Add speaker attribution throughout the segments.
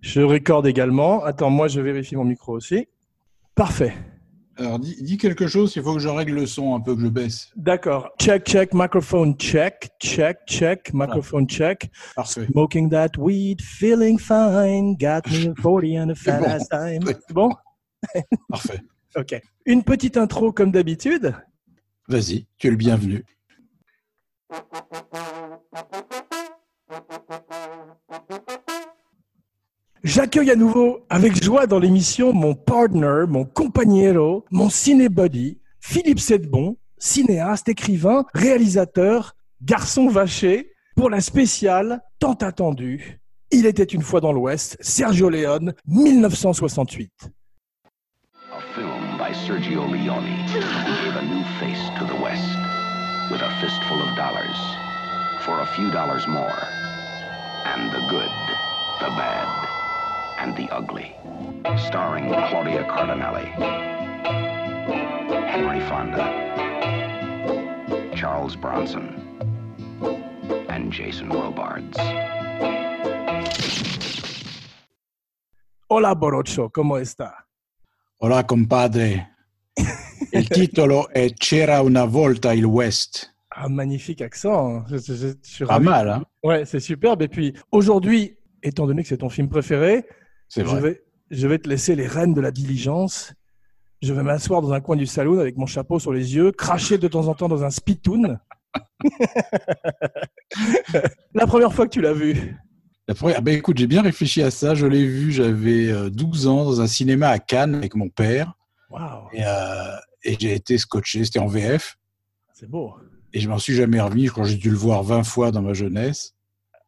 Speaker 1: Je recorde également. Attends, moi, je vérifie mon micro aussi. Parfait.
Speaker 2: Alors, dis, dis quelque chose, il faut que je règle le son un peu, que je baisse.
Speaker 1: D'accord. Check, check, microphone check, check, check, microphone check.
Speaker 2: Parfait.
Speaker 1: Smoking that weed, feeling fine, got me a 40 and a
Speaker 2: C'est
Speaker 1: fat
Speaker 2: bon.
Speaker 1: ass time.
Speaker 2: Ouais.
Speaker 1: C'est bon
Speaker 2: Parfait.
Speaker 1: Ok. Une petite intro comme d'habitude.
Speaker 2: Vas-y, tu es le bienvenu.
Speaker 1: J'accueille à nouveau avec joie dans l'émission mon partner, mon compagnero, mon cinébody, Philippe Sedbon, cinéaste, écrivain, réalisateur, garçon vaché, pour la spéciale tant attendue. Il était une fois dans l'Ouest, Sergio Leone, 1968.
Speaker 3: A film by Sergio Leone who gave a new face to the West with a fistful of dollars for a few dollars more. And the good, the bad, and the ugly. Starring Claudia Cardinale, Henry Fonda, Charles Bronson, and Jason Robards.
Speaker 1: Hola Borocho, ¿cómo está?
Speaker 2: Hola, compadre. Il titolo è C'era una volta il West.
Speaker 1: Un Ah, magnifique accent. hein. Je, je- je- je suis
Speaker 2: Pas
Speaker 1: ravi.
Speaker 2: mal, hein
Speaker 1: Ouais, c'est superbe. Et puis aujourd'hui, étant donné que c'est ton film préféré,
Speaker 2: C'est
Speaker 1: Je
Speaker 2: vrai.
Speaker 1: vais, je vais te laisser les rênes de la diligence. Je vais m'asseoir dans un coin du salon avec mon chapeau sur les yeux, cracher de temps en temps dans un spittoon. la première fois que tu l'as vu.
Speaker 2: La première- ah ben, écoute, j'ai bien réfléchi à ça. Je l'ai vu, j'avais euh, 12 ans dans un cinéma à Cannes avec mon père.
Speaker 1: Waouh,
Speaker 2: Et, euh, et j'ai été scotché, c'était en VF.
Speaker 1: c'est beau.
Speaker 2: Et je m'en suis jamais remis. Je crois que j'ai dû le voir 20 fois dans ma jeunesse.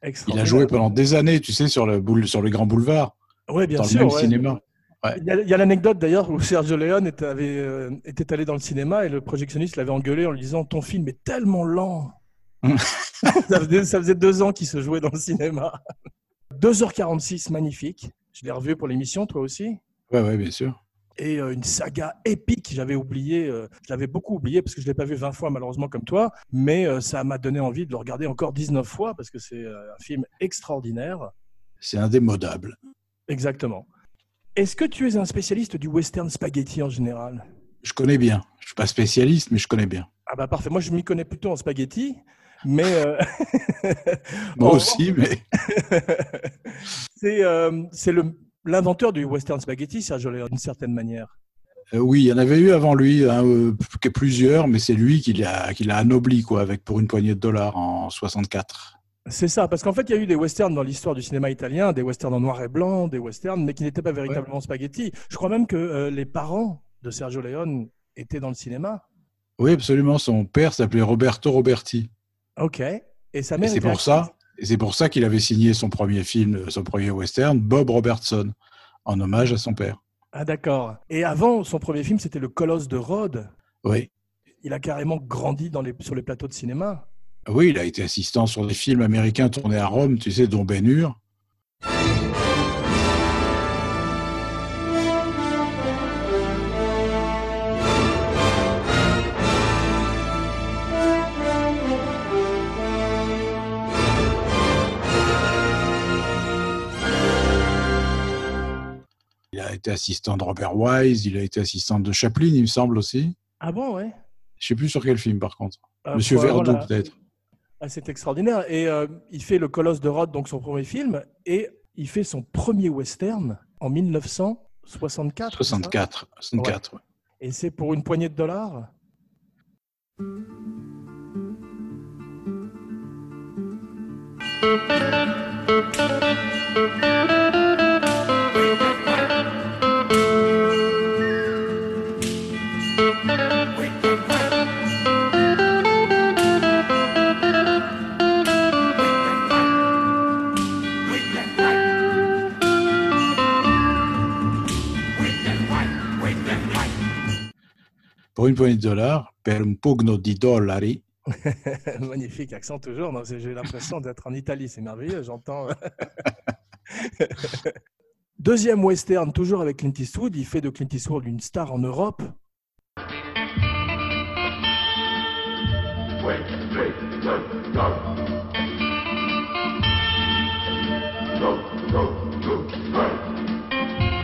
Speaker 2: Il a
Speaker 1: Extraordinaire.
Speaker 2: joué pendant des années, tu sais, sur le, boule, sur le Grand Boulevard,
Speaker 1: Ouais, bien
Speaker 2: dans
Speaker 1: sûr.
Speaker 2: le même
Speaker 1: ouais.
Speaker 2: cinéma.
Speaker 1: Il y a- il y a l'anecdote d'ailleurs où Sergio Leone était, avait, euh, était allé dans le cinéma et le projectionniste l'avait engueulé en lui disant Ton film est tellement lent. ça, faisait, ça faisait deux ans qu'il se jouait dans le cinéma. 2h46, magnifique. Je l'ai revu pour l'émission, toi aussi.
Speaker 2: Ouais, ouais, bien sûr.
Speaker 1: Et euh, une saga épique, j'avais oublié, euh, je l'avais beaucoup oublié parce que je ne l'ai pas vu 20 fois malheureusement comme toi, mais euh, ça m'a donné envie de le regarder encore 19 fois parce que c'est euh, un film extraordinaire.
Speaker 2: C'est indémodable.
Speaker 1: Exactement. Est-ce que tu es un spécialiste du western spaghetti en général
Speaker 2: Je connais bien. Je suis pas spécialiste, mais je connais bien.
Speaker 1: Ah bah parfait, moi je m'y connais plutôt en spaghetti, mais euh,
Speaker 2: Moi
Speaker 1: Oh.
Speaker 2: aussi, mais
Speaker 1: c'est euh, c'est le- l'inventeur du western spaghetti, Sergio Leone, d'une certaine manière.
Speaker 2: Euh, oui, il y en avait eu avant lui, hein, euh, p- plusieurs, mais c'est lui qui l'a qui l'a anobli quoi, avec pour une poignée de dollars en 64.
Speaker 1: C'est ça, parce qu'en fait il y a eu des westerns dans l'histoire du cinéma italien, des westerns en noir et blanc, des westerns, mais qui n'étaient pas véritablement spaghetti. Je crois même que euh, les parents de Sergio Leone étaient dans le cinéma.
Speaker 2: Oui, absolument. Son père s'appelait Roberto Roberti,
Speaker 1: Ok. Et sa
Speaker 2: et
Speaker 1: mère.
Speaker 2: c'est
Speaker 1: était
Speaker 2: pour ça,
Speaker 1: actrice.
Speaker 2: et c'est pour ça qu'il avait signé son premier film, son premier western, Bob Robertson, en hommage à son père.
Speaker 1: Ah d'accord. Et avant, son premier film c'était Le Colosse de Rhodes.
Speaker 2: Oui.
Speaker 1: Il a carrément grandi dans les, sur les plateaux de cinéma.
Speaker 2: Oui, il a été assistant sur des films américains tournés à Rome, tu sais, dont Ben Hur. Il a été assistant de Robert Wise, il a été assistant de Chaplin, il me semble aussi.
Speaker 1: Ah bon, ouais.
Speaker 2: Je sais plus sur quel film par contre.
Speaker 1: Euh,
Speaker 2: Monsieur
Speaker 1: probablement
Speaker 2: Verdot
Speaker 1: la-
Speaker 2: peut-être.
Speaker 1: Ah, c'est extraordinaire. Et euh, il fait Le Colosse de Rhodes, donc son premier film, et il fait son premier western en 1964. c'est ça
Speaker 2: 64. 64. ouais.
Speaker 1: Et c'est pour une poignée de dollars
Speaker 2: Pour une poignée de dollars, per un pugno di dollari.
Speaker 1: Magnifique accent toujours. Non, c'est- J'ai l'impression d'être en Italie. C'est merveilleux, j'entends. Deuxième western, toujours avec Clint Eastwood. Il fait de Clint Eastwood une star en Europe.
Speaker 4: Wait, wait, no, no. No, no, no, no.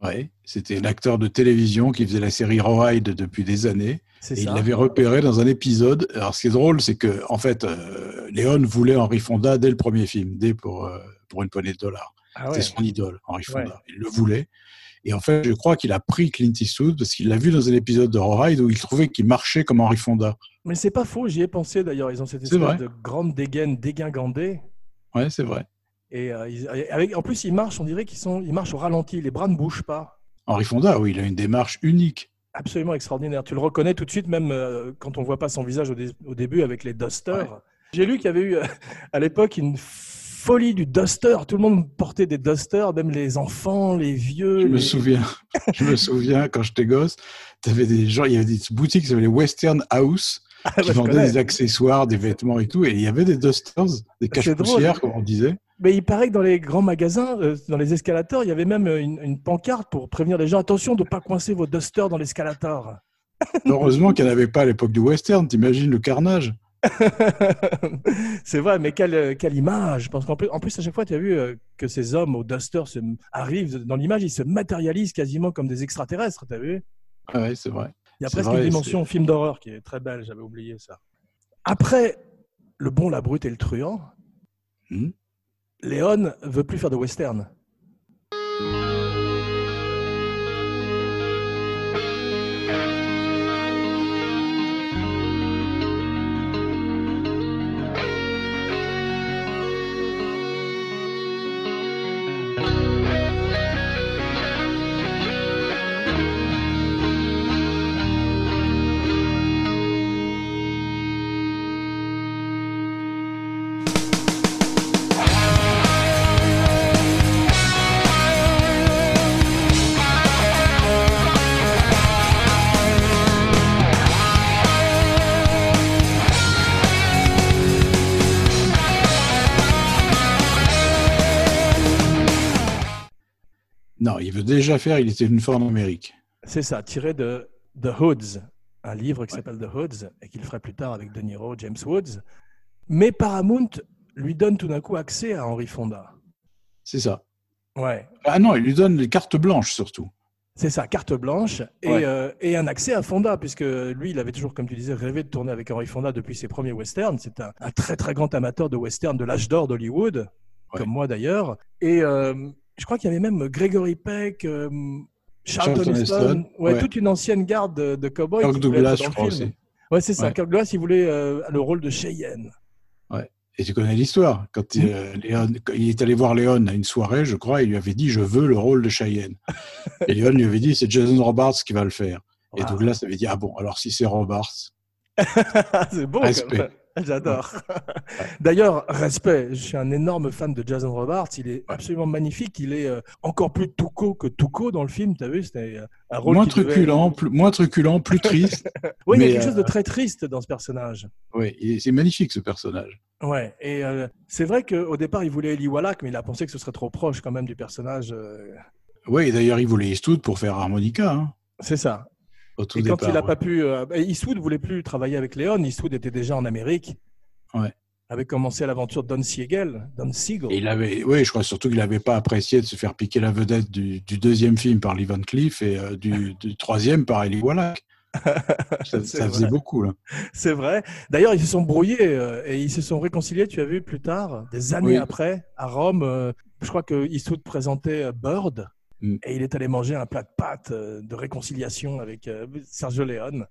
Speaker 2: pareil. C'était l'acteur de télévision qui faisait la série Rawhide depuis des années.
Speaker 1: C'est
Speaker 2: Et il
Speaker 1: ça.
Speaker 2: l'avait repéré dans un épisode. Alors, ce qui est drôle, c'est que, en fait, euh, Léon voulait Henri Fonda dès le premier film, dès pour, euh, pour une poignée de dollars.
Speaker 1: Ah ouais.
Speaker 2: C'était son idole, Henri Fonda.
Speaker 1: Ouais.
Speaker 2: Il le voulait. Et en fait, je crois qu'il a pris Clint Eastwood parce qu'il l'a vu dans un épisode de Rawhide où il trouvait qu'il marchait comme Henri Fonda.
Speaker 1: Mais c'est pas faux, j'y ai pensé d'ailleurs. Ils ont cette
Speaker 2: C'est
Speaker 1: espèce
Speaker 2: vrai.
Speaker 1: de grande dégaine dégingandée.
Speaker 2: Ouais, c'est vrai.
Speaker 1: Et euh, ils- et avec, en plus, ils marchent, on dirait qu'ils sont, ils marchent au ralenti, les bras ne bougent pas.
Speaker 2: Henri Fonda, oui, il a une démarche unique.
Speaker 1: Absolument extraordinaire. Tu le reconnais tout de suite, même euh, quand on voit pas son visage au, dé- au début avec les dusters. J'ai lu qu'il y avait eu euh, à l'époque une folie du duster. Tout le monde portait des dusters, même les enfants, les vieux.
Speaker 2: Je me
Speaker 1: les-
Speaker 2: souviens, je me souviens quand j'étais gosse, t'avais des gens, il y avait des boutiques qui s'appelaient Western House
Speaker 1: Ah, bah,
Speaker 2: qui
Speaker 1: je
Speaker 2: vendaient
Speaker 1: connais.
Speaker 2: des accessoires, des vêtements et tout, et il y avait des dusters, des caches
Speaker 1: drôle.
Speaker 2: poussières, comme on disait.
Speaker 1: Mais il paraît que dans les grands magasins, euh, dans les escalators, il y avait même euh, une, une pancarte pour prévenir les gens attention de ne pas coincer vos dusters dans l'escalator.
Speaker 2: Heureusement qu'il n'y en avait pas à l'époque du Western, t'imagines le carnage.
Speaker 1: c'est vrai, mais quelle, euh, quelle image Parce qu'en plus, en plus, à chaque fois, tu as vu euh, que ces hommes aux dusters se, arrivent dans l'image, ils se matérialisent quasiment comme des extraterrestres, tu as vu
Speaker 2: Ah ouais, c'est vrai.
Speaker 1: Il y a
Speaker 2: C'est
Speaker 1: presque
Speaker 2: vrai,
Speaker 1: une dimension film d'horreur qui est très belle, j'avais oublié ça. Après Le Bon, la Brute et le Truand,
Speaker 2: Hmm.
Speaker 1: Léon veut plus faire de western.
Speaker 2: Non, il veut déjà faire, il était une fois en Amérique.
Speaker 1: C'est ça, tiré de The Hoods, un livre qui s'appelle The Hoods et qu'il ferait plus tard avec De Niro, James Woods. Mais Paramount lui donne tout d'un coup accès à Henry Fonda.
Speaker 2: C'est ça.
Speaker 1: Ouais,
Speaker 2: Ah non, il lui donne les cartes blanches surtout.
Speaker 1: c'est ça, carte blanche et,
Speaker 2: Ouais.
Speaker 1: euh, et un accès à Fonda, puisque lui, il avait toujours, comme tu disais, rêvé de tourner avec Henry Fonda depuis ses premiers westerns. C'est un, un très très grand amateur de westerns de l'âge d'or d'Hollywood,
Speaker 2: Ouais.
Speaker 1: comme moi d'ailleurs. Et euh, je crois qu'il y avait même Gregory Peck. euh, Charlton,
Speaker 2: Charlton
Speaker 1: Heston,
Speaker 2: Heston,
Speaker 1: ouais,
Speaker 2: ouais.
Speaker 1: toute une ancienne garde de, de cow-boys.
Speaker 2: Kirk
Speaker 1: qui voulait être
Speaker 2: Douglas,
Speaker 1: dans
Speaker 2: je
Speaker 1: le
Speaker 2: crois
Speaker 1: film.
Speaker 2: aussi.
Speaker 1: Ouais, c'est ça.
Speaker 2: Ouais.
Speaker 1: Kirk Douglas, il voulait euh, le rôle de Cheyenne.
Speaker 2: Et tu connais l'histoire. Quand
Speaker 1: Mm.
Speaker 2: il, euh, Léon- quand il est allé voir Léon à une soirée, je crois, il lui avait dit Je veux le rôle de Cheyenne. et Léon lui avait dit C'est Jason Robards qui va le faire. Et
Speaker 1: Wow.
Speaker 2: Douglas avait dit Ah bon, alors si c'est Robards.
Speaker 1: c'est beau.
Speaker 2: Respect.
Speaker 1: comme ça. J'adore. D'ailleurs, respect. Je suis un énorme fan de Jason Robards. Il est absolument magnifique. Il est euh, encore plus touco que touco dans le film. T'as vu, c'était euh, un rôle
Speaker 2: Moins
Speaker 1: qui devait-
Speaker 2: truculent, plus, moins truculent, plus triste.
Speaker 1: Oui, il y
Speaker 2: mais, euh,
Speaker 1: a quelque chose de très triste dans ce personnage.
Speaker 2: oui, il- c'est magnifique ce personnage.
Speaker 1: Ouais. Et euh, c'est vrai qu'au départ, il voulait Eli Wallach, mais il a pensé que ce serait trop proche quand même du personnage. euh,
Speaker 2: Oui, et d'ailleurs, il voulait Eastwood pour faire Harmonica hein,
Speaker 1: C'est ça.
Speaker 2: au tout
Speaker 1: Et quand
Speaker 2: départ.
Speaker 1: il n'a
Speaker 2: ouais.
Speaker 1: pas pu. euh, bah, Eastwood ne voulait plus travailler avec Léon. Eastwood était déjà en Amérique.
Speaker 2: Ouais.
Speaker 1: Avait commencé l'aventure Don Siegel. Don Siegel.
Speaker 2: Et il avait, oui, je crois surtout qu'il n'avait pas apprécié de se faire piquer la vedette du, du deuxième film par Lee Van Cleef et euh, du, du troisième par Eli Wallach. ça
Speaker 1: C'est
Speaker 2: ça faisait
Speaker 1: vrai.
Speaker 2: beaucoup, là.
Speaker 1: C'est vrai. D'ailleurs, ils se sont brouillés euh, et ils se sont réconciliés, tu as vu, plus tard, des années
Speaker 2: Oui.
Speaker 1: après, à Rome. euh, je crois que Eastwood présentait euh, Bird
Speaker 2: Mm.
Speaker 1: et il est allé manger un plat de pâtes euh, de réconciliation avec euh, Sergio Leone.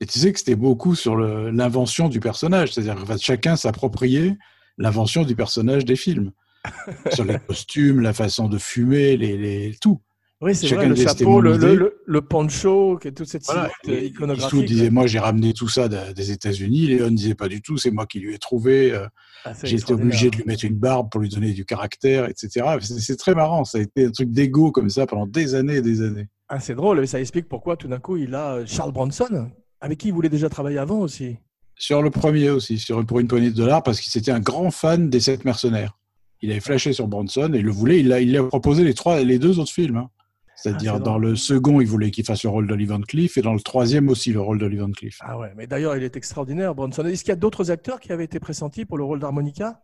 Speaker 2: Et tu sais que c'était beaucoup sur le- l'invention du personnage, c'est-à-dire que chacun s'appropriait l'invention du personnage des films, sur les costumes, la façon de fumer, les, les- tout.
Speaker 1: Oui, c'est vrai,
Speaker 2: Chacun
Speaker 1: le
Speaker 2: disait c'était
Speaker 1: chapeau,
Speaker 2: mon
Speaker 1: le, le,
Speaker 2: idée.
Speaker 1: le- le pancho, que toute cette
Speaker 2: Voilà.
Speaker 1: silhouette euh,
Speaker 2: Et
Speaker 1: iconographique.
Speaker 2: Eastwood disait moi j'ai ramené tout ça de- des États-Unis, Léon disait pas du tout, c'est moi qui lui ai trouvé, euh,
Speaker 1: Ah, c'est
Speaker 2: j'ai été
Speaker 1: extraordinaire.
Speaker 2: obligé de lui mettre une barbe pour lui donner du caractère, etc. C'est c'est très marrant, ça a été un truc d'ego comme ça pendant des années et des années.
Speaker 1: Ah, c'est drôle, et ça explique pourquoi tout d'un coup il a euh, Charles Bronson, avec qui il voulait déjà travailler avant aussi.
Speaker 2: Sur le premier aussi, sur, pour une poignée de dollars, parce qu'il était un grand fan des sept mercenaires. Il avait flashé sur Bronson et il le voulait. Il a, il a proposé les, trois, les deux autres films. hein. C'est-à-dire,
Speaker 1: Ah, c'est
Speaker 2: dans le second, il voulait qu'il fasse le rôle d'Oliver Cliff et dans le troisième aussi le rôle d'Oliver Cliff.
Speaker 1: Ah ouais, mais d'ailleurs il est extraordinaire, Bronson. Est-ce qu'il y a d'autres acteurs qui avaient été pressentis pour le rôle d'harmonica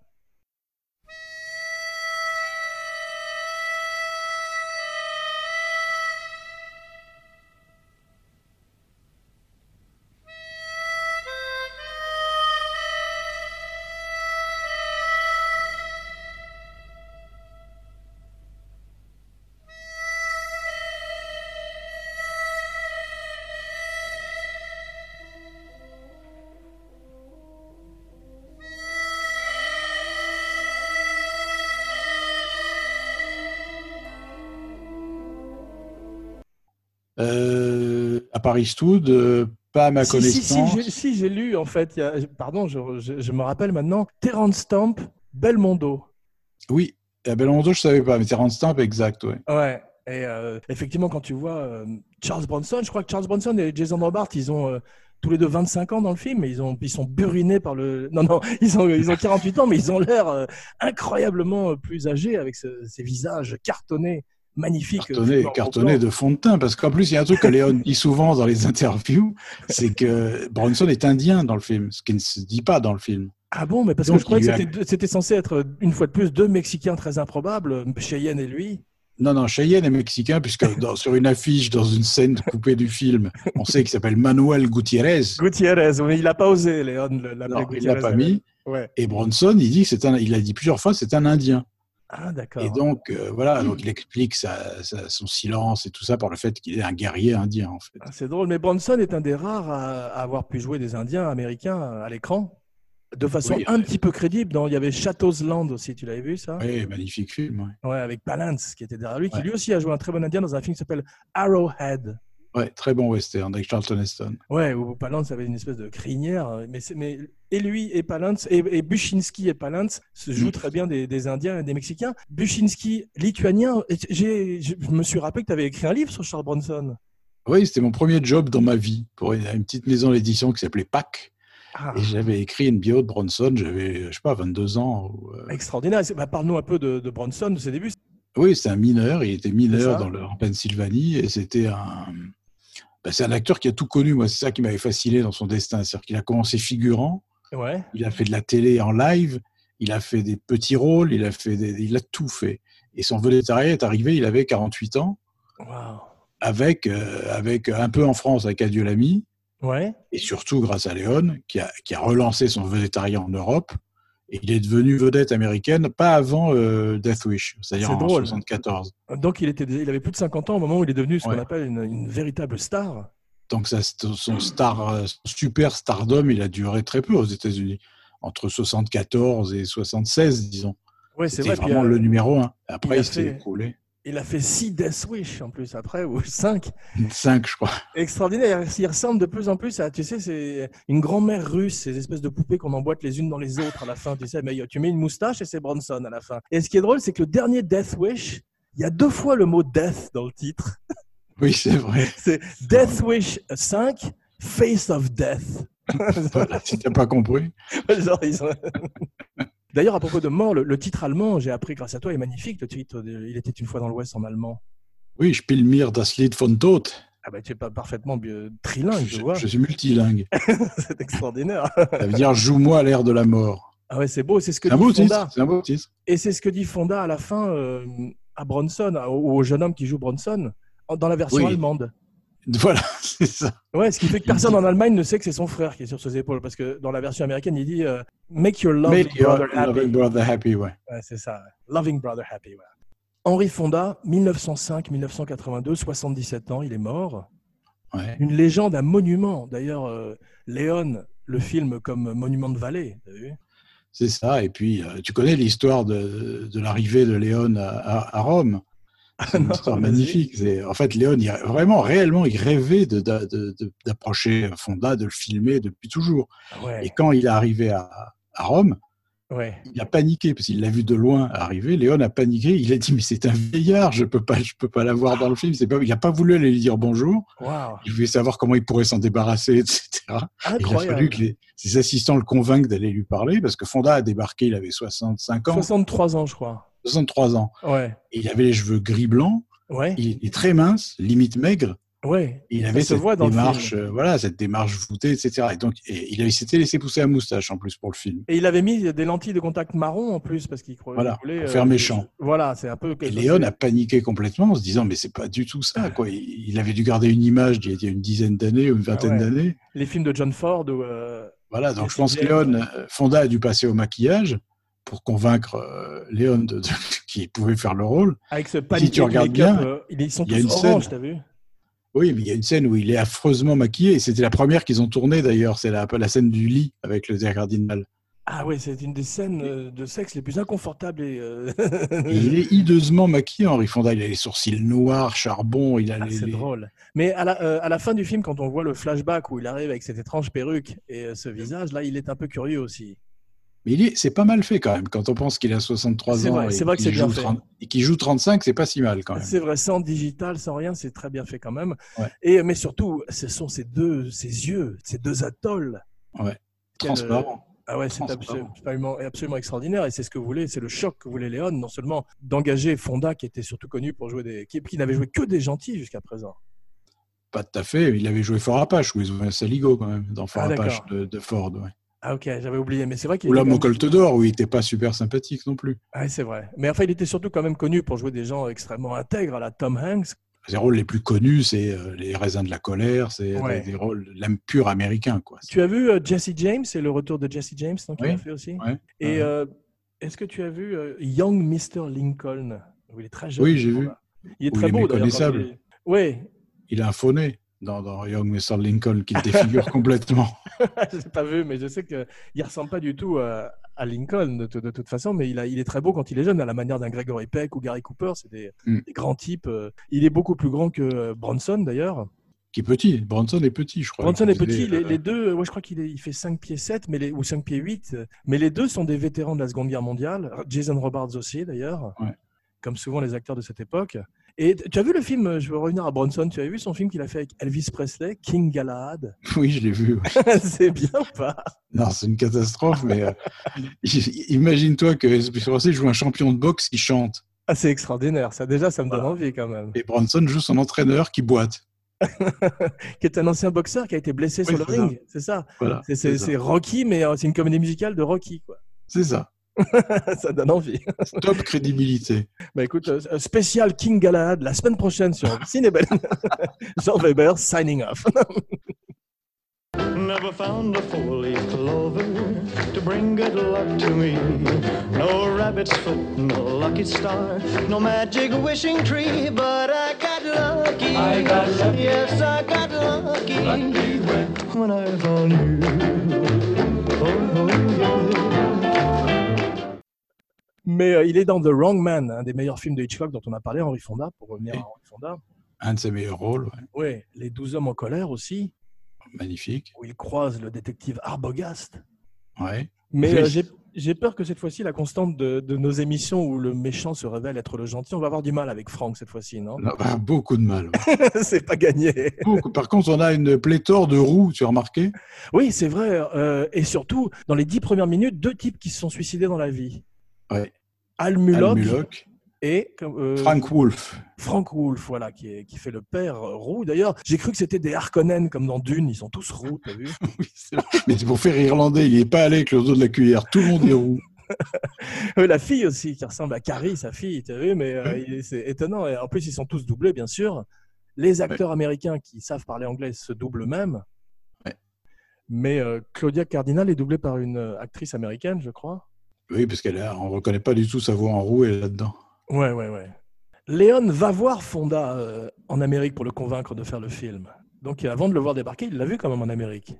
Speaker 2: Euh, à Paris Eastwood, euh, pas à ma
Speaker 1: si, si, si,
Speaker 2: connaissance.
Speaker 1: j'ai- si, j'ai lu, en fait, il y a- pardon, je, je- je me rappelle maintenant, Terrence Stamp, Belmondo.
Speaker 2: Oui, à Belmondo, je savais pas, mais Terrence Stamp, exact, ouais.
Speaker 1: Ouais. Et euh, effectivement, quand tu vois euh, Charles Bronson, je crois que Charles Bronson et Jason Robart, ils ont euh, tous les deux 25 ans dans le film, et ils, ont, ils sont burinés par le. Non, non, ils ont, ils ont 48 ans, mais ils ont l'air euh, incroyablement euh, plus âgés avec ce- ces visages cartonnés, magnifiques. euh,
Speaker 2: Cartonné,
Speaker 1: en
Speaker 2: cartonné
Speaker 1: plan.
Speaker 2: de fond de teint, parce qu'en plus, il y a un truc que Léon dit souvent dans les interviews, c'est que Bronson est indien dans le film, ce qui ne se dit pas dans le film.
Speaker 1: Ah bon, mais parce
Speaker 2: Donc,
Speaker 1: que je croyais que
Speaker 2: il a-
Speaker 1: c'était deux- c'était censé être, euh, une fois de plus, deux Mexicains très improbables, Cheyenne et lui.
Speaker 2: Non, non, Cheyenne est mexicain, puisque dans- sur une affiche, dans une scène coupée du film, on sait qu'il s'appelle Manuel Gutiérrez.
Speaker 1: Gutierrez, oui, il n'a pas osé, Léon, le- l'appeler
Speaker 2: Non, il l'a
Speaker 1: Gutiérrez.
Speaker 2: pas mis.
Speaker 1: Ouais.
Speaker 2: Et Bronson, il dit que c'est un, il a dit plusieurs fois, c'est un Indien.
Speaker 1: Ah, d'accord.
Speaker 2: Et donc, euh, voilà, donc il explique sa- sa- son silence et tout ça par le fait qu'il est un guerrier indien, en fait.
Speaker 1: Ah, C'est drôle, mais Bronson est un des rares à, à avoir pu jouer des Indiens américains à l'écran de façon
Speaker 2: Oui,
Speaker 1: un
Speaker 2: ouais.
Speaker 1: petit peu crédible. Dans, il y avait Shadows Land aussi, tu l'avais vu ça
Speaker 2: Oui, magnifique film. Ouais,
Speaker 1: Ouais, avec Palance qui était derrière lui, qui
Speaker 2: Ouais.
Speaker 1: lui aussi a joué un très bon Indien dans un film qui s'appelle Arrowhead.
Speaker 2: Ouais, très bon western avec Charlton Heston.
Speaker 1: Ouais, où Palance avait une espèce de crinière. euh, Mais, c'est- mais et lui et Palance, et, et Buchinski et Palance se jouent
Speaker 2: Mm.
Speaker 1: très bien des, des Indiens et des Mexicains. Buchinski, lituanien, et j'ai- je je me suis rappelé que tu avais écrit un livre sur Charles Bronson.
Speaker 2: Oui, c'était mon premier job dans ma vie pour une, une petite maison d'édition qui s'appelait PAC.
Speaker 1: Ah.
Speaker 2: Et j'avais écrit une bio de Bronson, j'avais, je sais pas, 22 ans. ou, euh,
Speaker 1: Extraordinaire. C'est- bah, Parle-nous un peu de, de Bronson, de ses débuts.
Speaker 2: Oui, c'est un mineur. Il était
Speaker 1: C'est ça.
Speaker 2: mineur dans le, en Pennsylvanie et c'était un. ben, c'est un acteur qui a tout connu. Moi, c'est ça qui m'avait fasciné dans son destin. C'est-à-dire qu'il a commencé figurant,
Speaker 1: Ouais.
Speaker 2: il a fait de la télé en live, il a fait des petits rôles, il a fait, des- il a tout fait. Et son vélétariat est arrivé. Il avait 48 ans,
Speaker 1: Waouh.
Speaker 2: avec, euh, avec un peu en France avec Adieu l'ami,
Speaker 1: Ouais.
Speaker 2: et surtout grâce à Léon qui a, qui a relancé son végétarien en Europe. Et il est devenu vedette américaine pas avant euh, Death Wish, c'est-à-dire
Speaker 1: C'est
Speaker 2: en
Speaker 1: drôle.
Speaker 2: 74.
Speaker 1: Donc il était, il avait plus de 50 ans au moment où il est devenu ce qu'on
Speaker 2: Ouais.
Speaker 1: appelle une, une véritable star.
Speaker 2: Donc ça, son star, euh, super stardom, il a duré très peu aux États-Unis, entre 74 et 76, disons.
Speaker 1: Ouais, c'est
Speaker 2: C'était
Speaker 1: vrai. puis,
Speaker 2: vraiment
Speaker 1: euh,
Speaker 2: le numéro un.
Speaker 1: il a
Speaker 2: Après, il s'est
Speaker 1: fait-
Speaker 2: écroulé.
Speaker 1: Il a fait 6 Death Wish en plus après ou 5.
Speaker 2: 5, je crois.
Speaker 1: Extraordinaire. Il ressemble de plus en plus à, tu sais, c'est une grand-mère russe, ces espèces de poupées qu'on emboîte les unes dans les autres à la fin. Tu sais, mais tu mets une moustache et c'est Bronson à la fin. Et ce qui est drôle, c'est que le dernier Death Wish, il y a deux fois le mot death dans le titre.
Speaker 2: Oui, c'est vrai.
Speaker 1: C'est Death Wish 5, Face of Death.
Speaker 2: Voilà, si t'as pas compris.
Speaker 1: Genre, ils ont- D'ailleurs, à propos de mort, le, le titre allemand, j'ai appris grâce à toi, est magnifique. Le titre, de il était une fois dans l'Ouest en allemand.
Speaker 2: Oui, je pile mire das Lied von Tod.
Speaker 1: Ah bah, tu es pas parfaitement bio- trilingue,
Speaker 2: Je,
Speaker 1: tu vois.
Speaker 2: je suis multilingue.
Speaker 1: C'est extraordinaire.
Speaker 2: Ça veut dire joue-moi l'air de la mort.
Speaker 1: Ah ouais, c'est beau. C'est ce que
Speaker 2: C'est un
Speaker 1: dit
Speaker 2: beau
Speaker 1: Fonda.
Speaker 2: titre. C'est un beau titre.
Speaker 1: Et c'est ce que dit Fonda à la fin euh, à Bronson, à- au, au jeune homme qui joue Bronson, en- dans la version
Speaker 2: Oui.
Speaker 1: allemande.
Speaker 2: Voilà, c'est ça.
Speaker 1: Ouais, ce qui fait que personne en Allemagne ne sait que c'est son frère qui est sur ses épaules, parce que dans la version américaine, il dit euh, Make your love
Speaker 2: Make euh, your
Speaker 1: brother happy.
Speaker 2: loving brother happy, ouais.
Speaker 1: Ouais, c'est ça. ouais. Loving Brother Happy. voilà. Henri Fonda, 1905-1982, 77 ans, il est mort.
Speaker 2: ouais.
Speaker 1: Une légende, un monument. D'ailleurs, euh, Léon, le film comme monument de vallée. t'as vu
Speaker 2: C'est ça. Et puis, euh, tu connais l'histoire de, de l'arrivée de Léon à, à- à Rome. C'est une
Speaker 1: Ah non,
Speaker 2: histoire
Speaker 1: vas-y.
Speaker 2: magnifique. C'est- En fait, Léon, il- vraiment, réellement, il rêvait de- d'a- de- de- d'approcher Fonda, de le filmer depuis toujours. Et
Speaker 1: Ouais,
Speaker 2: quand il est arrivé à, à Rome,
Speaker 1: ouais.
Speaker 2: il a paniqué parce qu'il l'a vu de loin arriver. Léon a paniqué. Il a dit mais c'est un vieillard, je peux pas, je peux pas l'avoir dans le film. C'est pas, il n'a pas voulu aller lui dire bonjour.
Speaker 1: Waouh,
Speaker 2: Il voulait savoir comment il pourrait s'en débarrasser, etc. Il a fallu
Speaker 1: incroyable.
Speaker 2: que les- ses assistants le convainquent d'aller lui parler parce que Fonda a débarqué, il avait 65 ans,
Speaker 1: 63 ans, je crois.
Speaker 2: 63 ans.
Speaker 1: Ouais,
Speaker 2: Et il avait les cheveux gris blanc,
Speaker 1: ouais,
Speaker 2: il était très mince, limite maigre.
Speaker 1: ouais.
Speaker 2: Et il avait
Speaker 1: se
Speaker 2: cette
Speaker 1: voit dans le
Speaker 2: démarche,
Speaker 1: film.
Speaker 2: euh, voilà, cette démarche voûtée, etc. Et donc, et il avait s'était laissé pousser la moustache en plus pour le film.
Speaker 1: Et il avait mis des lentilles de contact marron en plus, parce qu'il croyait.
Speaker 2: Voilà,
Speaker 1: il voulait, euh,
Speaker 2: pour faire méchant.
Speaker 1: Voilà, c'est un peu.
Speaker 2: Et Léon a paniqué complètement en se disant mais c'est pas du tout ça quoi. Il il avait dû garder une image d'il y a une dizaine d'années ou une vingtaine
Speaker 1: Ah ouais.
Speaker 2: d'années.
Speaker 1: Les films de John Ford ou. euh,
Speaker 2: Voilà,
Speaker 1: Et
Speaker 2: donc je
Speaker 1: c'est
Speaker 2: pense que
Speaker 1: bien.
Speaker 2: Léon, euh, Fonda a dû passer au maquillage pour convaincre euh, Léon de, de- qu'il pouvait faire le rôle.
Speaker 1: Avec ce panique
Speaker 2: regardes bien,
Speaker 1: ils sont
Speaker 2: il y a
Speaker 1: tous
Speaker 2: une scène.
Speaker 1: orange, t'as vu
Speaker 2: Oui, mais il y a une scène où il est affreusement maquillé et c'était la première qu'ils ont tournée d'ailleurs. C'est la, la scène du lit avec le cardinal.
Speaker 1: Ah oui, c'est une des scènes euh, de sexe les plus inconfortables. Et, euh,
Speaker 2: Et il est hideusement maquillé, Henri Fonda. Il a les sourcils noirs, charbon, il a
Speaker 1: Ah,
Speaker 2: les,
Speaker 1: c'est
Speaker 2: les-
Speaker 1: drôle. Mais à la, euh, à la fin du film, quand on voit le flashback où il arrive avec cette étrange perruque et euh, ce visage, là, il est un peu curieux aussi.
Speaker 2: Mais il est- c'est pas mal fait quand même. Quand on pense qu'il a 63
Speaker 1: C'est
Speaker 2: ans
Speaker 1: vrai,
Speaker 2: et
Speaker 1: c'est vrai que c'est
Speaker 2: qu'il
Speaker 1: bien
Speaker 2: joue
Speaker 1: fait.
Speaker 2: 30 et qu'il joue 35, c'est pas si mal quand même.
Speaker 1: C'est vrai, sans digital, sans rien, c'est très bien fait quand même.
Speaker 2: Ouais.
Speaker 1: Et mais surtout, ce sont ces deux, ces yeux, ces deux atolls.
Speaker 2: Ouais.
Speaker 1: Quel, euh,
Speaker 2: Transparent.
Speaker 1: Ah ouais, c'est
Speaker 2: Transparent.
Speaker 1: absolu- absolument, absolument extraordinaire et c'est ce que voulait, c'est le choc que voulait Léon, non seulement d'engager Fonda qui était surtout connu pour jouer des, qui, qui n'avait joué que des gentils jusqu'à présent.
Speaker 2: Pas tout à fait. Il avait joué Fort Apache ou ils ont un euh, Saligo quand même dans Fort
Speaker 1: Ah,
Speaker 2: Apache
Speaker 1: d'accord.
Speaker 2: de, de Ford. ouais.
Speaker 1: Ah ok, j'avais oublié, mais c'est vrai qu'il
Speaker 2: Ou
Speaker 1: était
Speaker 2: l'homme
Speaker 1: quand
Speaker 2: au
Speaker 1: même-
Speaker 2: colt d'or où il était pas super sympathique non plus.
Speaker 1: Ouais, c'est vrai. Mais enfin, il était surtout quand même connu pour jouer des gens extrêmement intègres à la Tom Hanks.
Speaker 2: Les rôles les plus connus, c'est euh, les raisins de la colère, c'est des-
Speaker 1: Ouais.
Speaker 2: des, rôles de l'âme pure américain quoi.
Speaker 1: Tu as vu euh, Jesse James et le retour de Jesse James, donc
Speaker 2: Oui.
Speaker 1: a fait aussi.
Speaker 2: Ouais.
Speaker 1: Et
Speaker 2: Ouais.
Speaker 1: euh, est-ce que tu as vu euh, Young Mr. Lincoln où Il est très jeune.
Speaker 2: Oui, j'ai vu.
Speaker 1: Fonda. Il est
Speaker 2: Où
Speaker 1: très
Speaker 2: il est
Speaker 1: beau d'ailleurs. quand
Speaker 2: méconnaissable.
Speaker 1: il est- Oui,
Speaker 2: Il a un faux nez dans, dans Young Mr Lincoln qui le défigure complètement.
Speaker 1: je l'ai pas vu, mais je sais qu'il ne ressemble pas du tout à, à Lincoln de, tout- de toute façon, mais il, a- il est très beau quand il est jeune, à la manière d'un Gregory Peck ou Gary Cooper, c'est des,
Speaker 2: Mm.
Speaker 1: des grands types. euh. Il est beaucoup plus grand que euh, Bronson d'ailleurs.
Speaker 2: Qui est petit. Bronson est petit, je crois.
Speaker 1: Bronson
Speaker 2: Il
Speaker 1: est petit,
Speaker 2: faisait,
Speaker 1: les,
Speaker 2: euh,
Speaker 1: les deux, euh, ouais, je crois qu'il est- il fait 5 pieds 7 mais les, ou 5 pieds 8, euh, mais les deux sont des vétérans de la Seconde Guerre mondiale, Jason Robards aussi d'ailleurs,
Speaker 2: Ouais.
Speaker 1: comme souvent les acteurs de cette époque. Et t- tu as vu le film, euh, je veux revenir à Bronson, tu as vu son film qu'il a fait avec Elvis Presley, King Galahad
Speaker 2: euh, Oui, je l'ai vu. ouais.
Speaker 1: C'est bien ou pas
Speaker 2: Non, c'est une catastrophe, mais euh, i- imagine-toi que Elvis Presley joue un champion de boxe qui chante
Speaker 1: Ah, c'est extraordinaire, ça déjà, ça me
Speaker 2: Voilà.
Speaker 1: donne envie quand même.
Speaker 2: et Bronson joue son entraîneur qui boite.
Speaker 1: Qui est un ancien boxeur qui a été blessé
Speaker 2: Oui,
Speaker 1: sur le
Speaker 2: c'est ça.
Speaker 1: ring, c'est ça
Speaker 2: Voilà,
Speaker 1: C'est- C'est
Speaker 2: ça.
Speaker 1: c'est Rocky, mais euh, c'est une comédie musicale de Rocky, quoi.
Speaker 2: C'est ça.
Speaker 1: ça donne envie.
Speaker 2: Top crédibilité.
Speaker 1: Bah écoute, euh, euh, spécial King Galahad la semaine prochaine sur Cinébel. Jean Weber, signing off.
Speaker 5: Never found a four-leaf clover to bring good luck to me. No rabbit's foot, no lucky star, no magic wishing tree, but I got lucky. I got lucky. Yes, I got lucky. Lucky when, when I found you. Oh, oh, yeah.
Speaker 1: Mais euh, il est dans The Wrong Man, un des meilleurs films de Hitchcock dont on a parlé, Henri Fonda, pour revenir
Speaker 2: Oui.
Speaker 1: à Henri Fonda.
Speaker 2: Un de ses meilleurs rôles, ouais.
Speaker 1: Oui, Les Douze Hommes en colère aussi,
Speaker 2: magnifique.
Speaker 1: où il croise le détective Arbogast.
Speaker 2: Ouais.
Speaker 1: Mais
Speaker 2: Oui.
Speaker 1: euh, j'ai- j'ai peur que cette fois-ci, la constante de, de nos émissions où le méchant se révèle être le gentil, on va avoir du mal avec Franck cette fois-ci, non
Speaker 2: On a pas bah, beaucoup de mal. ouais.
Speaker 1: C'est pas gagné.
Speaker 2: Beaucoup. Par contre, on a une pléthore de roues, tu as remarqué
Speaker 1: Oui, c'est vrai. euh, et surtout, dans les dix premières minutes, deux types qui se sont suicidés dans la vie.
Speaker 2: Ouais.
Speaker 1: Al Mulock,
Speaker 2: Al Mulock,
Speaker 1: et euh,
Speaker 2: Frank Wolf.
Speaker 1: Frank Wolf, voilà, qui, est- qui fait le père euh, roux. D'ailleurs, j'ai cru que c'était des Harkonnen comme dans Dune. Ils sont tous roux, t'as vu
Speaker 2: Oui, c'est vrai. Mais c'est pour faire irlandais, il n'est pas allé avec le dos de la cuillère. Tout le monde est roux.
Speaker 1: Euh, La fille aussi, qui ressemble à Carrie, sa fille, t'as vu Mais
Speaker 2: Mmh.
Speaker 1: euh, il- c'est étonnant. Et en plus, ils sont tous doublés, bien sûr. Les acteurs américains qui savent parler anglais se doublent même.
Speaker 2: Ouais.
Speaker 1: Mais euh, Claudia Cardinal est doublée par une euh, actrice américaine, je crois.
Speaker 2: Oui, parce qu'on ne reconnaît pas du tout sa voix en roue et là-dedans.
Speaker 1: Ouais, ouais, ouais. Léon va voir Fonda euh, en Amérique pour le convaincre de faire le film. Donc euh, avant de le voir débarquer, il l'a vu quand même en Amérique.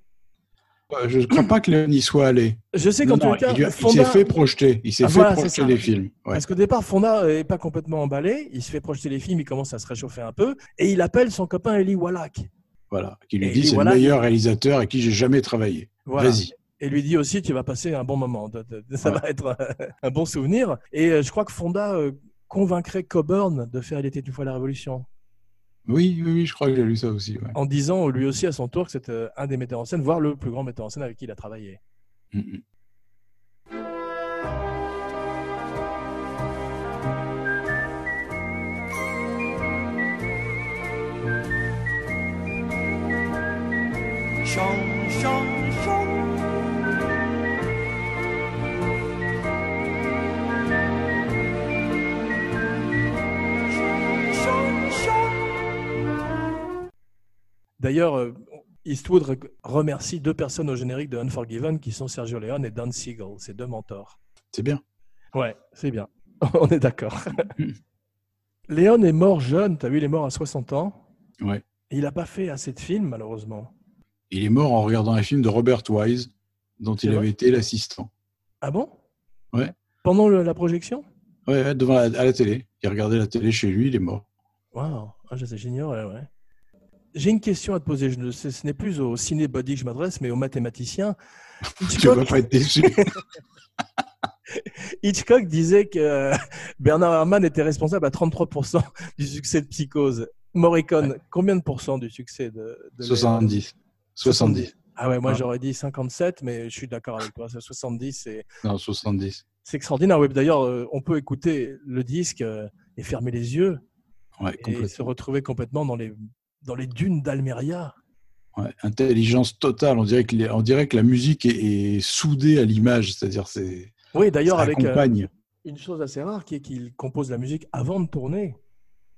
Speaker 2: Ouais, Euh, Je ne crois pas que Léon y soit allé.
Speaker 1: Je sais
Speaker 2: Non,
Speaker 1: qu'en
Speaker 2: non,
Speaker 1: tout cas,
Speaker 2: il, lui a- il
Speaker 1: Fonda,
Speaker 2: s'est fait projeter. Il s'est
Speaker 1: Ah,
Speaker 2: fait
Speaker 1: voilà, c'est
Speaker 2: projeter
Speaker 1: ça.
Speaker 2: les films. Ouais.
Speaker 1: parce qu'au départ, Fonda n'est pas complètement emballé, il se fait projeter les films, il commence à se réchauffer un peu, et il appelle son copain Eli Wallach.
Speaker 2: Voilà. Qui lui
Speaker 1: Et
Speaker 2: dit c'est
Speaker 1: voilà.
Speaker 2: le meilleur réalisateur avec qui j'ai jamais travaillé.
Speaker 1: Voilà.
Speaker 2: Vas-y.
Speaker 1: Et lui dit aussi, tu vas passer un bon moment, de- de- de- ça
Speaker 2: Ouais.
Speaker 1: va être euh, un bon souvenir. Et euh, je crois que Fonda euh, convaincrait Coburn de faire Il était une fois la Révolution,
Speaker 2: Oui, oui, oui, je crois que j'ai lu ça aussi. ouais.
Speaker 1: en disant lui aussi à son tour que c'était euh, un des metteurs en scène, voire le plus grand metteur en scène avec qui il a travaillé.
Speaker 2: Mm, mm.
Speaker 6: Chant, chant, chant. Chant, chant.
Speaker 1: D'ailleurs, euh, Eastwood re- remercie deux personnes au générique de Unforgiven qui sont Sergio Leone et Don Siegel, ses deux mentors.
Speaker 2: C'est bien.
Speaker 1: Ouais, c'est bien. On est d'accord. Leone est mort jeune, t'as vu, il est mort à 60 ans.
Speaker 2: Ouais.
Speaker 1: Et Il n'a pas fait assez de films, malheureusement.
Speaker 2: Il est mort en regardant un film de Robert Wise, dont
Speaker 1: C'est
Speaker 2: il
Speaker 1: vrai.
Speaker 2: avait été l'assistant.
Speaker 1: Ah bon
Speaker 2: Ouais.
Speaker 1: Pendant le- la projection
Speaker 2: Ouais, ouais, devant la- à la télé. Il regardait la télé chez lui, il est mort.
Speaker 1: Waouh, ah, je sais, j'ignorais, ouais. J'ai une question à te poser. Je ne sais, ce n'est plus au cinébody que je m'adresse, mais aux mathématiciens.
Speaker 2: Tu vas
Speaker 1: Hitchcock,
Speaker 2: pas être déçu.
Speaker 1: Hitchcock disait que euh, Bernard Herrmann était responsable à 33% du succès de Psychose. Morricone, combien de pourcents du succès de, de
Speaker 2: 70. 70.
Speaker 1: Ah ouais, moi
Speaker 2: Ah.
Speaker 1: j'aurais dit 57, mais je suis d'accord avec toi. c'est 70, c'est
Speaker 2: Non, 70.
Speaker 1: c'est extraordinaire. Oui, d'ailleurs, euh, on peut écouter le disque euh, et fermer les yeux
Speaker 2: Ouais,
Speaker 1: et
Speaker 2: complètement.
Speaker 1: se retrouver complètement dans les, dans les dunes d'Almeria.
Speaker 2: Ouais, Intelligence totale. On dirait, que les- on dirait que la musique est, est soudée à l'image. C'est-à-dire, c'est.
Speaker 1: Oui, d'ailleurs,
Speaker 2: ça
Speaker 1: avec euh,
Speaker 2: accompagne.
Speaker 1: une chose assez rare qui est qu'il compose la musique avant de tourner.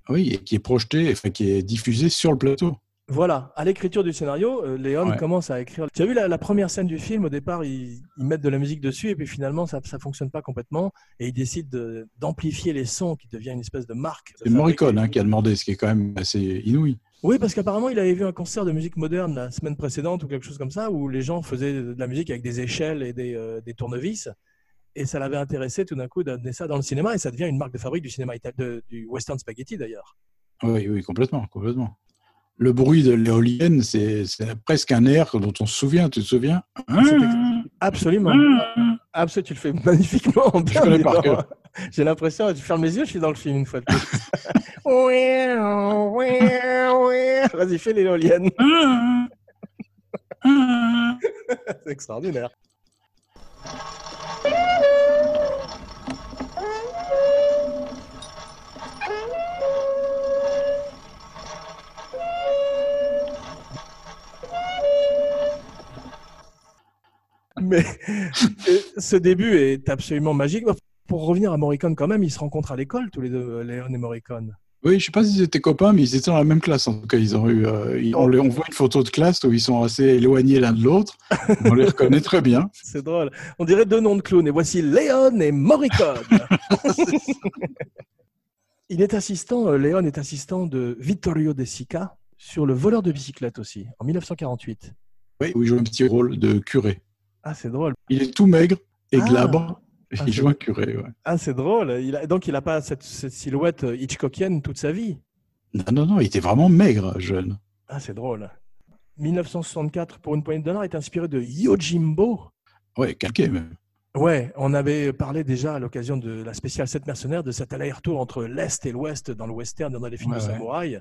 Speaker 2: Oui, et qui est projeté, enfin, qui est diffusé sur le plateau.
Speaker 1: Voilà, à l'écriture du scénario, euh, Léon
Speaker 2: Ouais.
Speaker 1: commence à écrire. Tu as vu la, la première scène du film, au départ, ils, ils mettent de la musique dessus et puis finalement, ça ne fonctionne pas complètement et ils décident de- d'amplifier les sons qui devient une espèce de marque.
Speaker 2: C'est Morricone hein, qui a demandé, ce qui est quand même assez inouï.
Speaker 1: Oui, parce qu'apparemment, il avait vu un concert de musique moderne la semaine précédente ou quelque chose comme ça, où les gens faisaient de la musique avec des échelles et des, euh, des tournevis. Et ça l'avait intéressé tout d'un coup d'amener ça dans le cinéma et ça devient une marque de fabrique du cinéma italien, du western spaghetti d'ailleurs.
Speaker 2: Oui, oui, complètement, complètement. Le bruit de l'éolienne, c'est c'est presque un air dont on se souvient, tu te souviens Hein
Speaker 1: Absolument. Absolument, tu le fais magnifiquement bien.
Speaker 2: connais
Speaker 1: dis
Speaker 2: par
Speaker 1: donc.
Speaker 2: cœur.
Speaker 1: J'ai l'impression, tu fermes les yeux, je suis dans le film une fois de plus. Ouin, ouin, ouin. Vas-y, fais l'éolienne. C'est extraordinaire. Mais euh, ce début est absolument magique. Pour revenir à Morricone quand même, ils se rencontrent à l'école tous les deux, euh, Léon et Morricone.
Speaker 2: Oui, je sais pas s'ils étaient copains, mais ils étaient dans la même classe. En tout cas, ils ont eu. euh,
Speaker 1: Oh.
Speaker 2: ils- on, les- on voit une photo de classe où ils sont assez éloignés l'un de l'autre. On les reconnaît très bien.
Speaker 1: C'est drôle. On dirait deux noms de clowns. Et voici Léon et Morricone. Il est assistant, euh, Léon est assistant de Vittorio De Sica sur le voleur de bicyclette aussi, en 1948.
Speaker 2: Oui, où il joue un petit rôle de curé.
Speaker 1: Ah, c'est drôle.
Speaker 2: Il est tout maigre et
Speaker 1: Ah.
Speaker 2: glabre. et
Speaker 1: Ah,
Speaker 2: il
Speaker 1: c'est-
Speaker 2: joue un curé. ouais.
Speaker 1: Ah, c'est drôle. Il a- donc, il n'a pas cette, cette silhouette euh, hitchcockienne toute sa vie.
Speaker 2: Non, non, non, il était vraiment maigre, jeune.
Speaker 1: Ah, c'est drôle. 1964, pour une poignée de dollars, est inspiré de Yojimbo.
Speaker 2: Ouais, calqué même.
Speaker 1: Ouais, on avait parlé déjà à l'occasion de la spéciale 7 mercenaires de cet aller-retour entre l'Est et l'Ouest dans le western, dans les films
Speaker 2: Ouais,
Speaker 1: de
Speaker 2: ouais.
Speaker 1: samouraï.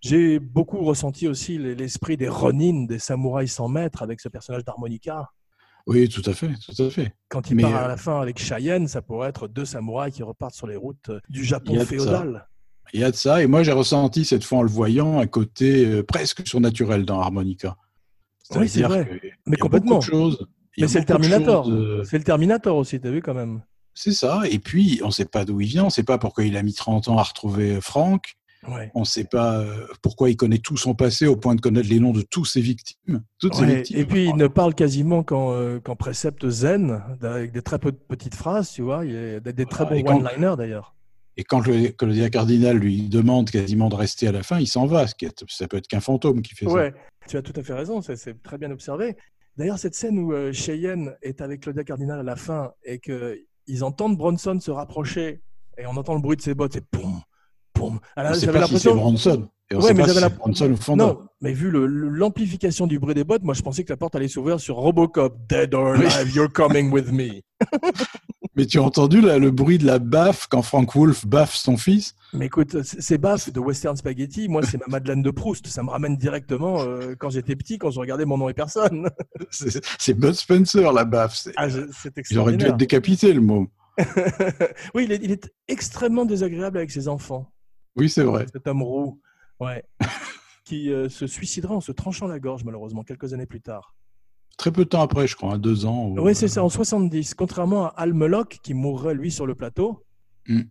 Speaker 1: J'ai beaucoup ressenti aussi l- l'esprit des Ronin, des samouraïs sans maître, avec ce personnage d'harmonica.
Speaker 2: Oui, tout à fait, tout à fait.
Speaker 1: Quand il
Speaker 2: Mais,
Speaker 1: part à
Speaker 2: euh,
Speaker 1: la fin avec Cheyenne, ça pourrait être deux samouraïs qui repartent sur les routes euh, du Japon
Speaker 2: y a de ça.
Speaker 1: féodal.
Speaker 2: Il y a de ça, et moi j'ai ressenti cette fois en le voyant un côté euh, presque surnaturel dans Harmonica.
Speaker 1: Oui, c'est
Speaker 2: C'est-à-dire
Speaker 1: vrai.
Speaker 2: que il y
Speaker 1: Mais
Speaker 2: a
Speaker 1: complètement.
Speaker 2: beaucoup de choses. Il y
Speaker 1: Mais
Speaker 2: a
Speaker 1: c'est le
Speaker 2: beaucoup de
Speaker 1: Terminator.
Speaker 2: choses, euh,
Speaker 1: C'est le Terminator aussi, t'as vu quand même.
Speaker 2: C'est ça. Et puis, on ne sait pas d'où il vient, on ne sait pas pourquoi il a mis 30 ans à retrouver euh, Franck,
Speaker 1: Ouais.
Speaker 2: on ne sait pas euh, pourquoi il connaît tout son passé au point de connaître les noms de tous ses victimes. Toutes ses
Speaker 1: Ouais,
Speaker 2: victimes. Oh,
Speaker 1: et puis il ne parle quasiment qu'en euh, qu'en précepte zen, avec des très peu de petites phrases, tu vois, il y a des, des très
Speaker 2: Voilà, et
Speaker 1: bons
Speaker 2: quand-
Speaker 1: one-liners d'ailleurs.
Speaker 2: Et quand le colonel cardinal lui demande quasiment de rester à la fin, il s'en va. Ce qui est- ça peut être qu'un fantôme qui fait ça.
Speaker 1: Ouais, tu as tout à fait raison, c'est- c'est très bien observé. D'ailleurs, cette scène où euh, Cheyenne est avec Claudia Cardinal à la fin et qu'ils entendent Bronson se rapprocher et on entend le bruit de ses bottes et poum, poum.
Speaker 2: On
Speaker 1: Alors,
Speaker 2: ne sait
Speaker 1: Ah, j'avais
Speaker 2: pas si c'est
Speaker 1: l'impression.
Speaker 2: Bronson. Et on
Speaker 1: Ouais,
Speaker 2: sait
Speaker 1: mais
Speaker 2: pas si
Speaker 1: j'avais la-
Speaker 2: c'est Bronson ou fantôme.
Speaker 1: non, mais vu le- le- l'amplification du bruit des bottes, moi je pensais que la porte allait s'ouvrir sur Robocop. Dead or
Speaker 2: Oui.
Speaker 1: alive, you're coming with me.
Speaker 2: Mais tu as entendu là, le bruit de la baffe quand Frank Wolf baffe son fils
Speaker 1: Mais écoute, c- ces baffes de Western Spaghetti, moi c'est ma Madeleine de Proust. Ça me ramène directement euh, quand j'étais petit, quand je regardais Mon nom et personne.
Speaker 2: C'est c'est Bud Spencer, la baffe. C'est-
Speaker 1: Ah, je- c'est
Speaker 2: Il aurait dû
Speaker 1: extraordinaire.
Speaker 2: être décapité, le mot.
Speaker 1: oui, il est, il est extrêmement désagréable avec ses enfants,
Speaker 2: Oui, c'est vrai.
Speaker 1: cet homme roux, ouais, qui euh, se suicidera en se tranchant la gorge, malheureusement, quelques années plus tard.
Speaker 2: Très peu de temps après, je crois, hein, deux ans. ou-
Speaker 1: Oui, c'est ça, en 70, contrairement à Almelock, qui mourrait, lui, sur le plateau,
Speaker 2: Hmm.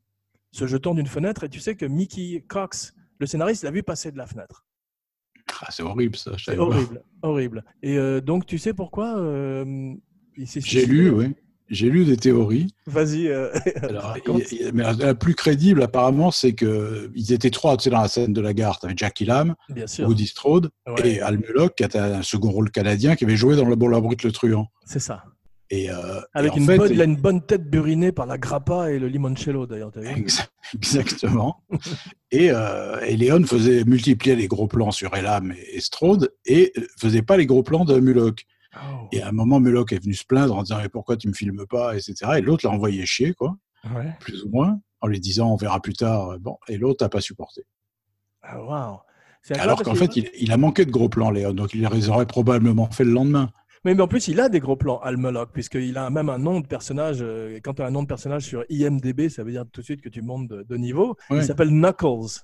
Speaker 1: se jetant d'une fenêtre, et tu sais que Mickey Cox, le scénariste, l'a vu passer de la fenêtre.
Speaker 2: Ah, c'est horrible, ça. je
Speaker 1: C'est
Speaker 2: savais pas.
Speaker 1: horrible, horrible. Et euh, donc, tu sais pourquoi euh, il s'est
Speaker 2: J'ai
Speaker 1: suicidé
Speaker 2: lu, oui. J'ai lu des théories.
Speaker 1: Vas-y. euh,
Speaker 2: Alors,
Speaker 1: raconte.
Speaker 2: il- il- mais la, la plus crédible, apparemment, c'est que ils étaient trois, tu sais, dans la scène de la gare. T'avais Jackie Lam,
Speaker 1: Bien sûr.
Speaker 2: Woody Strode
Speaker 1: Ouais,
Speaker 2: et Al Mulock, qui a un second rôle canadien, qui avait joué dans Le Bon, la Brute, le Truand.
Speaker 1: C'est ça.
Speaker 2: Et, euh,
Speaker 1: Avec
Speaker 2: et en
Speaker 1: une,
Speaker 2: fait,
Speaker 1: bonne,
Speaker 2: il-
Speaker 1: il a une bonne tête burinée par la grappa et le limoncello d'ailleurs. t'as vu
Speaker 2: Ex- Exactement. et, euh, et Léon faisait multiplier les gros plans sur Elam et, et Strode et euh, faisait pas les gros plans de Muloch.
Speaker 1: Oh,
Speaker 2: Et à un moment, Muloch est venu se plaindre en disant mais pourquoi tu me filmes pas, etc. Et l'autre l'a envoyé chier, quoi,
Speaker 1: ouais.
Speaker 2: plus ou moins, en lui disant on verra plus tard. euh, Bon, et l'autre n'a pas supporté.
Speaker 1: Ah, waouh. C'est
Speaker 2: Alors
Speaker 1: incroyable
Speaker 2: qu'en
Speaker 1: parce
Speaker 2: fait,
Speaker 1: que-
Speaker 2: il, il a manqué de gros plans, Léon, donc il les aurait probablement fait le lendemain.
Speaker 1: Mais, mais en plus, il a des gros plans, Almeloc, puisqu'il a même un nom de personnage. euh, Quand tu as un nom de personnage sur IMDB, ça veut dire tout de suite que tu montes de, de niveau.
Speaker 2: Ouais.
Speaker 1: Il s'appelle Knuckles.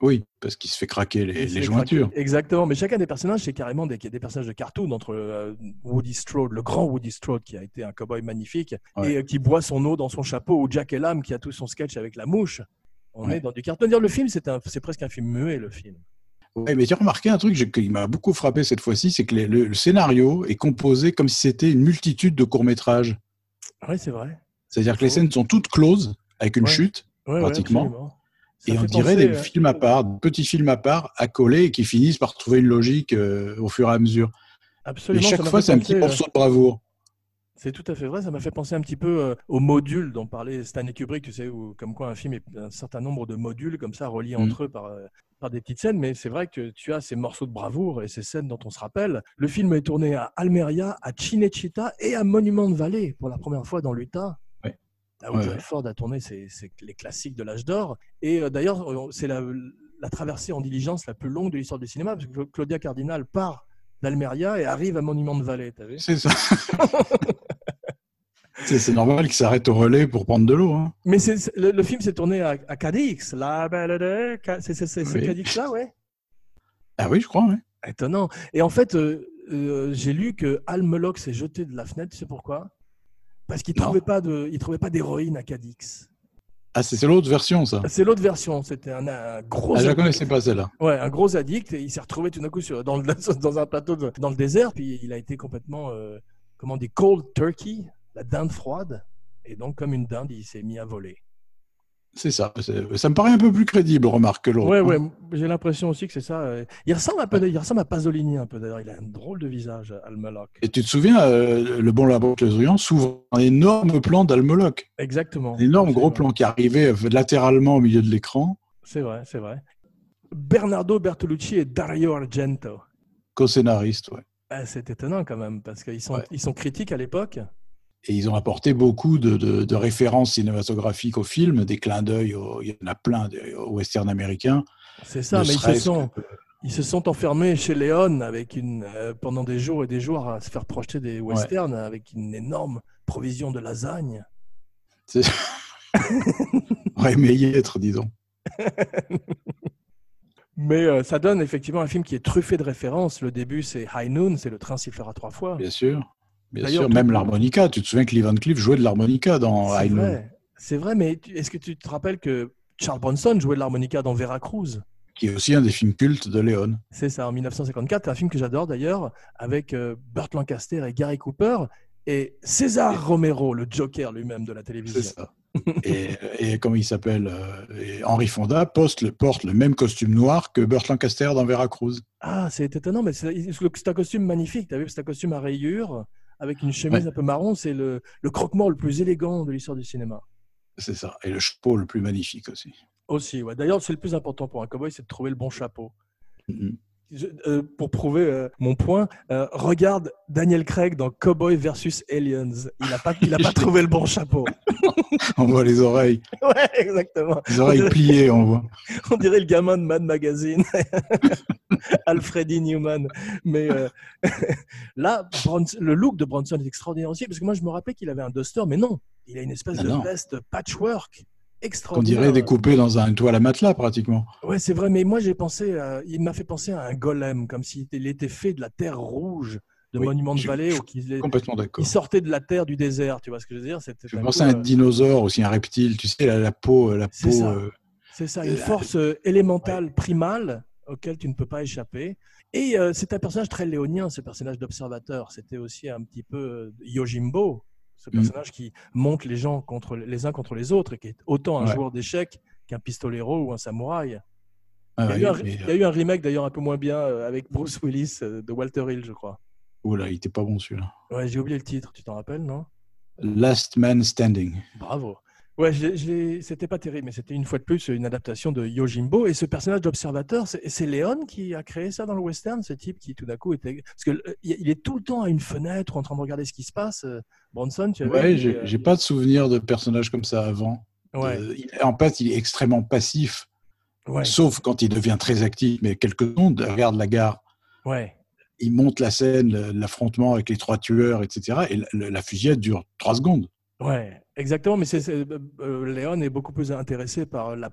Speaker 2: Oui, parce qu'il se fait craquer les,
Speaker 1: Il
Speaker 2: les
Speaker 1: se fait
Speaker 2: jointures.
Speaker 1: craquer. Exactement, mais chacun des personnages, c'est carrément des, des personnages de cartoon, entre euh, Woody Strode, le grand Woody Strode, qui a été un cowboy magnifique,
Speaker 2: Ouais.
Speaker 1: et euh, qui boit son eau dans son chapeau, ou Jack Elam, qui a tout son sketch avec la mouche. On
Speaker 2: Ouais.
Speaker 1: est dans du cartoon. D'ailleurs, Le film, c'est un- c'est presque un film muet, le film.
Speaker 2: Ouais, mais j'ai remarqué un truc j'ai- qui m'a beaucoup frappé cette fois-ci, c'est que les- le, le scénario est composé comme si c'était une multitude de courts-métrages.
Speaker 1: Oui, c'est vrai.
Speaker 2: C'est-à-dire que les scènes sont toutes closes, avec une
Speaker 1: Oh. Ouais.
Speaker 2: chute,
Speaker 1: Ouais, ouais,
Speaker 2: Pratiquement.
Speaker 1: absolument. Ça
Speaker 2: et
Speaker 1: fait
Speaker 2: on dirait
Speaker 1: penser,
Speaker 2: des
Speaker 1: euh,
Speaker 2: films à part, des petits films à part, accolés, et qui finissent par trouver une logique euh, au fur et à mesure.
Speaker 1: Absolument.
Speaker 2: et
Speaker 1: ça
Speaker 2: chaque
Speaker 1: m'a
Speaker 2: fois,
Speaker 1: fait
Speaker 2: c'est un
Speaker 1: penser,
Speaker 2: petit
Speaker 1: euh,
Speaker 2: morceau de bravoure.
Speaker 1: C'est tout à fait vrai. Ça m'a fait penser un petit peu euh, aux modules dont parlait Stanley Kubrick, tu sais, où, comme quoi un film est un certain nombre de modules comme ça reliés
Speaker 2: Mhm.
Speaker 1: entre eux par, euh, par des petites scènes. Mais c'est vrai que tu as ces morceaux de bravoure et ces scènes dont on se rappelle. Le film est tourné à Almeria, à Cinecittà et à Monument de Valley pour la première fois dans l'Utah.
Speaker 2: Ouais.
Speaker 1: Là où
Speaker 2: Ouais,
Speaker 1: John
Speaker 2: ouais.
Speaker 1: Ford a tourné ses- ses- les classiques de l'âge d'or. Et euh, d'ailleurs, euh, c'est la, la traversée en diligence la plus longue de l'histoire du cinéma, parce que Claudia Cardinal part d'Almeria et arrive à Monument de Valley. t'as vu
Speaker 2: C'est ça. c'est c'est normal qu'ils s'arrêtent au relais pour prendre de l'eau. hein.
Speaker 1: Mais c'est- c'est- le, le film s'est tourné à, à Cadix, la belle de Ca- c'est- c'est- c'est c'est
Speaker 2: Oui.
Speaker 1: Cadix là, ouais.
Speaker 2: Ah oui, je crois. ouais.
Speaker 1: Étonnant. Et en fait, euh, euh, j'ai lu que Al Meloc s'est jeté de la fenêtre, tu sais pourquoi Parce qu'il
Speaker 2: Non.
Speaker 1: trouvait pas de, il trouvait pas d'héroïne à Cadix.
Speaker 2: Ah, c'est c'est l'autre version, ça.
Speaker 1: C'est l'autre version. C'était un, un gros.
Speaker 2: Ah, je la
Speaker 1: addict.
Speaker 2: connaissais pas celle-là.
Speaker 1: Ouais, un gros addict et il s'est retrouvé tout d'un coup sur, dans, le- dans un plateau de- dans le désert, puis il a été complètement, euh, comment on dit, cold turkey, la dinde froide, et donc comme une dinde, il s'est mis à voler.
Speaker 2: C'est ça. C'est- Ça me paraît un peu plus crédible, remarque, que l'autre. hein.
Speaker 1: Ouais, ouais, m- j'ai l'impression aussi que c'est ça. euh. Il ressemble un peu, il ressemble à Pasolini un peu d'ailleurs. Il a un drôle de visage, euh, Almaloc.
Speaker 2: Et tu te souviens, euh, le bon labo Clézurian s'ouvre un énorme plan d'Almoloc.
Speaker 1: Exactement.
Speaker 2: Un énorme gros
Speaker 1: Absolument.
Speaker 2: plan qui arrivait euh, latéralement au milieu de l'écran.
Speaker 1: C'est vrai, c'est vrai. Bernardo Bertolucci et Dario Argento.
Speaker 2: Co-scénariste, ouais.
Speaker 1: Ah, c'est étonnant quand même parce qu'ils sont,
Speaker 2: Ouais.
Speaker 1: ils sont critiques à l'époque.
Speaker 2: Et ils ont apporté beaucoup de, de- de références cinématographiques au film, des clins d'œil, au- il y en a plein de- au western américain.
Speaker 1: C'est ça,
Speaker 2: Ne
Speaker 1: mais ils se
Speaker 2: serait-ce
Speaker 1: sont,
Speaker 2: que-
Speaker 1: ils se sont enfermés chez Léon avec une, euh, pendant des jours et des jours à se faire projeter des westerns avec une énorme provision de lasagne.
Speaker 2: c'est- On aurait aimé y être, disons.
Speaker 1: Mais euh, ça donne effectivement un film qui est truffé de références. Le début, c'est High Noon, c'est le train sifflera trois fois.
Speaker 2: Bien sûr. Bien
Speaker 1: D'ailleurs,
Speaker 2: sûr,
Speaker 1: tout-
Speaker 2: même l'harmonica. Tu te souviens que Lee Van Cleef jouait de l'harmonica dans
Speaker 1: C'est
Speaker 2: High Noon.
Speaker 1: vrai, c'est vrai, mais tu- est-ce que tu te rappelles que Charles Bronson jouait de l'harmonica dans Veracruz
Speaker 2: qui est aussi un des films cultes de Léon.
Speaker 1: C'est ça, en 1954, un film que j'adore d'ailleurs, avec euh, Burt Lancaster et Gary Cooper et César Romero, le Joker lui-même de la télévision.
Speaker 2: C'est ça. et, et comment il s'appelle euh, et Henri Fonda poste le- porte le même costume noir que Burt Lancaster dans Veracruz.
Speaker 1: Ah, c'est étonnant, mais c'est c'est un costume magnifique, t'as vu, c'est un costume à rayures avec une chemise un peu marron, c'est le, le croque-mort le plus élégant de l'histoire du cinéma.
Speaker 2: C'est ça. Et le chapeau le plus magnifique aussi.
Speaker 1: Aussi, ouais. d'ailleurs, c'est le plus important pour un cowboy, c'est de trouver le bon chapeau.
Speaker 2: Mhm.
Speaker 1: Je- euh, pour prouver euh, mon point, euh, regarde Daniel Craig dans Cowboy versus Aliens. Il n'a pas, il a pas trouvé le bon chapeau.
Speaker 2: On voit les oreilles,
Speaker 1: Ouais, exactement.
Speaker 2: les oreilles pliées, on voit.
Speaker 1: On dirait le gamin de Mad Magazine, Alfredi Newman. Mais euh, là, Brons- le look de Bronson est extraordinaire aussi, parce que moi je me rappelais qu'il avait un duster, mais non, il a une espèce
Speaker 2: Ah
Speaker 1: de
Speaker 2: non.
Speaker 1: veste patchwork
Speaker 2: On
Speaker 1: extraordinaire.
Speaker 2: dirait découpé dans un toile à matelas pratiquement.
Speaker 1: Ouais, c'est vrai, mais moi j'ai pensé, à- il m'a fait penser à un golem, comme s'il était- il était fait de la terre rouge de
Speaker 2: Oui,
Speaker 1: Monument de
Speaker 2: je-
Speaker 1: Vallée,
Speaker 2: je-
Speaker 1: ou qu'il est-
Speaker 2: Complètement d'accord.
Speaker 1: il sortait de la terre du désert, tu vois ce que je veux dire C'était
Speaker 2: Je
Speaker 1: d'un
Speaker 2: pense
Speaker 1: coup,
Speaker 2: à un
Speaker 1: euh,
Speaker 2: dinosaure aussi, un reptile. Tu sais, la, la peau, la
Speaker 1: C'est
Speaker 2: peau.
Speaker 1: ça.
Speaker 2: euh,
Speaker 1: C'est ça, une force euh, élémentale primale auquel tu ne peux pas échapper. Et euh, c'est un personnage très léonien, ce personnage d'observateur. C'était aussi un petit peu euh, Yojimbo, ce
Speaker 2: Mm.
Speaker 1: personnage qui monte les gens contre les uns contre les autres et qui est autant un
Speaker 2: Ouais.
Speaker 1: joueur d'échecs qu'un pistolero ou un samouraï.
Speaker 2: ah
Speaker 1: Il y a,
Speaker 2: oui,
Speaker 1: eu, un,
Speaker 2: mais,
Speaker 1: il y
Speaker 2: euh,
Speaker 1: a eu un remake d'ailleurs un peu moins bien euh, avec Bruce Willis euh, de Walter Hill, je crois.
Speaker 2: Oula, il était pas bon celui-là.
Speaker 1: Ouais, j'ai oublié le titre, tu t'en rappelles, non
Speaker 2: Last Man Standing.
Speaker 1: Bravo. Ouais, je l'ai- je l'ai- c'était pas terrible, mais c'était une fois de plus une adaptation de Yojimbo. Et ce personnage d'observateur, c'est c'est Léon qui a créé ça dans le western, ce type qui tout d'un coup était. Parce que euh, il est tout le temps à une fenêtre en train de regarder ce qui se passe. euh, Bronson, tu avais.
Speaker 2: Ouais,
Speaker 1: dit,
Speaker 2: j'ai
Speaker 1: euh,
Speaker 2: j'ai pas de souvenir de personnage comme ça avant.
Speaker 1: Ouais,
Speaker 2: Euh, il- en fait, il est extrêmement passif,
Speaker 1: ouais,
Speaker 2: sauf quand il devient très actif, mais quelques secondes, regarde la gare.
Speaker 1: ouais.
Speaker 2: Il monte la scène, le- l'affrontement avec les trois tueurs, etc. Et la, le- la fusillade dure trois secondes.
Speaker 1: Ouais, exactement. Mais c'est, c'est- euh, Léon est beaucoup plus intéressé par la-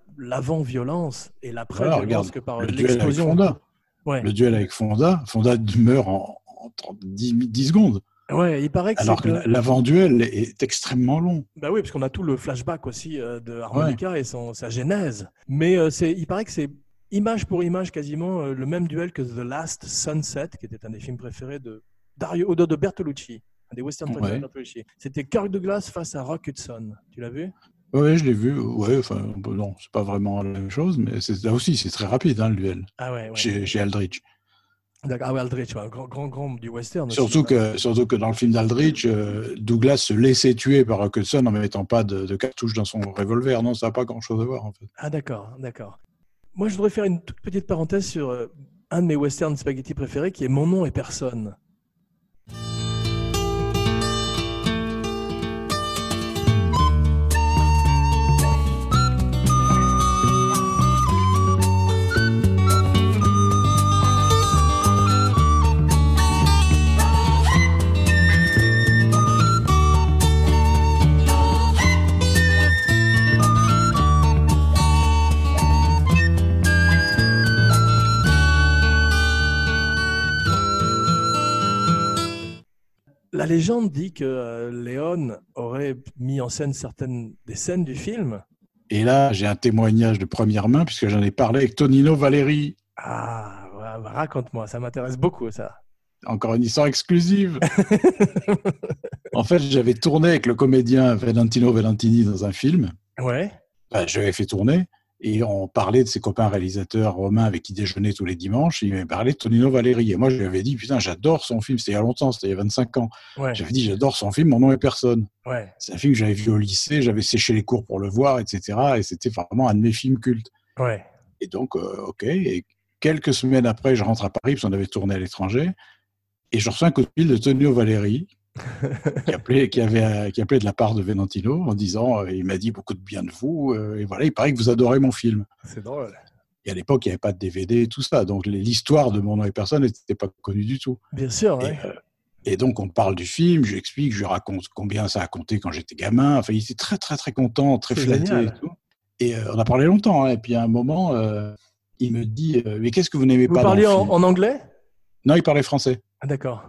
Speaker 1: l'avant-violence et
Speaker 2: Voilà,
Speaker 1: l'après-violence
Speaker 2: regarde,
Speaker 1: que par
Speaker 2: le duel avec
Speaker 1: Oh, l'explosion.
Speaker 2: Fonda.
Speaker 1: Ouais.
Speaker 2: Le duel avec Fonda, Fonda meurt en, en 30 10, mi- 10 secondes,
Speaker 1: ouais, il paraît que
Speaker 2: alors
Speaker 1: c'est
Speaker 2: que
Speaker 1: que-
Speaker 2: l'avant-duel est extrêmement long.
Speaker 1: Bah oui, parce qu'on a tout le flashback aussi euh, de Harmonica et son, sa genèse. Mais euh, c'est, il paraît que c'est image pour image quasiment euh, le même duel que The Last Sunset, qui était un des films préférés de Dario Odo de Bertolucci, un des westerns préférés
Speaker 2: Ouais.
Speaker 1: de Bertolucci. C'était Kirk Douglas face à Rock Hudson. Tu l'as vu
Speaker 2: Oui, je l'ai vu. Ouais, enfin, bon, non, c'est pas vraiment la même chose, mais c'est- là aussi, c'est très rapide, hein, le duel,
Speaker 1: Ah ouais, ouais.
Speaker 2: chez, chez Aldrich.
Speaker 1: D'accord, Ah ouais, Aldrich, ouais, un grand, grand, grand du western. aussi.
Speaker 2: Surtout que, surtout que dans le film d'Aldrich, euh, Douglas se laissait tuer par Hudson en ne mettant pas de, de cartouche dans son revolver. Non, ça n'a pas grand-chose à voir, en fait.
Speaker 1: Ah d'accord, d'accord. Moi, je voudrais faire une toute petite parenthèse sur euh, un de mes westerns spaghetti préférés, qui est Mon nom et personne. La légende dit que euh, Léon aurait mis en scène certaines des scènes du film.
Speaker 2: Et là, j'ai un témoignage de première main, puisque j'en ai parlé avec Tonino Valéry.
Speaker 1: Ah, ra- raconte-moi, ça m'intéresse beaucoup ça.
Speaker 2: Encore une histoire exclusive. en fait, j'avais tourné avec le comédien Valentino Valentini dans un film.
Speaker 1: Ouais,
Speaker 2: Bah, je l'avais fait tourner et on parlait de ses copains réalisateurs romains avec qui déjeunait tous les dimanches. Et il m'avait parlé de Tonino Valéry. Et moi, je lui avais dit, putain, j'adore son film. C'était il y a longtemps, c'était il y a 25 ans.
Speaker 1: ouais,
Speaker 2: J'avais dit, j'adore son film, mon nom est personne.
Speaker 1: ouais,
Speaker 2: C'est un film que j'avais vu au lycée, j'avais séché les cours pour le voir, etc. Et c'était vraiment un de mes films cultes.
Speaker 1: ouais,
Speaker 2: Et donc, euh, ok. Et quelques semaines après, je rentre à Paris, parce qu'on avait tourné à l'étranger. Et je reçois un coup de fil de Tonino Valéry, qui appelait, qui, avait, euh, qui appelait de la part de Venantino en disant euh, Il m'a dit beaucoup de bien de vous, euh, et voilà, il paraît que vous adorez mon film.
Speaker 1: c'est drôle.
Speaker 2: Et à l'époque, il n'y avait pas de DVD et tout ça. Donc, les- l'histoire de Mon nom et personne n'était pas connue du tout.
Speaker 1: Bien sûr,
Speaker 2: Et,
Speaker 1: ouais.
Speaker 2: euh, Et, donc, on parle du film, je lui explique, je lui raconte combien ça a compté quand j'étais gamin. Enfin, il était très, très, très content, très
Speaker 1: C'est
Speaker 2: flatté
Speaker 1: génial.
Speaker 2: et tout. Et euh, on a parlé longtemps. hein. Et puis, à un moment, euh, il me dit euh, Mais qu'est-ce que vous n'aimez
Speaker 1: Vous
Speaker 2: pas dans le
Speaker 1: parliez en,
Speaker 2: film
Speaker 1: en anglais
Speaker 2: Non, il parlait français.
Speaker 1: Ah, D'accord.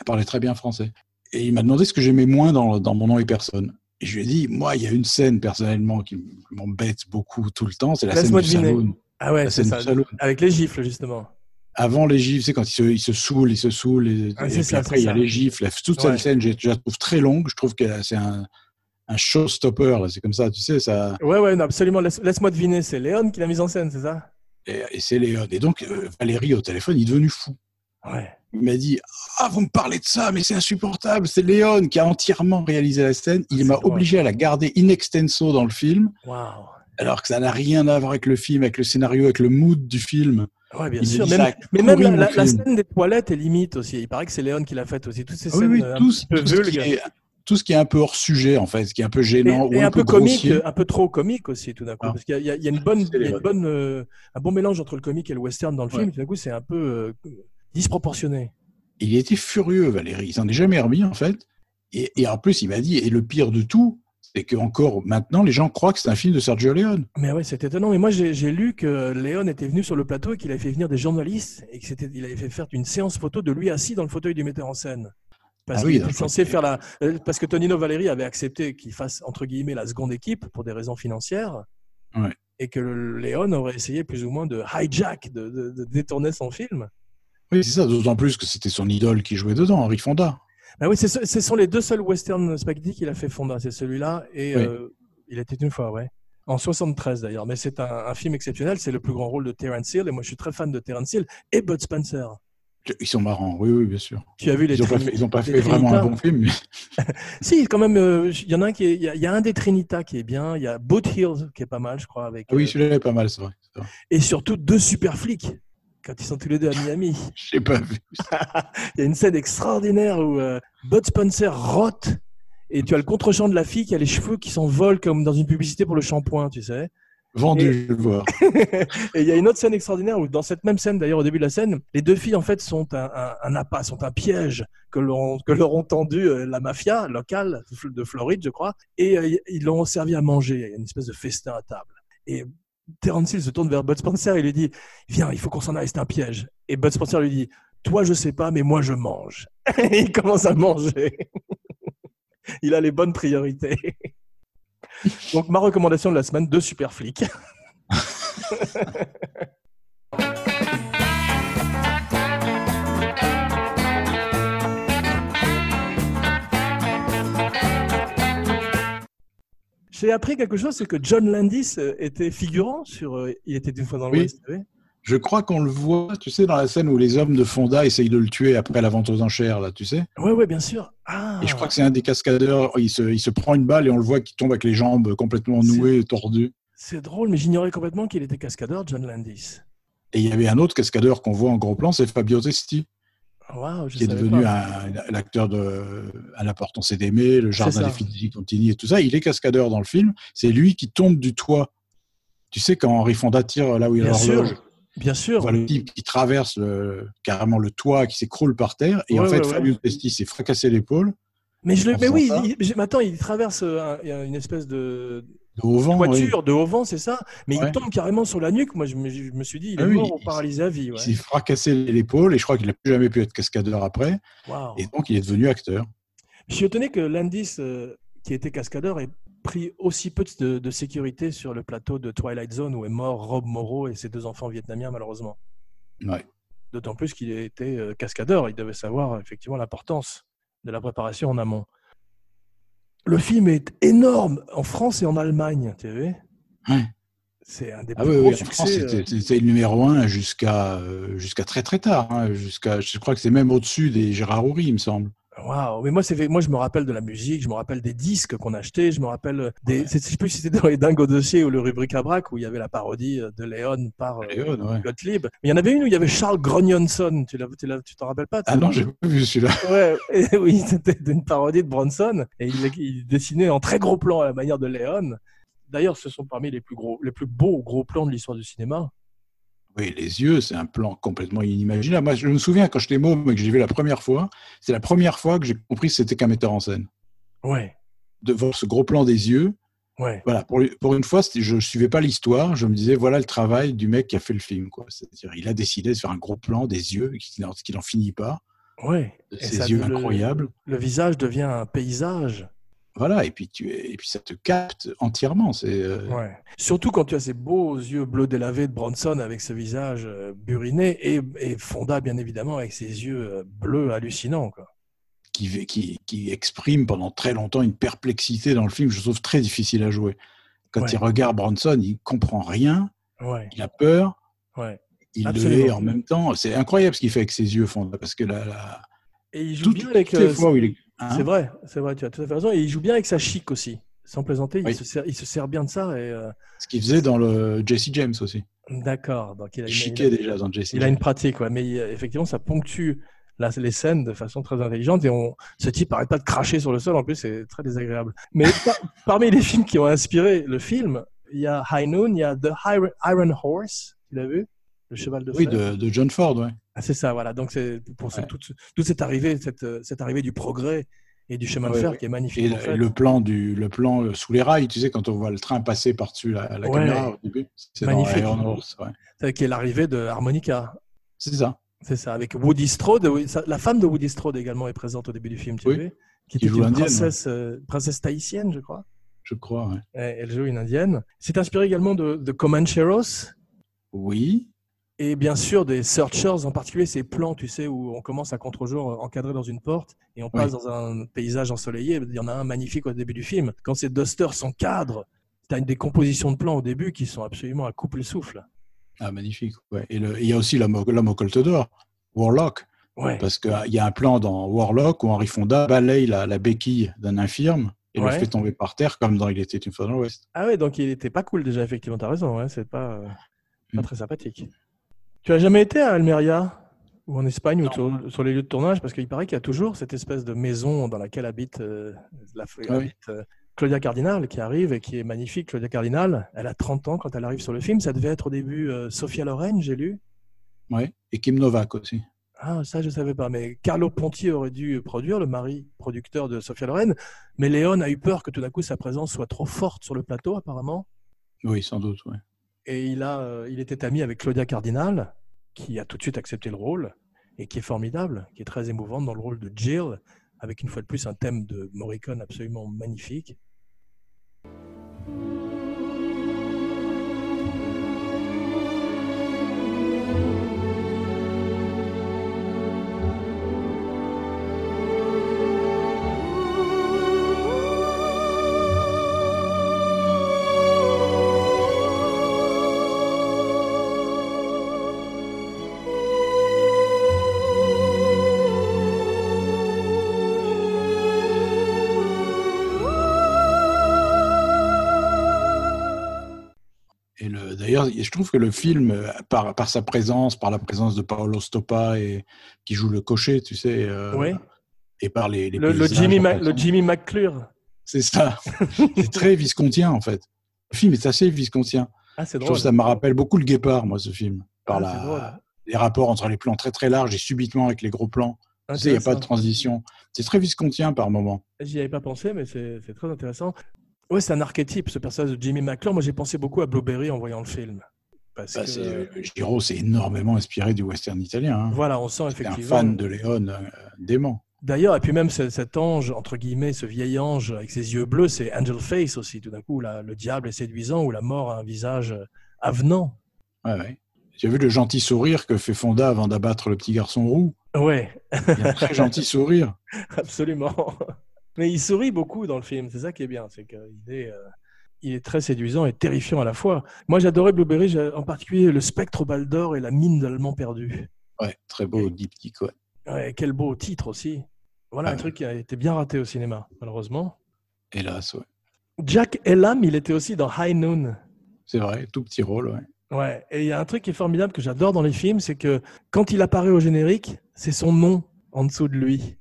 Speaker 2: Il parlait très bien français. Et il m'a demandé ce que j'aimais moins dans, dans Mon nom et personne. Et je lui ai dit Moi, il y a une scène, personnellement, qui m- m'embête beaucoup tout le temps. C'est la scène
Speaker 1: Laisse-moi
Speaker 2: du
Speaker 1: deviner.
Speaker 2: saloon.
Speaker 1: Ah ouais,
Speaker 2: La
Speaker 1: c'est
Speaker 2: scène
Speaker 1: ça.
Speaker 2: du saloon.
Speaker 1: Avec les gifles justement.
Speaker 2: avant les gifles, c'est quand ils se, ils se saoulent, ils se saoulent, et,
Speaker 1: Ah,
Speaker 2: et
Speaker 1: c'est
Speaker 2: puis
Speaker 1: ça,
Speaker 2: après
Speaker 1: c'est
Speaker 2: il y a
Speaker 1: ça.
Speaker 2: les gifles. La- Toute
Speaker 1: Ouais.
Speaker 2: cette scène, je, je la trouve très longue. Je trouve que c'est un, un showstopper. là. C'est comme ça, tu sais, ça.
Speaker 1: Ouais, ouais, non, absolument. Laisse- Laisse-moi deviner, c'est Léon qui l'a mise en scène, c'est ça
Speaker 2: Et, et c'est Léon. Et donc euh, Valérie au téléphone, il est devenu fou.
Speaker 1: Ouais.
Speaker 2: Il m'a dit Ah, vous me parlez de ça, mais c'est insupportable. C'est Léon qui a entièrement réalisé la scène.
Speaker 1: C'est
Speaker 2: Il m'a
Speaker 1: drôle.
Speaker 2: obligé à la garder in extenso dans le film,
Speaker 1: Waouh.
Speaker 2: alors que ça n'a rien à voir avec le film, avec le scénario, avec le mood du film.
Speaker 1: Ouais, bien
Speaker 2: Il
Speaker 1: sûr.
Speaker 2: dit
Speaker 1: Même,
Speaker 2: ça
Speaker 1: mais même la,
Speaker 2: courir au
Speaker 1: la- la
Speaker 2: film.
Speaker 1: scène des toilettes est limite aussi. Il paraît que c'est Léon qui l'a faite aussi. Toutes ces
Speaker 2: Ah oui,
Speaker 1: scènes
Speaker 2: oui,
Speaker 1: euh, un
Speaker 2: tout,
Speaker 1: petit peu
Speaker 2: tout ce qui
Speaker 1: vulgaires.
Speaker 2: est, tout ce qui est un peu hors sujet, en fait, ce qui est un peu
Speaker 1: Et,
Speaker 2: gênant
Speaker 1: et
Speaker 2: ou
Speaker 1: un peu comique,
Speaker 2: grossier.
Speaker 1: un peu trop comique aussi tout d'un coup,
Speaker 2: Ah.
Speaker 1: parce qu'il y a- il y, a- il y a une bonne,
Speaker 2: C'est
Speaker 1: il y a une
Speaker 2: vrai.
Speaker 1: bonne, euh, un bon mélange entre le comique et le western dans le film.
Speaker 2: Ouais.
Speaker 1: Tout d'un coup, c'est un peu euh, disproportionné.
Speaker 2: Il était furieux, Valérie. Il s'en est jamais remis, en fait. Et, et en plus, il m'a dit, et le pire de tout, c'est qu'encore maintenant, les gens croient que c'est un film de Sergio Leone.
Speaker 1: Mais ouais, c'est étonnant. Mais moi, j'ai j'ai lu que Léon était venu sur le plateau et qu'il avait fait venir des journalistes et qu'il avait fait faire une séance photo de lui assis dans le fauteuil du metteur en scène. Parce
Speaker 2: Ah oui,
Speaker 1: qu'il
Speaker 2: donc
Speaker 1: était
Speaker 2: je
Speaker 1: censé
Speaker 2: crois que-
Speaker 1: faire la, euh, parce que Tonino Valéry avait accepté qu'il fasse entre guillemets la seconde équipe pour des raisons financières.
Speaker 2: Ouais.
Speaker 1: Et que le- Léon aurait essayé plus ou moins de hijack, de, de- de détourner son film.
Speaker 2: Oui, c'est ça, d'autant plus que c'était son idole qui jouait dedans, Henri Fonda.
Speaker 1: Ah oui, c'est ce, ce sont les deux seuls westerns spaghetti qu'il a fait Fonda. C'est celui-là et
Speaker 2: Oui.
Speaker 1: euh, il était une fois, ouais. En 73 d'ailleurs. Mais c'est un, un film exceptionnel. C'est le plus grand rôle de Terence Hill et moi je suis très fan de Terence Hill et Bud Spencer.
Speaker 2: Ils sont marrants, oui, oui, bien sûr.
Speaker 1: Tu as vu les
Speaker 2: Ils n'ont pas
Speaker 1: Trini-
Speaker 2: fait, ils ont pas
Speaker 1: les
Speaker 2: fait vraiment
Speaker 1: Trinita
Speaker 2: un bon film, mais
Speaker 1: Si, quand même, euh, il y en a un qui est- il y, a- il y a un des Trinita qui est bien, il y a Boot Hills qui est pas mal, je crois, avec.
Speaker 2: Ah oui,
Speaker 1: euh,
Speaker 2: celui-là est pas mal, c'est vrai. c'est vrai.
Speaker 1: et surtout deux super flics quand ils sont tous les deux à Miami.
Speaker 2: Je l'ai pas vu.
Speaker 1: Il y a une scène extraordinaire où euh, Bud Spencer rote et tu as le contre-champ de la fille qui a les cheveux qui s'envolent comme dans une publicité pour le shampoing, tu sais.
Speaker 2: Vendu, je vais le voir.
Speaker 1: Et il y a une autre scène extraordinaire où, dans cette même scène, d'ailleurs, au début de la scène, les deux filles, en fait, sont un, un, un appât, sont un piège que leur, ont- que leur ont tendu euh, la mafia locale de- de Floride, je crois, et euh, ils l'ont servi à manger. Il y a une espèce de festin à table. Et Terence Hill se tourne vers Bud Spencer et lui dit Viens, il faut qu'on s'en aille, c'est un piège. Et Bud Spencer lui dit Toi, je sais pas, mais moi, je mange. et il commence à manger. il a les bonnes priorités. Donc, ma recommandation de la semaine deux super flics. J'ai appris quelque chose, c'est que John Landis euh, était figurant sur euh, Il était une fois dans
Speaker 2: Oui.
Speaker 1: l'Ouest. Oui.
Speaker 2: Je crois qu'on le voit, tu sais, dans la scène où les hommes de Fonda essayent de le tuer après la vente aux enchères, là, tu sais.
Speaker 1: Ouais, ouais, bien sûr. Ah.
Speaker 2: Et je crois que c'est un des cascadeurs, il se, il se prend une balle et on le voit qui tombe avec les jambes complètement
Speaker 1: C'est-
Speaker 2: nouées, tordues.
Speaker 1: C'est drôle, mais j'ignorais complètement qu'il était cascadeur, John Landis.
Speaker 2: Et il y avait un autre cascadeur qu'on voit en gros plan, c'est Fabio Testi,
Speaker 1: Waouh, je
Speaker 2: qui est
Speaker 1: savais
Speaker 2: devenu
Speaker 1: pas.
Speaker 2: un, un acteur de À la porte, on s'est aimé, Le
Speaker 1: C'est
Speaker 2: jardin
Speaker 1: ça.
Speaker 2: des Fidji Contini et tout ça. Il est cascadeur dans le film, c'est lui qui tombe du toit. Tu sais, quand Henri Fonda tire là où il a
Speaker 1: Bien
Speaker 2: l'horloge,
Speaker 1: sûr, bien
Speaker 2: On
Speaker 1: sûr.
Speaker 2: voit le type qui traverse le- carrément le toit, qui s'écroule par terre. Et
Speaker 1: Ouais,
Speaker 2: en fait,
Speaker 1: ouais, ouais.
Speaker 2: Fabio Testi s'est fracassé l'épaule.
Speaker 1: Mais je le,
Speaker 2: On
Speaker 1: mais
Speaker 2: sent
Speaker 1: oui,
Speaker 2: ça.
Speaker 1: il, il- mais attends, il traverse euh, un- une espèce de
Speaker 2: Au vent, Ah, oui.
Speaker 1: voiture de haut vent, c'est ça Mais
Speaker 2: Ouais.
Speaker 1: il tombe carrément sur la nuque. Moi, je me, je me suis dit, il est
Speaker 2: Ah oui,
Speaker 1: mort ou
Speaker 2: il-
Speaker 1: paralysé à vie.
Speaker 2: il
Speaker 1: Ouais.
Speaker 2: s'est fracassé l'épaule et je crois qu'il n'a plus jamais pu être cascadeur après.
Speaker 1: Waouh.
Speaker 2: Et donc, il est devenu acteur.
Speaker 1: Je suis étonné que Landis, euh, qui était cascadeur, ait pris aussi peu de, de sécurité sur le plateau de Twilight Zone où est mort Rob Moreau et ses deux enfants vietnamiens, malheureusement.
Speaker 2: Ouais.
Speaker 1: D'autant plus qu'il était euh, cascadeur. Il devait savoir euh, effectivement l'importance de la préparation en amont. Le film est énorme en France et en Allemagne, tu as vu
Speaker 2: Ouais.
Speaker 1: C'est un des
Speaker 2: Ah
Speaker 1: plus
Speaker 2: oui,
Speaker 1: gros
Speaker 2: oui, en France,
Speaker 1: succès. euh,
Speaker 2: c'était- c'était le numéro un jusqu'à euh, jusqu'à très très tard. hein, jusqu'à, je crois que c'est même au-dessus des Gérard Houry, il me semble.
Speaker 1: Waouh, mais moi, c'est, moi, je me rappelle de la musique, je me rappelle des disques qu'on achetait, je me rappelle euh, des. c'est- Je sais plus si c'était dans les Dingues au dossier ou le rubrique à braque où il y avait la parodie euh, de Léon par euh,
Speaker 2: Et, euh, ouais.
Speaker 1: Gottlieb. Mais il y en avait une où il y avait Charles Grognonson. Tu, l'as, tu, l'as- tu t'en rappelles pas
Speaker 2: Ah non, j'ai pas vu celui-là.
Speaker 1: Ouais, et oui, c'était une parodie de Bronson et il, il dessinait en très gros plan à la manière de Léon. D'ailleurs, ce sont parmi les plus gros, les plus beaux gros plans de l'histoire du cinéma.
Speaker 2: Oui, les yeux, c'est un plan complètement inimaginable. Moi, je me souviens quand j'étais môme et que j'ai vu la première fois, c'est la première fois que j'ai compris que c'était qu'un metteur en scène.
Speaker 1: Ouais,
Speaker 2: de voir ce gros plan des yeux.
Speaker 1: ouais.
Speaker 2: Voilà, pour, pour une fois, c'était- je ne suivais pas l'histoire, je me disais, voilà le travail du mec qui a fait le film. quoi. C'est-à-dire, il a décidé de faire un gros plan des yeux, qui n'en qui n'en finit pas,
Speaker 1: Ouais.
Speaker 2: de
Speaker 1: Et ça-
Speaker 2: ses yeux
Speaker 1: le-
Speaker 2: incroyables.
Speaker 1: Le visage devient un paysage.
Speaker 2: Voilà, et puis, tu, es- et puis ça te capte entièrement. C'est euh,
Speaker 1: Ouais. Surtout quand tu as ces beaux yeux bleus délavés de Bronson avec ce visage euh, buriné et, et Fonda, bien évidemment, avec ses yeux euh, bleus hallucinants. Quoi.
Speaker 2: qui, qui, qui exprime pendant très longtemps une perplexité dans le film, je trouve très difficile à jouer. Quand
Speaker 1: Ouais.
Speaker 2: il regarde Bronson, il comprend rien,
Speaker 1: Ouais,
Speaker 2: il a peur,
Speaker 1: ouais.
Speaker 2: il
Speaker 1: Absolument.
Speaker 2: le hait en même temps. C'est incroyable ce qu'il fait avec ses yeux, Fonda, parce que la, la-
Speaker 1: Et il joue
Speaker 2: toutes,
Speaker 1: bien avec.
Speaker 2: toutes les
Speaker 1: euh,
Speaker 2: fois où il est. hein,
Speaker 1: c'est vrai, c'est vrai, tu as tout à fait raison. Et il joue bien avec sa chic aussi. Sans plaisanter, il,
Speaker 2: Oui.
Speaker 1: se sert, il se sert bien de ça. Et, euh,
Speaker 2: Ce qu'il faisait dans le Jesse James aussi.
Speaker 1: D'accord. Donc il a,
Speaker 2: Il
Speaker 1: une-
Speaker 2: chiquait
Speaker 1: il a-
Speaker 2: déjà dans Jesse
Speaker 1: il a
Speaker 2: James.
Speaker 1: une pratique, ouais. mais euh, effectivement, ça ponctue la- les scènes de façon très intelligente. Et on, ce type arrête pas de cracher sur le sol, en plus, c'est très désagréable. Mais par- parmi les films qui ont inspiré le film, il y a High Noon, il y a The Iron, Iron Horse, tu l'as vu Le cheval de
Speaker 2: Ah Oui,
Speaker 1: fer.
Speaker 2: de, de John Ford, ouais.
Speaker 1: Ah, c'est ça, voilà. Donc, c'est pour ce-
Speaker 2: Ouais.
Speaker 1: toute, toute cette arrivée, cette, euh, cette arrivée du progrès et du chemin de
Speaker 2: Ouais,
Speaker 1: fer
Speaker 2: ouais.
Speaker 1: qui est magnifique.
Speaker 2: Et
Speaker 1: en fait.
Speaker 2: le, le plan du le plan euh, sous les rails, tu sais, quand on voit le train passer par-dessus la, la
Speaker 1: Ouais.
Speaker 2: caméra au début. C'est dans
Speaker 1: Magnifique.
Speaker 2: Iron Horse, ouais.
Speaker 1: C'est- Qui est l'arrivée de Harmonica.
Speaker 2: C'est ça.
Speaker 1: C'est ça, avec Woody Strode. oui, ça- La femme de Woody Strode également est présente au début du film, tu
Speaker 2: Oui,
Speaker 1: sais, qui
Speaker 2: qui
Speaker 1: était
Speaker 2: joue
Speaker 1: une
Speaker 2: l'Indienne,
Speaker 1: princesse, euh, princesse tahitienne, je crois.
Speaker 2: Je crois, hein. ouais.
Speaker 1: Et elle joue une indienne. C'est inspiré également de, de Comancheros
Speaker 2: Oui.
Speaker 1: et bien sûr des Searchers, en particulier ces plans, tu sais, où on commence à contre-jour euh, encadré dans une porte et on passe dans un paysage ensoleillé. Il y en a un magnifique au début du film. Quand ces dusters s'encadrent, tu as une décomposition de plans au début qui sont absolument à couper le souffle.
Speaker 2: Ah, magnifique. Ouais. Et le- et il y a aussi l'homme au l'homme au colt d'or, Warlock,
Speaker 1: Ouais.
Speaker 2: Parce qu'il y a un plan dans Warlock où Henry Fonda balaye la, la béquille d'un infirme et le
Speaker 1: Ouais.
Speaker 2: fait tomber par terre comme dans Il était une fois dans l'Ouest.
Speaker 1: Ah ouais, donc il était pas cool déjà, effectivement, t'as raison, ouais, c'est pas, euh, pas
Speaker 2: Mm.
Speaker 1: très sympathique. Tu as jamais été à Almeria ou en Espagne ou
Speaker 2: Non.
Speaker 1: sur, sur les lieux de tournage parce qu'il paraît qu'il y a toujours cette espèce de maison dans laquelle habite, euh, la,
Speaker 2: Ah oui.
Speaker 1: habite, euh, Claudia Cardinal qui arrive et qui est magnifique. Claudia Cardinal, elle a 30 ans quand elle arrive sur le film. Ça devait être au début euh, Sophia Loren, j'ai lu.
Speaker 2: Ouais. Et Kim Novak aussi.
Speaker 1: Ah, ça, je savais pas. Mais Carlo Ponti aurait dû produire, le mari producteur de Sophia Loren. Mais Léon a eu peur que tout d'un coup sa présence soit trop forte sur le plateau, apparemment.
Speaker 2: Oui, sans doute. ouais.
Speaker 1: Et il, a, euh, il était ami avec Claudia Cardinal, qui a tout de suite accepté le rôle, et qui est formidable, qui est très émouvante dans le rôle de Jill, avec une fois de plus un thème de Morricone absolument magnifique.
Speaker 2: Et le- d'ailleurs, je trouve que le film, euh, par, par sa présence, par la présence de Paolo Stoppa et qui joue le cocher, tu sais, euh,
Speaker 1: Ouais.
Speaker 2: et par les, les
Speaker 1: Le, le
Speaker 2: paysages,
Speaker 1: Jimmy
Speaker 2: en
Speaker 1: Ma-
Speaker 2: fait.
Speaker 1: le Jimmy McClure.
Speaker 2: C'est ça. c'est très viscontien en fait. Le film est assez viscontien.
Speaker 1: Ah, c'est
Speaker 2: Je
Speaker 1: drôle.
Speaker 2: trouve que ça me rappelle beaucoup le Guépard, moi, ce film, par
Speaker 1: Ah,
Speaker 2: la-
Speaker 1: c'est drôle.
Speaker 2: les rapports entre les plans très très larges et subitement avec les gros plans. Tu sais, il n'y a pas de transition. C'est très viscontien par moment.
Speaker 1: J'y avais pas pensé, mais c'est c'est très intéressant. Ouais, c'est un archétype, ce personnage de Jimmy McClure. Moi, j'ai pensé beaucoup à Blueberry en voyant le film. Parce
Speaker 2: Bah,
Speaker 1: que,
Speaker 2: c'est, euh, Giro s'est énormément inspiré du western italien. hein.
Speaker 1: voilà, on sent
Speaker 2: C'était un
Speaker 1: effectivement.
Speaker 2: fan de Léon euh, dément.
Speaker 1: D'ailleurs, et puis même ce- cet ange, entre guillemets, ce vieil ange avec ses yeux bleus, c'est Angel Face aussi. Tout d'un coup, la- le diable est séduisant ou la mort a un visage euh, avenant.
Speaker 2: Ouais, ouais. J'ai vu le gentil sourire que fait Fonda avant d'abattre le petit garçon roux.
Speaker 1: Ouais,
Speaker 2: Il a un très gentil sourire.
Speaker 1: absolument. Mais il sourit beaucoup dans le film, c'est ça qui est bien, c'est qu'il est, euh, il est très séduisant et terrifiant à la fois. Moi, j'adorais Blueberry, j'a- en particulier le spectre au bal d'or et la mine d'Allemand perdu.
Speaker 2: Ouais, très beau diptyque. ouais.
Speaker 1: Ouais, quel beau titre aussi. Voilà
Speaker 2: Ah
Speaker 1: un
Speaker 2: ouais.
Speaker 1: truc qui a été bien raté au cinéma, malheureusement.
Speaker 2: Hélas, ouais.
Speaker 1: Jack Elam, il était aussi dans High Noon.
Speaker 2: C'est vrai, tout petit rôle. ouais.
Speaker 1: Ouais, et il y a un truc qui est formidable que j'adore dans les films, c'est que quand il apparaît au générique, c'est son nom en dessous de lui.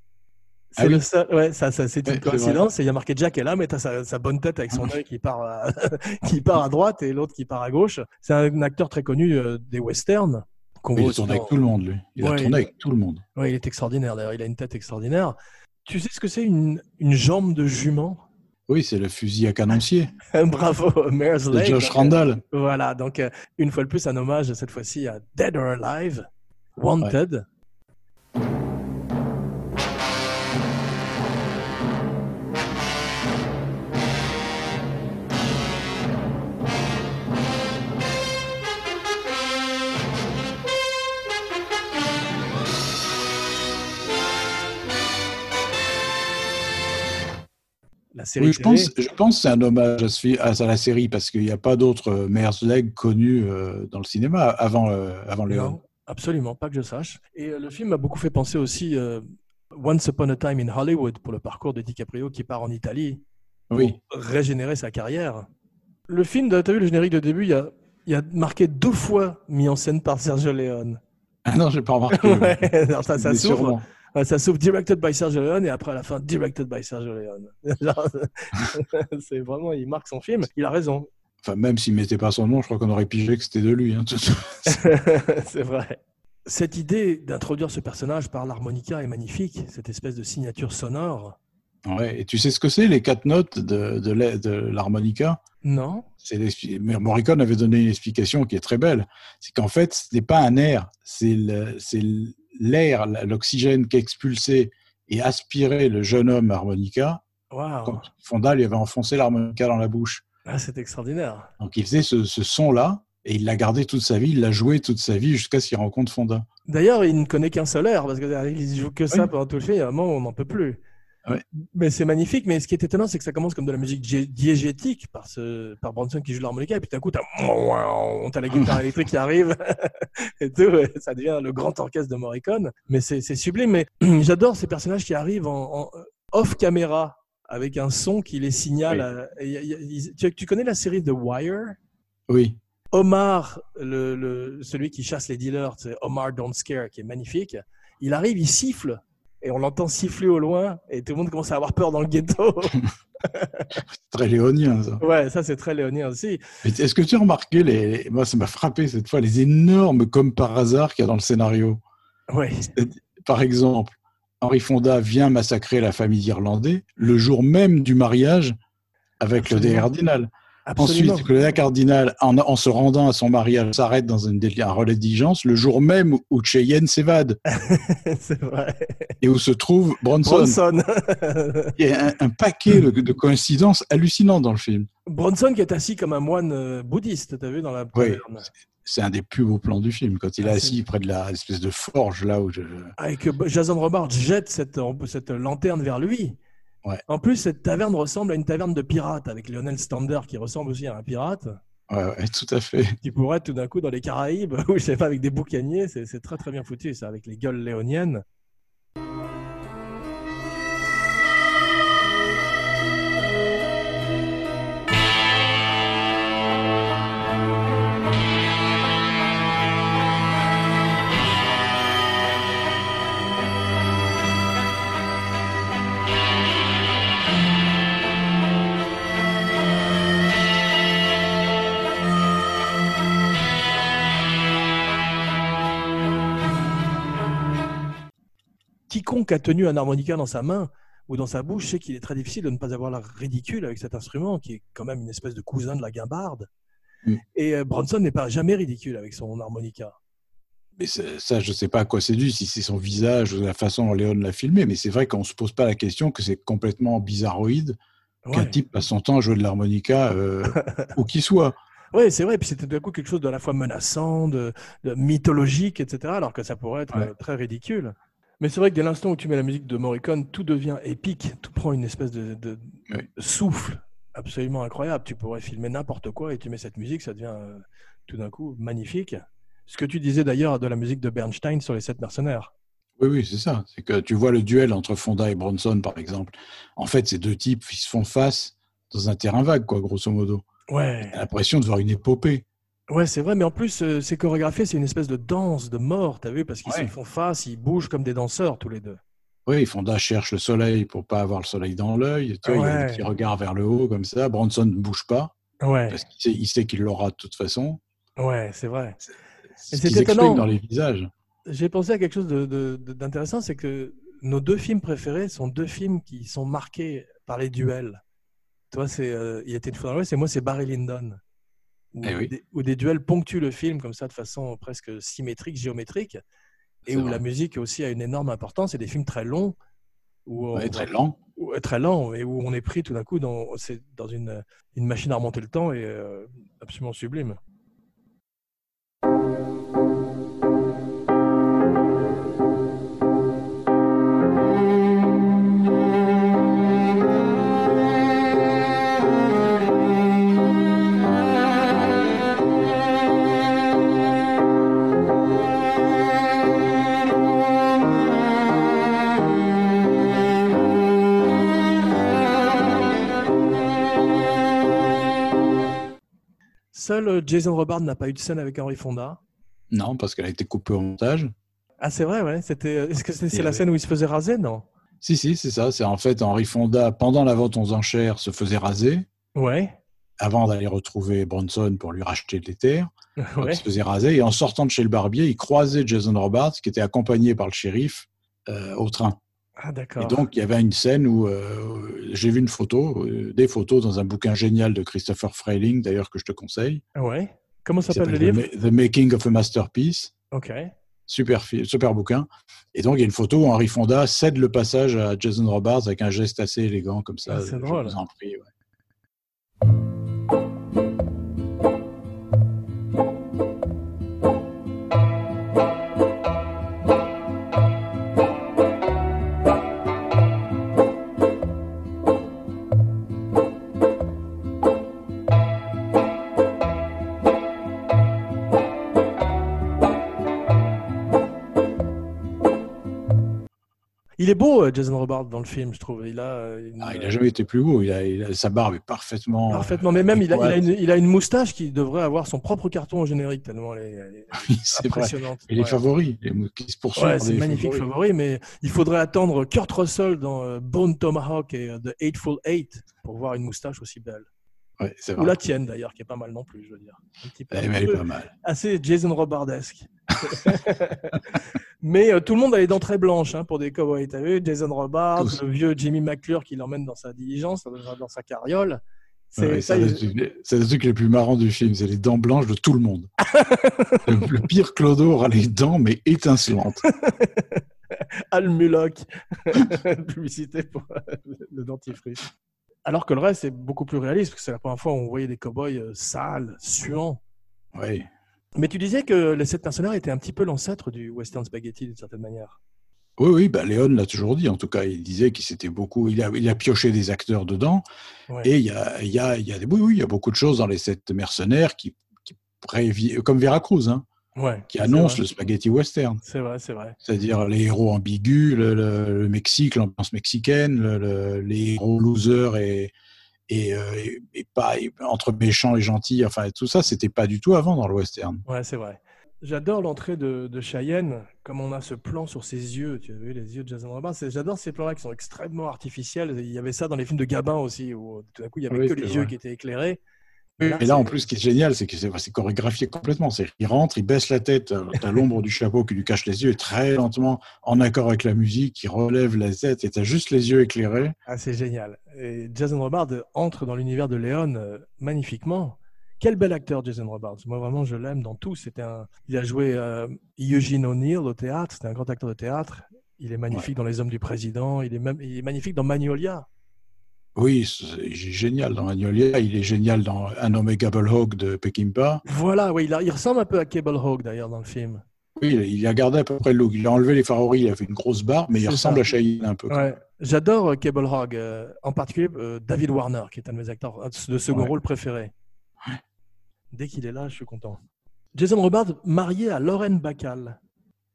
Speaker 1: C'est
Speaker 2: Ah oui.
Speaker 1: le seul- ouais, ça, ça c'est une
Speaker 2: Ouais, Ah. c'est vrai.
Speaker 1: coïncidence. Et il y a marqué Jack et là, mais t'as sa, sa bonne tête avec son œil qui part, à, qui part à droite et l'autre qui part à gauche. C'est un acteur très connu euh, des westerns. qu'on
Speaker 2: Mais
Speaker 1: voit
Speaker 2: Il a
Speaker 1: aussi
Speaker 2: tourné
Speaker 1: dans-
Speaker 2: avec tout le monde, lui. Il a
Speaker 1: Ouais,
Speaker 2: tourné avec tout le monde.
Speaker 1: Ouais, il est extraordinaire d'ailleurs. Il a une tête extraordinaire. Tu sais ce que c'est une, une jambe de jument
Speaker 2: Oui, c'est le fusil à canoncier
Speaker 1: Bravo, Mare's
Speaker 2: de
Speaker 1: Leg.
Speaker 2: Josh Randall.
Speaker 1: Voilà, donc euh, une fois de plus, un hommage cette fois-ci à Dead or Alive, Wanted. La série
Speaker 2: Oui, je
Speaker 1: télé.
Speaker 2: pense, je pense que c'est un hommage à, ce fi- à- à la série parce qu'il n'y a pas d'autres euh, Mare's Leg connus euh, dans le cinéma avant, euh, avant Léon.
Speaker 1: Non, absolument, pas que je sache. Et euh, le film m'a beaucoup fait penser aussi euh, Once Upon a Time in Hollywood pour le parcours de DiCaprio qui part en Italie
Speaker 2: Oui,
Speaker 1: pour régénérer sa carrière. Le film, tu as vu le générique de début, il y a, il y a marqué deux fois mis en scène par Sergio Leone.
Speaker 2: ah non, j'ai pas remarqué.
Speaker 1: Ouais, alors ça, ça
Speaker 2: Mais
Speaker 1: s'ouvre.
Speaker 2: sûrement.
Speaker 1: Ouais, ça s'ouvre directed by Sergio Leone et après à la fin directed by Sergio Leone. Genre, C'est vraiment, il marque son film. Il a raison.
Speaker 2: Enfin, même s'il mettait pas son nom, je crois qu'on aurait pigé que c'était de lui. hein.
Speaker 1: c'est vrai. Cette idée d'introduire ce personnage par l'harmonica est magnifique, cette espèce de signature sonore.
Speaker 2: Ouais, Et tu sais ce que c'est, les quatre notes de, de la- de l'harmonica
Speaker 1: Non
Speaker 2: C'est l'expli- mais Morricone avait donné une explication qui est très belle. C'est qu'en fait, ce n'est pas un air, c'est le- c'est l'air, l'oxygène qu'expulsait et aspirait le jeune homme harmonica
Speaker 1: Waouh
Speaker 2: quand Fonda lui avait enfoncé l'harmonica dans la bouche.
Speaker 1: Ah, C'est extraordinaire.
Speaker 2: Donc il faisait ce, ce son-là et il l'a gardé toute sa vie, il l'a joué toute sa vie jusqu'à ce qu'il rencontre Fonda.
Speaker 1: D'ailleurs, il ne connaît qu'un seul air, parce qu'il joue que ça
Speaker 2: Oui.
Speaker 1: pendant tout le film, et à un moment, on n'en peut plus.
Speaker 2: Ouais.
Speaker 1: Mais c'est magnifique. Mais ce qui est étonnant, c'est que ça commence comme de la musique dié- diégétique par, ce, par Bronson qui joue de l'harmonica. Et puis d'un coup, t'as, t'as la guitare électrique qui arrive. et tout. et ça devient le grand orchestre de Morricone. Mais c'est, c'est sublime. Mais j'adore ces personnages qui arrivent en, en off caméra avec un son qui les signale.
Speaker 2: Oui.
Speaker 1: à- et y a- y a- ils- tu- tu connais la série The Wire
Speaker 2: Oui,
Speaker 1: Omar, le, le- celui qui chasse les dealers, c'est Omar Don't Scare, qui est magnifique. Il arrive, il siffle, et on l'entend siffler au loin, et tout le monde commence à avoir peur dans le ghetto.
Speaker 2: c'est très léonien, ça.
Speaker 1: ouais, ça c'est très léonien aussi.
Speaker 2: Mais Est-ce que tu as remarqué, les... les- moi ça m'a frappé cette fois, les énormes comme par hasard qu'il y a dans le scénario
Speaker 1: Ouais,
Speaker 2: Par exemple, Henri Fonda vient massacrer la famille irlandais le jour même du mariage avec le
Speaker 1: Absolument.
Speaker 2: cardinal.
Speaker 1: absolument.
Speaker 2: Ensuite, que le cardinal, en, en se rendant à son mariage, s'arrête dans une déli- un relais de diligence le jour même où Cheyenne s'évade
Speaker 1: c'est vrai.
Speaker 2: et où se trouve Bronson.
Speaker 1: Bronson.
Speaker 2: Il y a un, un paquet de, de coïncidences hallucinantes dans le film.
Speaker 1: Bronson qui est assis comme un moine euh, bouddhiste, t'as vu, dans la caverne.
Speaker 2: C'est un des plus beaux plans du film, quand il est
Speaker 1: Ah,
Speaker 2: assis près de la espèce de forge là où je...
Speaker 1: Avec euh, Jason Robards jette cette, cette lanterne vers lui.
Speaker 2: Ouais.
Speaker 1: En plus, cette taverne ressemble à une taverne de pirates, avec Lionel Stander qui ressemble aussi à un pirate.
Speaker 2: Ouais, ouais, tout à fait.
Speaker 1: qui pourrait être tout d'un coup dans les Caraïbes, ou je sais pas, avec des boucaniers, c'est c'est très très bien foutu, ça, avec les gueules léoniennes. Quiconque a tenu un harmonica dans sa main ou dans sa bouche sait qu'il est très difficile de ne pas avoir l'air ridicule avec cet instrument, qui est quand même une espèce de cousin de la guimbarde.
Speaker 2: Mm.
Speaker 1: Et euh, Bronson n'est pas jamais ridicule avec son harmonica.
Speaker 2: Mais ça, ça, je sais pas à quoi c'est dû, si c'est son visage ou la façon dont Léon l'a filmé, mais c'est vrai qu'on se pose pas la question que c'est complètement bizarroïde qu'un
Speaker 1: Ouais,
Speaker 2: type passe son temps à jouer de l'harmonica euh, où qu'il soit.
Speaker 1: Ouais, c'est vrai, puis c'était tout d'un coup quelque chose de à la fois menaçant, de, de mythologique, etc., alors que ça pourrait être
Speaker 2: Ouais.
Speaker 1: euh, très ridicule. Mais c'est vrai que dès l'instant où tu mets la musique de Morricone, tout devient épique, tout prend une espèce de, de-
Speaker 2: Oui.
Speaker 1: de souffle absolument incroyable. Tu pourrais filmer n'importe quoi et tu mets cette musique, ça devient euh, tout d'un coup magnifique. Ce que tu disais d'ailleurs de la musique de Bernstein sur les sept mercenaires.
Speaker 2: Oui, oui, c'est ça. C'est que tu vois le duel entre Fonda et Bronson, par exemple. En fait, ces deux types, ils se font face dans un terrain vague, quoi, grosso modo.
Speaker 1: Ouais,
Speaker 2: T'as l'impression de voir une épopée.
Speaker 1: ouais c'est vrai, mais en plus, euh, c'est chorégraphié, c'est une espèce de danse de mort, t'as vu, parce qu'ils
Speaker 2: Ouais.
Speaker 1: se font face, ils bougent comme des danseurs tous les deux.
Speaker 2: Oui, Fonda cherche le soleil pour pas avoir le soleil dans l'œil. Tu vois, Il a
Speaker 1: Ouais.
Speaker 2: des petits regards vers le haut, comme ça. Bronson ne bouge pas,
Speaker 1: Ouais,
Speaker 2: parce qu'il sait- il sait qu'il l'aura de toute façon.
Speaker 1: ouais, c'est vrai.
Speaker 2: C'est
Speaker 1: Et
Speaker 2: ce
Speaker 1: c'est
Speaker 2: qu'ils expriment
Speaker 1: étonnant.
Speaker 2: dans les visages.
Speaker 1: J'ai pensé à quelque chose de- de- de- d'intéressant, c'est que nos deux films préférés sont deux films qui sont marqués par les duels. Toi, c'est euh, Il était une fois dans l'Ouest, et moi, c'est Barry Lyndon. Où,
Speaker 2: Eh oui.
Speaker 1: des, où des duels ponctuent le film comme ça, de façon presque symétrique, géométrique, et
Speaker 2: C'est
Speaker 1: où
Speaker 2: vrai.
Speaker 1: la musique aussi a une énorme importance. C'est des films très longs, où on,
Speaker 2: Ouais, très lent.
Speaker 1: où- euh, très lents, et où on est pris tout d'un coup dans, c'est dans une, une machine à remonter le temps, et euh, absolument sublime. Seul euh, Jason Robards n'a pas eu de scène avec Henry Fonda.
Speaker 2: Non, parce qu'elle a été coupée au montage.
Speaker 1: Ah, c'est vrai, ouais. C'était. Est-ce que c'est c'est
Speaker 2: Et
Speaker 1: la
Speaker 2: oui.
Speaker 1: scène où il se faisait raser, non
Speaker 2: Si, si, c'est ça. C'est en fait Henri Fonda, pendant la vente aux enchères, se faisait raser
Speaker 1: Ouais.
Speaker 2: avant d'aller retrouver Bronson pour lui racheter les terres. Donc,
Speaker 1: ouais.
Speaker 2: Il se faisait raser et en sortant de chez le barbier, il croisait Jason Robards qui était accompagné par le shérif euh, au train.
Speaker 1: Ah,
Speaker 2: Et
Speaker 1: d'accord.
Speaker 2: donc il y avait une scène où euh, j'ai vu une photo, euh, des photos dans un bouquin génial de Christopher Freiling, d'ailleurs que je te conseille.
Speaker 1: Ouais. Comment
Speaker 2: qui
Speaker 1: s'appelle le
Speaker 2: s'appelle
Speaker 1: livre
Speaker 2: The Ma- The Making of a Masterpiece.
Speaker 1: Ok.
Speaker 2: Super, fi- super bouquin. Et donc, il y a une photo où Henri Fonda cède le passage à Jason Robards avec un geste assez élégant comme ça.
Speaker 1: Ah, c'est
Speaker 2: Je
Speaker 1: drôle.
Speaker 2: vous en prie, ouais.
Speaker 1: il est beau, euh, Jason Robards, dans le film, je trouve. Il a euh, une-
Speaker 2: Ah, il n'a jamais été plus beau. Il a, il a- sa barbe est parfaitement.
Speaker 1: Parfaitement, mais même il a, il, a
Speaker 2: adéquate.
Speaker 1: une, il a une moustache qui devrait avoir son propre carton au générique, tellement elle est, elle est
Speaker 2: Oui, c'est vrai.
Speaker 1: impressionnante.
Speaker 2: Et les
Speaker 1: Ouais.
Speaker 2: favoris, les mou- qui se poursuivent.
Speaker 1: Ouais,
Speaker 2: par
Speaker 1: c'est
Speaker 2: des
Speaker 1: magnifique
Speaker 2: favoris.
Speaker 1: favori, mais il faudrait attendre Kurt Russell dans euh, Bone Tomahawk et euh, The Eightful Eight pour voir une moustache aussi belle.
Speaker 2: Ouais, c'est
Speaker 1: Ou
Speaker 2: vrai.
Speaker 1: la tienne d'ailleurs, qui est pas mal non plus, je veux dire. Un petit peu,
Speaker 2: Ah. Eh, mais
Speaker 1: un
Speaker 2: elle est
Speaker 1: peu
Speaker 2: pas mal.
Speaker 1: assez Jason Robardesque. mais euh, tout le monde a les dents très blanches hein, pour des cowboys. T'as vu Jason Robards,
Speaker 2: Tous.
Speaker 1: le vieux Jimmy McClure qui l'emmène dans sa diligence, dans dans sa carriole. C'est
Speaker 2: Ouais,
Speaker 1: ça,
Speaker 2: C'est
Speaker 1: il-
Speaker 2: le truc- c'est le truc le plus marrant du film, c'est les dents blanches de tout le monde. le, le pire Clodo aura les dents, mais étincelantes.
Speaker 1: Al Mulock, publicité pour euh, le dentifrice. Alors que le reste est beaucoup plus réaliste, parce que c'est la première fois où on voyait des cow-boys euh, sales, suants.
Speaker 2: Oui,
Speaker 1: Mais tu disais que les sept mercenaires étaient un petit peu l'ancêtre du western spaghetti d'une certaine manière.
Speaker 2: oui, oui bah, Léon l'a toujours dit. En tout cas, il disait qu'il s'était beaucoup. Il a, il a pioché des acteurs dedans.
Speaker 1: Ouais.
Speaker 2: Et il y a, il y, a, il y, a, des- oui, oui, il y a beaucoup de choses dans les sept mercenaires qui, qui prévi- comme Vera Cruz, hein,
Speaker 1: Ouais,
Speaker 2: qui
Speaker 1: c'est
Speaker 2: annonce
Speaker 1: vrai.
Speaker 2: le spaghetti western.
Speaker 1: C'est vrai, c'est vrai.
Speaker 2: C'est-à-dire les héros ambigus, le, le- le Mexique, l'ambiance mexicaine, le- le- les héros losers et, et, euh, et- et pas et entre méchants et gentils. Enfin, tout ça, c'était pas du tout avant dans le western.
Speaker 1: Ouais, c'est vrai. J'adore l'entrée de, de Cheyenne, comme on a ce plan sur ses yeux, tu as vu les yeux de Jason Robards. c'est- J'adore ces plans-là qui sont extrêmement artificiels. Il y avait ça dans les films de Gabin aussi, où tout d'un coup il y avait
Speaker 2: Oui,
Speaker 1: que
Speaker 2: c'est
Speaker 1: les
Speaker 2: vrai.
Speaker 1: yeux qui étaient éclairés.
Speaker 2: Et là, en plus, ce qui est génial, c'est que c'est c'est chorégraphié complètement. C'est il rentre, il baisse la tête, euh, t'as l'ombre du chapeau qui lui cache les yeux, et très lentement, en accord avec la musique, il relève la tête, et t'as juste les yeux éclairés.
Speaker 1: Ah, c'est génial. Et Jason Robards entre dans l'univers de Léon euh, magnifiquement. Quel bel acteur, Jason Robards. Moi, vraiment, je l'aime dans tout. C'était un... Il a joué euh, Eugene O'Neill au théâtre. C'était un grand acteur de théâtre. Il est magnifique dans Les Hommes du Président. Il est, même... il est magnifique dans Magnolia.
Speaker 2: Oui, c'est il est génial dans Magnolia, il est génial dans Un homme Hog de Peckinpah.
Speaker 1: Voilà, oui, il, a- il ressemble un peu à Cable Hawk, d'ailleurs, dans le film.
Speaker 2: Oui, il- il a gardé à peu près le look. Il a enlevé les favoris, il a fait une grosse barbe, mais il
Speaker 1: C'est
Speaker 2: ressemble
Speaker 1: ça.
Speaker 2: à Cheyenne un peu.
Speaker 1: Ouais. J'adore euh, Cable Hawk, euh, en particulier euh, David Warner, qui est un de mes acteurs un de second
Speaker 2: Ouais.
Speaker 1: rôle préféré. Dès qu'il est là, je suis content. Jason Robards, marié à Lauren Bacall.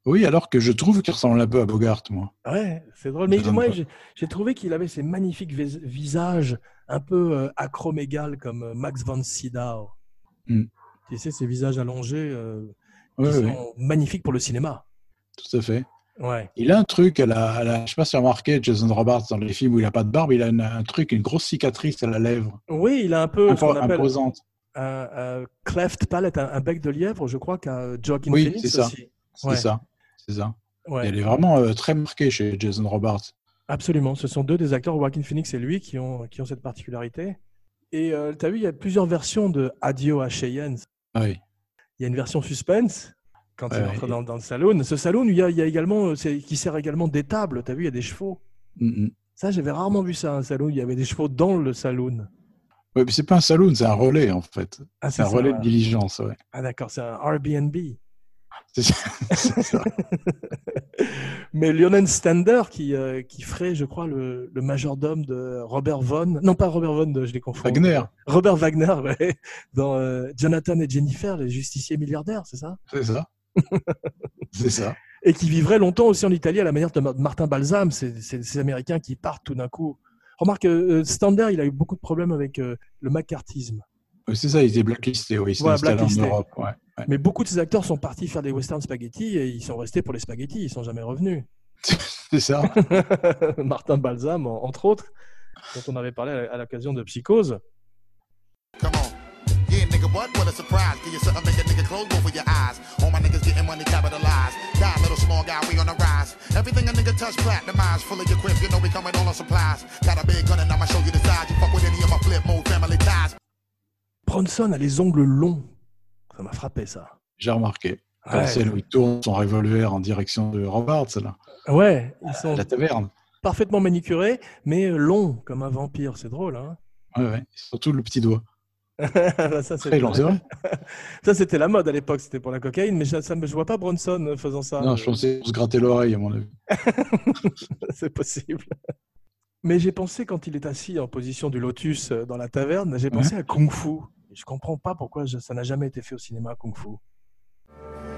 Speaker 2: Oui, alors que je trouve qu'il ressemble un peu à Bogart, moi.
Speaker 1: Ouais, c'est drôle. Mais
Speaker 2: Je
Speaker 1: moi,
Speaker 2: donne
Speaker 1: j'ai- j'ai trouvé qu'il avait ces magnifiques vis- visages un peu euh, acromégales comme euh, Max von Sydow.
Speaker 2: Hmm.
Speaker 1: Tu sais, ces visages allongés euh,
Speaker 2: Oui,
Speaker 1: qui
Speaker 2: oui,
Speaker 1: sont magnifiques pour le cinéma.
Speaker 2: tout à fait.
Speaker 1: Ouais.
Speaker 2: Il a un truc, à la, à la- je ne sais pas si tu as remarqué, Jason Robards, dans les films où il n'a pas de barbe, il a une- un truc, une grosse cicatrice à la lèvre,
Speaker 1: Oui, il a un peu ce
Speaker 2: impo-
Speaker 1: qu'on appelle
Speaker 2: imposante.
Speaker 1: un, un cleft palate, un, un bec de lièvre, je crois, qu'a euh, Joaquin
Speaker 2: Oui,
Speaker 1: Phoenix
Speaker 2: c'est ça.
Speaker 1: aussi.
Speaker 2: C'est
Speaker 1: Ouais.
Speaker 2: ça. C'est ça.
Speaker 1: Ouais.
Speaker 2: Elle est vraiment euh, très marquée chez Jason Robards.
Speaker 1: Absolument, ce sont deux des acteurs, Joaquin Phoenix et lui, qui ont, qui ont cette particularité. Et tu as vu, il y a plusieurs versions de Adio à Cheyenne.
Speaker 2: Ah Oui.
Speaker 1: Il y a une version suspense quand il
Speaker 2: Ouais,
Speaker 1: entre
Speaker 2: ouais.
Speaker 1: dans, dans le saloon. Ce saloon, il y a, il y a également, euh, c'est- qui sert également d'étable. T'as vu, il y a des chevaux.
Speaker 2: Mm, mm.
Speaker 1: Ça, j'avais rarement vu ça, un saloon. Il y avait des chevaux dans le saloon.
Speaker 2: Ouais, mais c'est pas un saloon, c'est un relais, en fait.
Speaker 1: Ah,
Speaker 2: C'est un
Speaker 1: ça.
Speaker 2: relais de diligence, ouais.
Speaker 1: Ah, d'accord, c'est un Airbnb.
Speaker 2: C'est ça. C'est ça.
Speaker 1: Mais Lionel Stander, qui, euh, qui ferait, je crois, le, le majordome de Robert Vaughn. Non, pas Robert Vaughn, je les confonds.
Speaker 2: Wagner,
Speaker 1: Robert Wagner, ouais, dans euh, Jonathan et Jennifer, les justiciers milliardaires, c'est ça
Speaker 2: c'est ça. c'est ça.
Speaker 1: et qui vivrait longtemps aussi en Italie à la manière de Ma- Martin Balsam, ces, ces- ces Américains qui partent tout d'un coup. Remarque, euh, Stander, il a eu beaucoup de problèmes avec euh, le macartisme.
Speaker 2: Oui, Euh, C'est ça, il était blacklisté, oui. Il s'est
Speaker 1: Ouais,
Speaker 2: installé en
Speaker 1: blacklisté.
Speaker 2: Europe, ouais. Ouais.
Speaker 1: Mais beaucoup de ces acteurs sont partis faire des western spaghetti et ils sont restés pour les spaghettis, ils sont jamais revenus.
Speaker 2: C'est ça.
Speaker 1: Martin Balsam, en- entre autres, dont on avait parlé à à l'occasion de Psychose.
Speaker 7: Come on. Yeah, nigga, what? What a surprise. Give you something, make a nigga close both of your eyes. All my niggas getting money capitalized. Die, little small guy, we on the rise. Everything a nigga touch, platinumized. Full of your quip, you know we coming all on supplies. Got a big gun and I'ma show you the size. You fuck with any of my flip mode family ties.
Speaker 1: Bronson a les ongles longs. Ça m'a frappé, ça.
Speaker 2: J'ai remarqué. Dans
Speaker 1: Ouais.
Speaker 2: celle où il tourne son revolver en direction de Robards, là,
Speaker 1: Ouais, ils sont
Speaker 2: la taverne.
Speaker 1: parfaitement manicurés, mais euh, longs comme un vampire. C'est drôle, hein
Speaker 2: Ouais, ouais. Surtout le petit doigt.
Speaker 1: Ça, c'est
Speaker 2: Très long, c'est vrai
Speaker 1: Ça, c'était la mode à l'époque, c'était pour la cocaïne, mais je, ça, me- je vois pas Bronson euh, faisant ça.
Speaker 2: Non, je pensais qu'on se gratter l'oreille, à mon avis.
Speaker 1: C'est possible. Mais j'ai pensé, quand il est assis en position du lotus euh, dans la taverne, j'ai pensé à Kung Fu. Et Je comprends pas pourquoi je- ça n'a jamais été fait au cinéma, Kung Fu.
Speaker 7: Come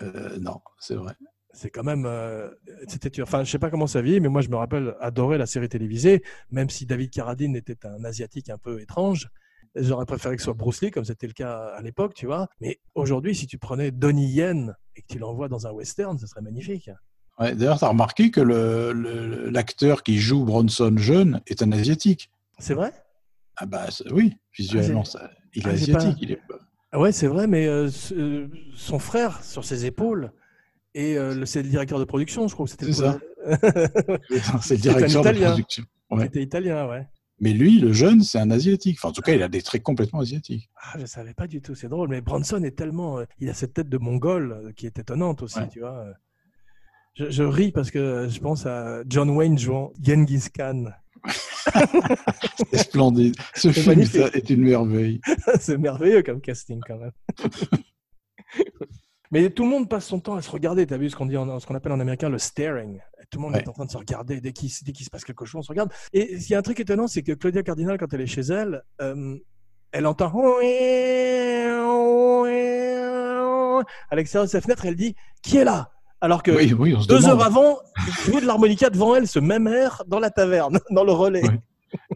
Speaker 2: Euh, c'est vrai.
Speaker 1: c'est quand même euh, c'était enfin je sais pas comment ça vieillit mais moi je me rappelle adorer la série télévisée même si David Carradine était un asiatique un peu étrange j'aurais préféré que ce soit Bruce Lee comme c'était le cas à l'époque tu vois mais aujourd'hui si tu prenais Donnie Yen et que tu l'envoies dans un western ce serait magnifique
Speaker 2: Ouais, D'ailleurs, tu as remarqué que le- le- l'acteur qui joue Bronson jeune est un asiatique.
Speaker 1: c'est vrai
Speaker 2: Ah bah c'est- oui, visuellement,
Speaker 1: Ah,
Speaker 2: ça, il est
Speaker 1: ah, j'ai pas-
Speaker 2: asiatique. Il est...
Speaker 1: Ah ouais c'est vrai mais euh, ce- euh, son frère sur ses épaules et euh, le- c'est le directeur de production je crois que c'était le
Speaker 2: C'est ça.
Speaker 1: premier-
Speaker 2: C'est le directeur de
Speaker 1: Italien.
Speaker 2: production.
Speaker 1: Il
Speaker 2: Ouais.
Speaker 1: était italien ouais
Speaker 2: Mais lui, le jeune, c'est un asiatique. Enfin, en tout cas, il a des traits complètement asiatiques.
Speaker 1: Ah, je savais pas du tout, c'est drôle. Mais Branson est tellement. euh, Il a cette tête de mongol euh, qui est étonnante aussi,
Speaker 2: Ouais.
Speaker 1: tu vois. euh. Je, je ris parce que euh, je pense à John Wayne jouant Genghis Khan.
Speaker 2: C'est splendide.
Speaker 1: C'est
Speaker 2: Ce film
Speaker 1: magnifique.
Speaker 2: ça, est une merveille.
Speaker 1: c'est merveilleux comme casting quand même. Mais tout le monde passe son temps à se regarder. Tu as vu ce qu'on dit, en- ce qu'on appelle en américain le staring. Tout le monde
Speaker 2: Ouais.
Speaker 1: est en train de se regarder. Dès qu'il, dès qu'il se passe quelque chose, on se regarde. Et il y a un truc étonnant, c'est que Claudia Cardinal, quand elle est chez elle, euh, elle entend à l'extérieur de sa fenêtre, elle dit qui est là Alors que
Speaker 2: Oui, oui, on se
Speaker 1: deux
Speaker 2: demande.
Speaker 1: heures avant, il jouait de l'harmonica devant elle, ce même air dans la taverne, dans le relais.
Speaker 2: Ouais.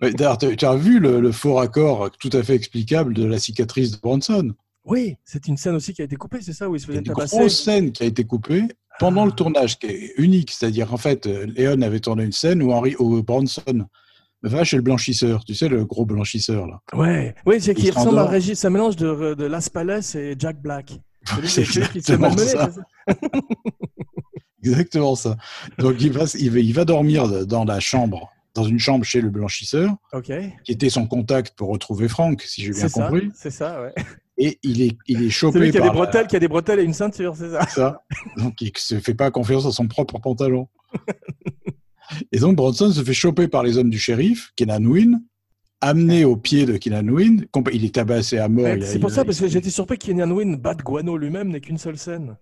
Speaker 2: Ouais, D'ailleurs, tu tu as vu le, le faux raccord tout à fait explicable de la cicatrice de Bronson.
Speaker 1: Oui, c'est une scène aussi qui a été coupée, c'est ça où il se
Speaker 2: Il
Speaker 1: faisait
Speaker 2: y a une
Speaker 1: tabasser.
Speaker 2: grosse scène qui a été coupée pendant
Speaker 1: Ah.
Speaker 2: le tournage, qui est unique. C'est-à-dire, en fait, euh, Léon avait tourné une scène où, Henry, où Bronson va chez le blanchisseur. Tu sais, le gros blanchisseur, là.
Speaker 1: Ouais, oui, c'est
Speaker 2: Il
Speaker 1: qu'il
Speaker 2: se
Speaker 1: ressemble à
Speaker 2: rendort.
Speaker 1: Régis, c'est un mélange de, de Las Palais et Jack Black. Celui
Speaker 2: C'est
Speaker 1: qui- celui qui s'est
Speaker 2: exactement
Speaker 1: malmené,
Speaker 2: ça.
Speaker 1: c'est ça
Speaker 2: Exactement ça. Donc, il va, il va, il va dormir dans la chambre, dans une chambre chez le blanchisseur,
Speaker 1: Ok,
Speaker 2: qui était son contact pour retrouver Franck, si j'ai bien
Speaker 1: c'est ça,
Speaker 2: compris.
Speaker 1: c'est ça, ouais.
Speaker 2: Et il est, il est
Speaker 1: Celui
Speaker 2: chopé
Speaker 1: qui a
Speaker 2: par
Speaker 1: des
Speaker 2: la-
Speaker 1: bretelles, qui a des bretelles et une ceinture, c'est ça.
Speaker 2: ça. Donc, il se fait pas confiance à son propre pantalon. Et donc, Bronson se fait choper par les hommes du shérif, Kenan Wynn, amené au pied de Kenan Wynn. compa- Il est tabassé à mort.
Speaker 1: Ouais,
Speaker 2: il a-
Speaker 1: c'est pour
Speaker 2: il a-
Speaker 1: ça, parce que j'étais surpris qu'Yanyan Wynn batte Guano lui-même n'ait qu'une seule scène.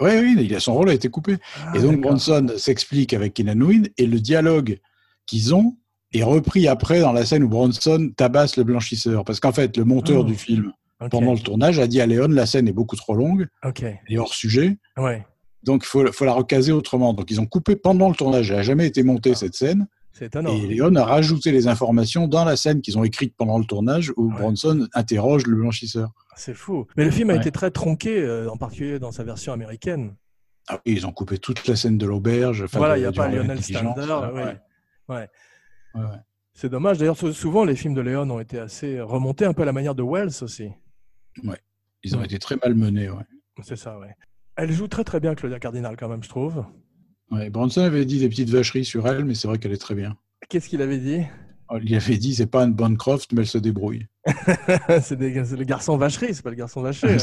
Speaker 2: Ouais, oui, il a- son rôle a été coupé.
Speaker 1: Ah,
Speaker 2: Et donc
Speaker 1: d'accord.
Speaker 2: Bronson s'explique avec Kenan Wynn et le dialogue qu'ils ont est repris après dans la scène où Bronson tabasse le blanchisseur. Parce qu'en fait, le monteur
Speaker 1: Oh.
Speaker 2: du film,
Speaker 1: Ok,
Speaker 2: pendant le tournage, a dit à Léon, la scène est beaucoup trop longue,
Speaker 1: Ok,
Speaker 2: elle est hors sujet,
Speaker 1: ouais,
Speaker 2: donc il faut, faut la recaser autrement. Donc ils ont coupé pendant le tournage, elle n'a jamais été
Speaker 1: Ah.
Speaker 2: montée cette scène,
Speaker 1: c'est étonnant.
Speaker 2: et Léon a rajouté les informations dans la scène qu'ils ont écrite pendant le tournage où
Speaker 1: Ouais.
Speaker 2: Bronson interroge le blanchisseur.
Speaker 1: C'est fou. Mais le film a
Speaker 2: Ouais.
Speaker 1: été très tronqué, euh, en particulier dans sa version américaine.
Speaker 2: Ah oui, ils ont coupé toute la scène de l'auberge. enfin,
Speaker 1: Voilà,
Speaker 2: de-
Speaker 1: il n'y a
Speaker 2: du
Speaker 1: pas
Speaker 2: relais
Speaker 1: Lionel
Speaker 2: d'intelligence.
Speaker 1: Standard.
Speaker 2: Ouais.
Speaker 1: ouais. Ouais.
Speaker 2: Ouais, ouais.
Speaker 1: C'est dommage. D'ailleurs, sou- souvent, les films de Léon ont été assez remontés, un peu à la manière de Wells aussi.
Speaker 2: Ils ont été très malmenés. Ouais.
Speaker 1: C'est ça, ouais. Elle joue très très bien Claudia Cardinal quand même, je trouve.
Speaker 2: Ouais, Bronson avait dit des petites vacheries sur elle, mais c'est vrai qu'elle est très bien. Oh,
Speaker 1: Qu'est-ce qu'il avait dit
Speaker 2: Il avait dit, c'est pas une Bancroft, mais elle se débrouille.
Speaker 1: C'est des- c'est le garçon vacherie, hein. c'est pas le garçon vaché.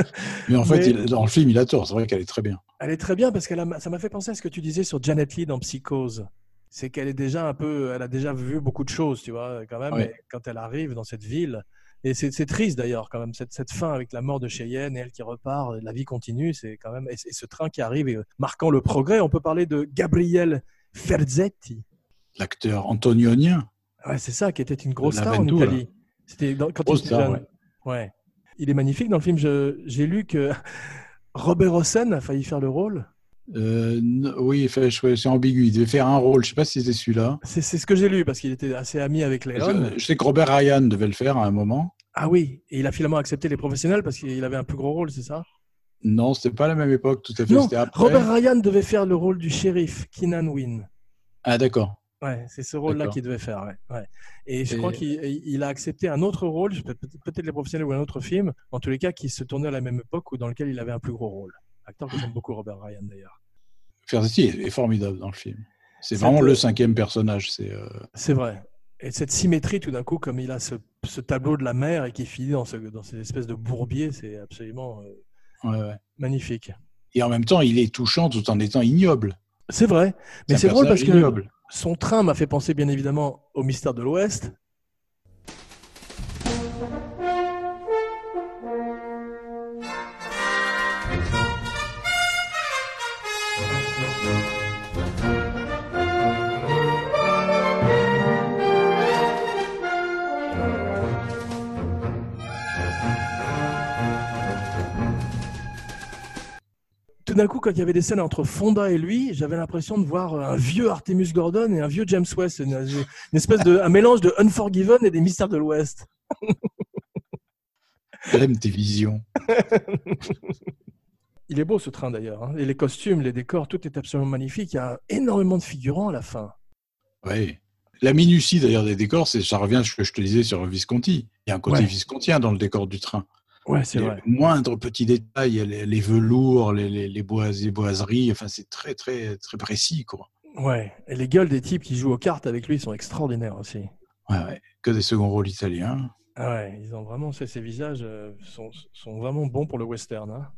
Speaker 2: mais en fait,
Speaker 1: Mais-
Speaker 2: il- dans le film, il a tort. C'est vrai qu'elle est très bien.
Speaker 1: Elle est très bien parce que ça m'a fait penser à ce que tu disais sur Janet Lee dans Psychose. C'est qu'elle est déjà un peu, elle a déjà vu beaucoup de choses, tu vois, quand même,
Speaker 2: Ouais.
Speaker 1: et quand elle arrive dans cette ville. Et c'est c'est triste d'ailleurs, quand même, cette, cette fin avec la mort de Cheyenne et elle qui repart, euh, la vie continue, c'est quand même, et, et ce train qui arrive et euh, marquant le progrès. On peut parler de Gabrielle Ferzetti.
Speaker 2: L'acteur antonionien.
Speaker 1: Ouais, c'est ça, qui était une grosse
Speaker 2: La
Speaker 1: star en
Speaker 2: Ventoula.
Speaker 1: Italie. C'était dans- quand
Speaker 2: Grosse
Speaker 1: il était
Speaker 2: star,
Speaker 1: jeune.
Speaker 2: ouais.
Speaker 1: Ouais. Il est magnifique dans le film. Je- J'ai lu que Robert Hossein a failli faire le rôle.
Speaker 2: euh, n- oui, fait- je- c'est ambigu. Il devait faire un rôle. Je sais pas si c'était celui-là.
Speaker 1: C'est c'est ce que j'ai lu parce qu'il était assez ami avec Léon.
Speaker 2: Je sais que Robert Ryan devait le faire à un moment.
Speaker 1: Ah oui, et il a finalement accepté les professionnels parce qu'il avait un plus gros rôle, c'est ça
Speaker 2: Non, c'était pas la même époque, tout à fait.
Speaker 1: Non,
Speaker 2: C'était après.
Speaker 1: Robert Ryan devait faire le rôle du shérif, Keenan Wynn.
Speaker 2: Ah, d'accord.
Speaker 1: Ouais, c'est ce rôle-là
Speaker 2: D'accord.
Speaker 1: qu'il devait faire. ouais, ouais. Et je
Speaker 2: Et-
Speaker 1: crois qu'il il a accepté un autre rôle, je- peut- peut-être les professionnels ou un autre film, en tous les cas, qui se tournait à la même époque ou dans lequel il avait un plus gros rôle. Acteur que j'aime beaucoup, Robert Ryan d'ailleurs.
Speaker 2: Ferzetti est est formidable dans le film. C'est
Speaker 1: Ça
Speaker 2: vraiment
Speaker 1: peut-
Speaker 2: le cinquième personnage. C'est euh,
Speaker 1: C'est vrai. Et cette symétrie, tout d'un coup, comme il a ce, ce tableau de la mer et qui finit dans, ce, dans cette espèce de bourbier, c'est absolument euh,
Speaker 2: ouais, ouais.
Speaker 1: magnifique.
Speaker 2: Et en même temps, il est touchant tout en étant ignoble.
Speaker 1: C'est vrai. Mais
Speaker 2: un
Speaker 1: c'est drôle parce
Speaker 2: personnage
Speaker 1: que
Speaker 2: ignoble.
Speaker 1: son train m'a fait penser, bien évidemment, au mystère de l'Ouest. Tout d'un coup, quand il y avait des scènes entre Fonda et lui, j'avais l'impression de voir euh, un vieux Artemus Gordon et un vieux James West, une, une espèce de un mélange de Unforgiven et des Mystères de l'Ouest.
Speaker 2: J'aime tes visions.
Speaker 1: Il est beau ce train d'ailleurs, hein. et les costumes, les décors, tout est absolument magnifique. Il y a énormément de figurants à la fin.
Speaker 2: Oui. La minutie d'ailleurs des décors, c'est ça revient à ce que je te disais sur Visconti. Il y a un côté
Speaker 1: Ouais.
Speaker 2: viscontien dans le décor du train.
Speaker 1: Ouais, c'est
Speaker 2: les
Speaker 1: vrai.
Speaker 2: moindres petits détails, il y a les, les velours, les, les, les bois- les boiseries, enfin c'est très très très précis quoi.
Speaker 1: Ouais, et les gueules des types qui jouent aux cartes avec lui sont extraordinaires aussi.
Speaker 2: Ouais, ouais. Que des seconds rôles italiens.
Speaker 1: Ah ouais, ils ont vraiment ces, ces visages euh, sont, sont vraiment bons pour le western. hein.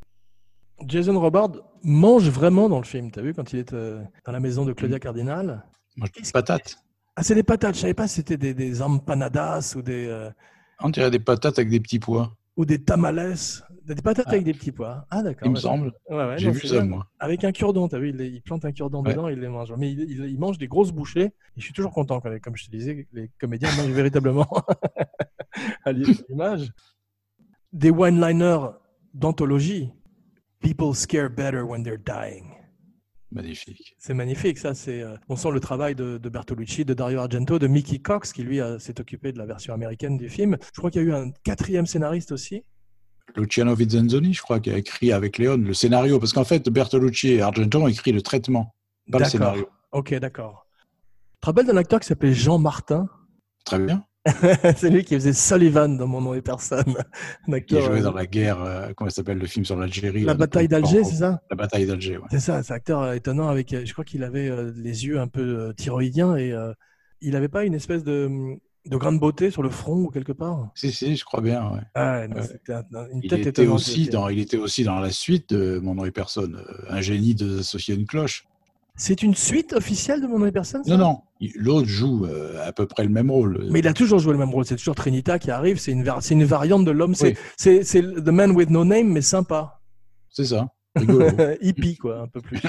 Speaker 1: Jason Robard mange vraiment dans le film. T'as vu quand il est euh, dans la maison de Claudia Cardinal
Speaker 2: Moi, je dis patates.
Speaker 1: Ah, c'est des patates. Je savais pas si c'était des, des empanadas ou des euh,
Speaker 2: On dirait des patates avec des petits pois,
Speaker 1: ou des tamales. Des patates
Speaker 2: Ah.
Speaker 1: avec des petits pois. Ah d'accord.
Speaker 2: il me
Speaker 1: ouais.
Speaker 2: semble.
Speaker 1: Ouais, ouais,
Speaker 2: J'ai
Speaker 1: non,
Speaker 2: vu
Speaker 1: c'est
Speaker 2: ça
Speaker 1: bien.
Speaker 2: moi.
Speaker 1: Avec un cure-dent, t'as vu, il, les- il plante un cure-dent
Speaker 2: Ouais.
Speaker 1: dedans, il les mange. Mais il, il- il mange des grosses bouchées. Et je suis toujours content quand, les- comme je te disais, les comédiens mangent véritablement à l'image. Des one-liners d'anthologie. People scare better when they're dying.
Speaker 2: Magnifique.
Speaker 1: C'est magnifique, ça. C'est, euh, on sent le travail de, de Bertolucci, de Dario Argento, de Mickey Cox, qui lui a- s'est occupé de la version américaine du film. Je crois qu'il y a eu un quatrième scénariste aussi.
Speaker 2: Luciano Vizzanzoni, je crois, qui a écrit avec Léon le scénario, parce qu'en fait Bertolucci et Argento ont écrit le traitement, pas le
Speaker 1: D'accord.
Speaker 2: scénario.
Speaker 1: Ok, d'accord. Tu te rappelles d'un acteur qui s'appelait Jean Martin
Speaker 2: Très bien.
Speaker 1: C'est lui qui faisait Sullivan dans Mon nom et personne. Un
Speaker 2: Qui
Speaker 1: acteur,
Speaker 2: a joué
Speaker 1: euh,
Speaker 2: dans la guerre, euh, comment ça s'appelle le film sur l'Algérie
Speaker 1: la
Speaker 2: là,
Speaker 1: bataille
Speaker 2: dans-
Speaker 1: d'Alger, c'est ça
Speaker 2: La bataille d'Alger, ouais.
Speaker 1: C'est ça, c'est un acteur euh, étonnant avec. euh, Je crois qu'il avait euh, les yeux un peu euh, thyroïdiens et euh, il n'avait pas une espèce de, de grande beauté sur le front ou quelque part.
Speaker 2: Si, si, je crois bien, ouais.
Speaker 1: Ah, non,
Speaker 2: Ouais.
Speaker 1: c'était un- un- une
Speaker 2: Il
Speaker 1: tête
Speaker 2: était,
Speaker 1: étonnante.
Speaker 2: aussi dans, il était aussi dans la suite de Mon nom et personne, euh, un génie de associer une cloche.
Speaker 1: C'est une suite officielle de Mon nom et personne ça
Speaker 2: Non, non, il- l'autre joue euh, à peu près le même rôle.
Speaker 1: Mais il a toujours joué le même rôle. C'est toujours Trinita qui arrive. C'est une, var- c'est une variante de l'homme. C'est
Speaker 2: Oui.
Speaker 1: c'est- c'est le- The Man with No Name, mais sympa. Euh,
Speaker 2: C'est ça, rigolo.
Speaker 1: hippie, quoi, un peu plus.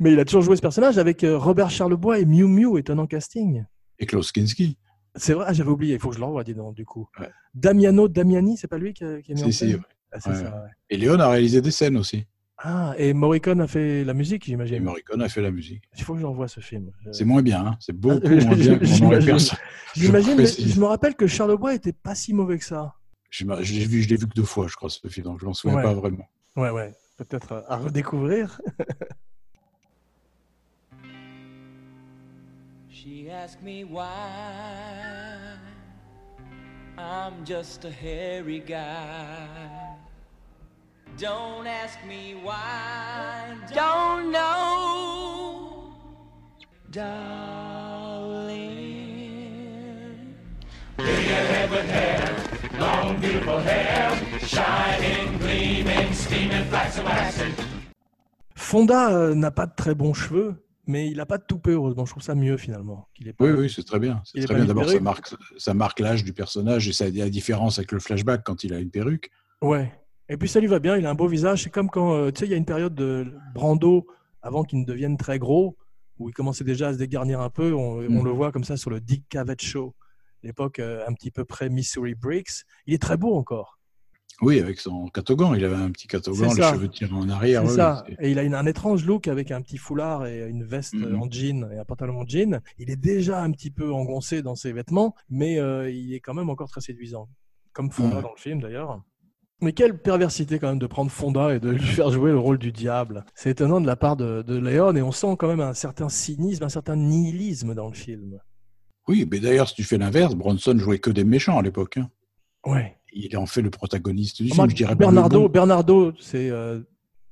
Speaker 1: Mais il a toujours joué ce personnage avec euh, Robert Charlebois et Miu Miu, étonnant casting.
Speaker 2: et Klaus Kinski.
Speaker 1: C'est vrai, ah, j'avais oublié, il faut que je le revoie, dis donc, du coup.
Speaker 2: Ouais.
Speaker 1: Damiano Damiani, c'est pas lui qui a, qui a mis en
Speaker 2: Si, si,
Speaker 1: scène
Speaker 2: ouais.
Speaker 1: Ah, c'est
Speaker 2: Ouais,
Speaker 1: ça, ouais.
Speaker 2: Et Léon a réalisé des scènes aussi.
Speaker 1: Ah, et Morricone a fait la musique,
Speaker 2: Et
Speaker 1: j'imagine.
Speaker 2: Morricone a fait la musique.
Speaker 1: Il faut que je revoie ce film. Je-
Speaker 2: C'est moins bien, hein. c'est beaucoup
Speaker 1: Euh. Ah,
Speaker 2: moins bien que Mon nom et
Speaker 1: j'imagine.
Speaker 2: personne.
Speaker 1: J'imagine,
Speaker 2: je
Speaker 1: mais
Speaker 2: précise.
Speaker 1: je me rappelle que Charlebois était pas si mauvais que ça.
Speaker 2: Je, m'a- je l'ai vu, je l'ai vu que deux fois, je crois, ce film, donc je m'en souviens
Speaker 1: Ouais.
Speaker 2: pas vraiment.
Speaker 1: Ouais, ouais, peut-être euh, à redécouvrir.
Speaker 8: She asked me why I'm just a hairy guy. Don't ask me why. Don't know. Darling.
Speaker 1: Fonda euh, n'a pas de très bons cheveux, mais il a pas de toupet, heureusement. Je trouve ça mieux, finalement. qu'il ait pas-
Speaker 2: Oui, oui, c'est très bien. C'est
Speaker 1: Il est
Speaker 2: très
Speaker 1: pas
Speaker 2: bien. D'abord, ça
Speaker 1: libéré.
Speaker 2: marque, ça marque l'âge du personnage et ça la différence avec le flashback quand il a une perruque.
Speaker 1: Ouais. Et puis ça lui va bien, il a un beau visage. C'est comme quand, euh, tu sais, il y a une période de Brando avant qu'il ne devienne très gros, où il commençait déjà à se dégarnir un peu. On,
Speaker 2: Mm.
Speaker 1: on le voit comme ça sur le Dick Cavett Show, l'époque euh, un petit peu près Missouri Breaks. Il est très beau encore.
Speaker 2: Oui, avec son catogan. Il avait un petit catogan,
Speaker 1: C'est
Speaker 2: les
Speaker 1: ça.
Speaker 2: cheveux tirés en
Speaker 1: C'est
Speaker 2: arrière. oui,
Speaker 1: ça.
Speaker 2: c'est-
Speaker 1: Et il a une- un étrange look avec un petit foulard et une veste
Speaker 2: Mm.
Speaker 1: euh, en jean et un pantalon en jean. Il est déjà un petit peu engoncé dans ses vêtements, mais euh, il est quand même encore très séduisant. Comme Fonda
Speaker 2: Ouais.
Speaker 1: dans le film d'ailleurs. Mais quelle perversité quand même de prendre Fonda et de lui faire jouer le rôle du diable. C'est étonnant de la part de, de Léon et on sent quand même un certain cynisme, un certain nihilisme dans le film.
Speaker 2: Oui, mais d'ailleurs, si tu fais l'inverse, Bronson jouait que des méchants à l'époque. hein.
Speaker 1: Ouais.
Speaker 2: Il en fait le protagoniste du film,
Speaker 1: Remarque,
Speaker 2: je dirais. pas le
Speaker 1: Oh, Bernardo,
Speaker 2: bon.
Speaker 1: Bernardo c'est euh,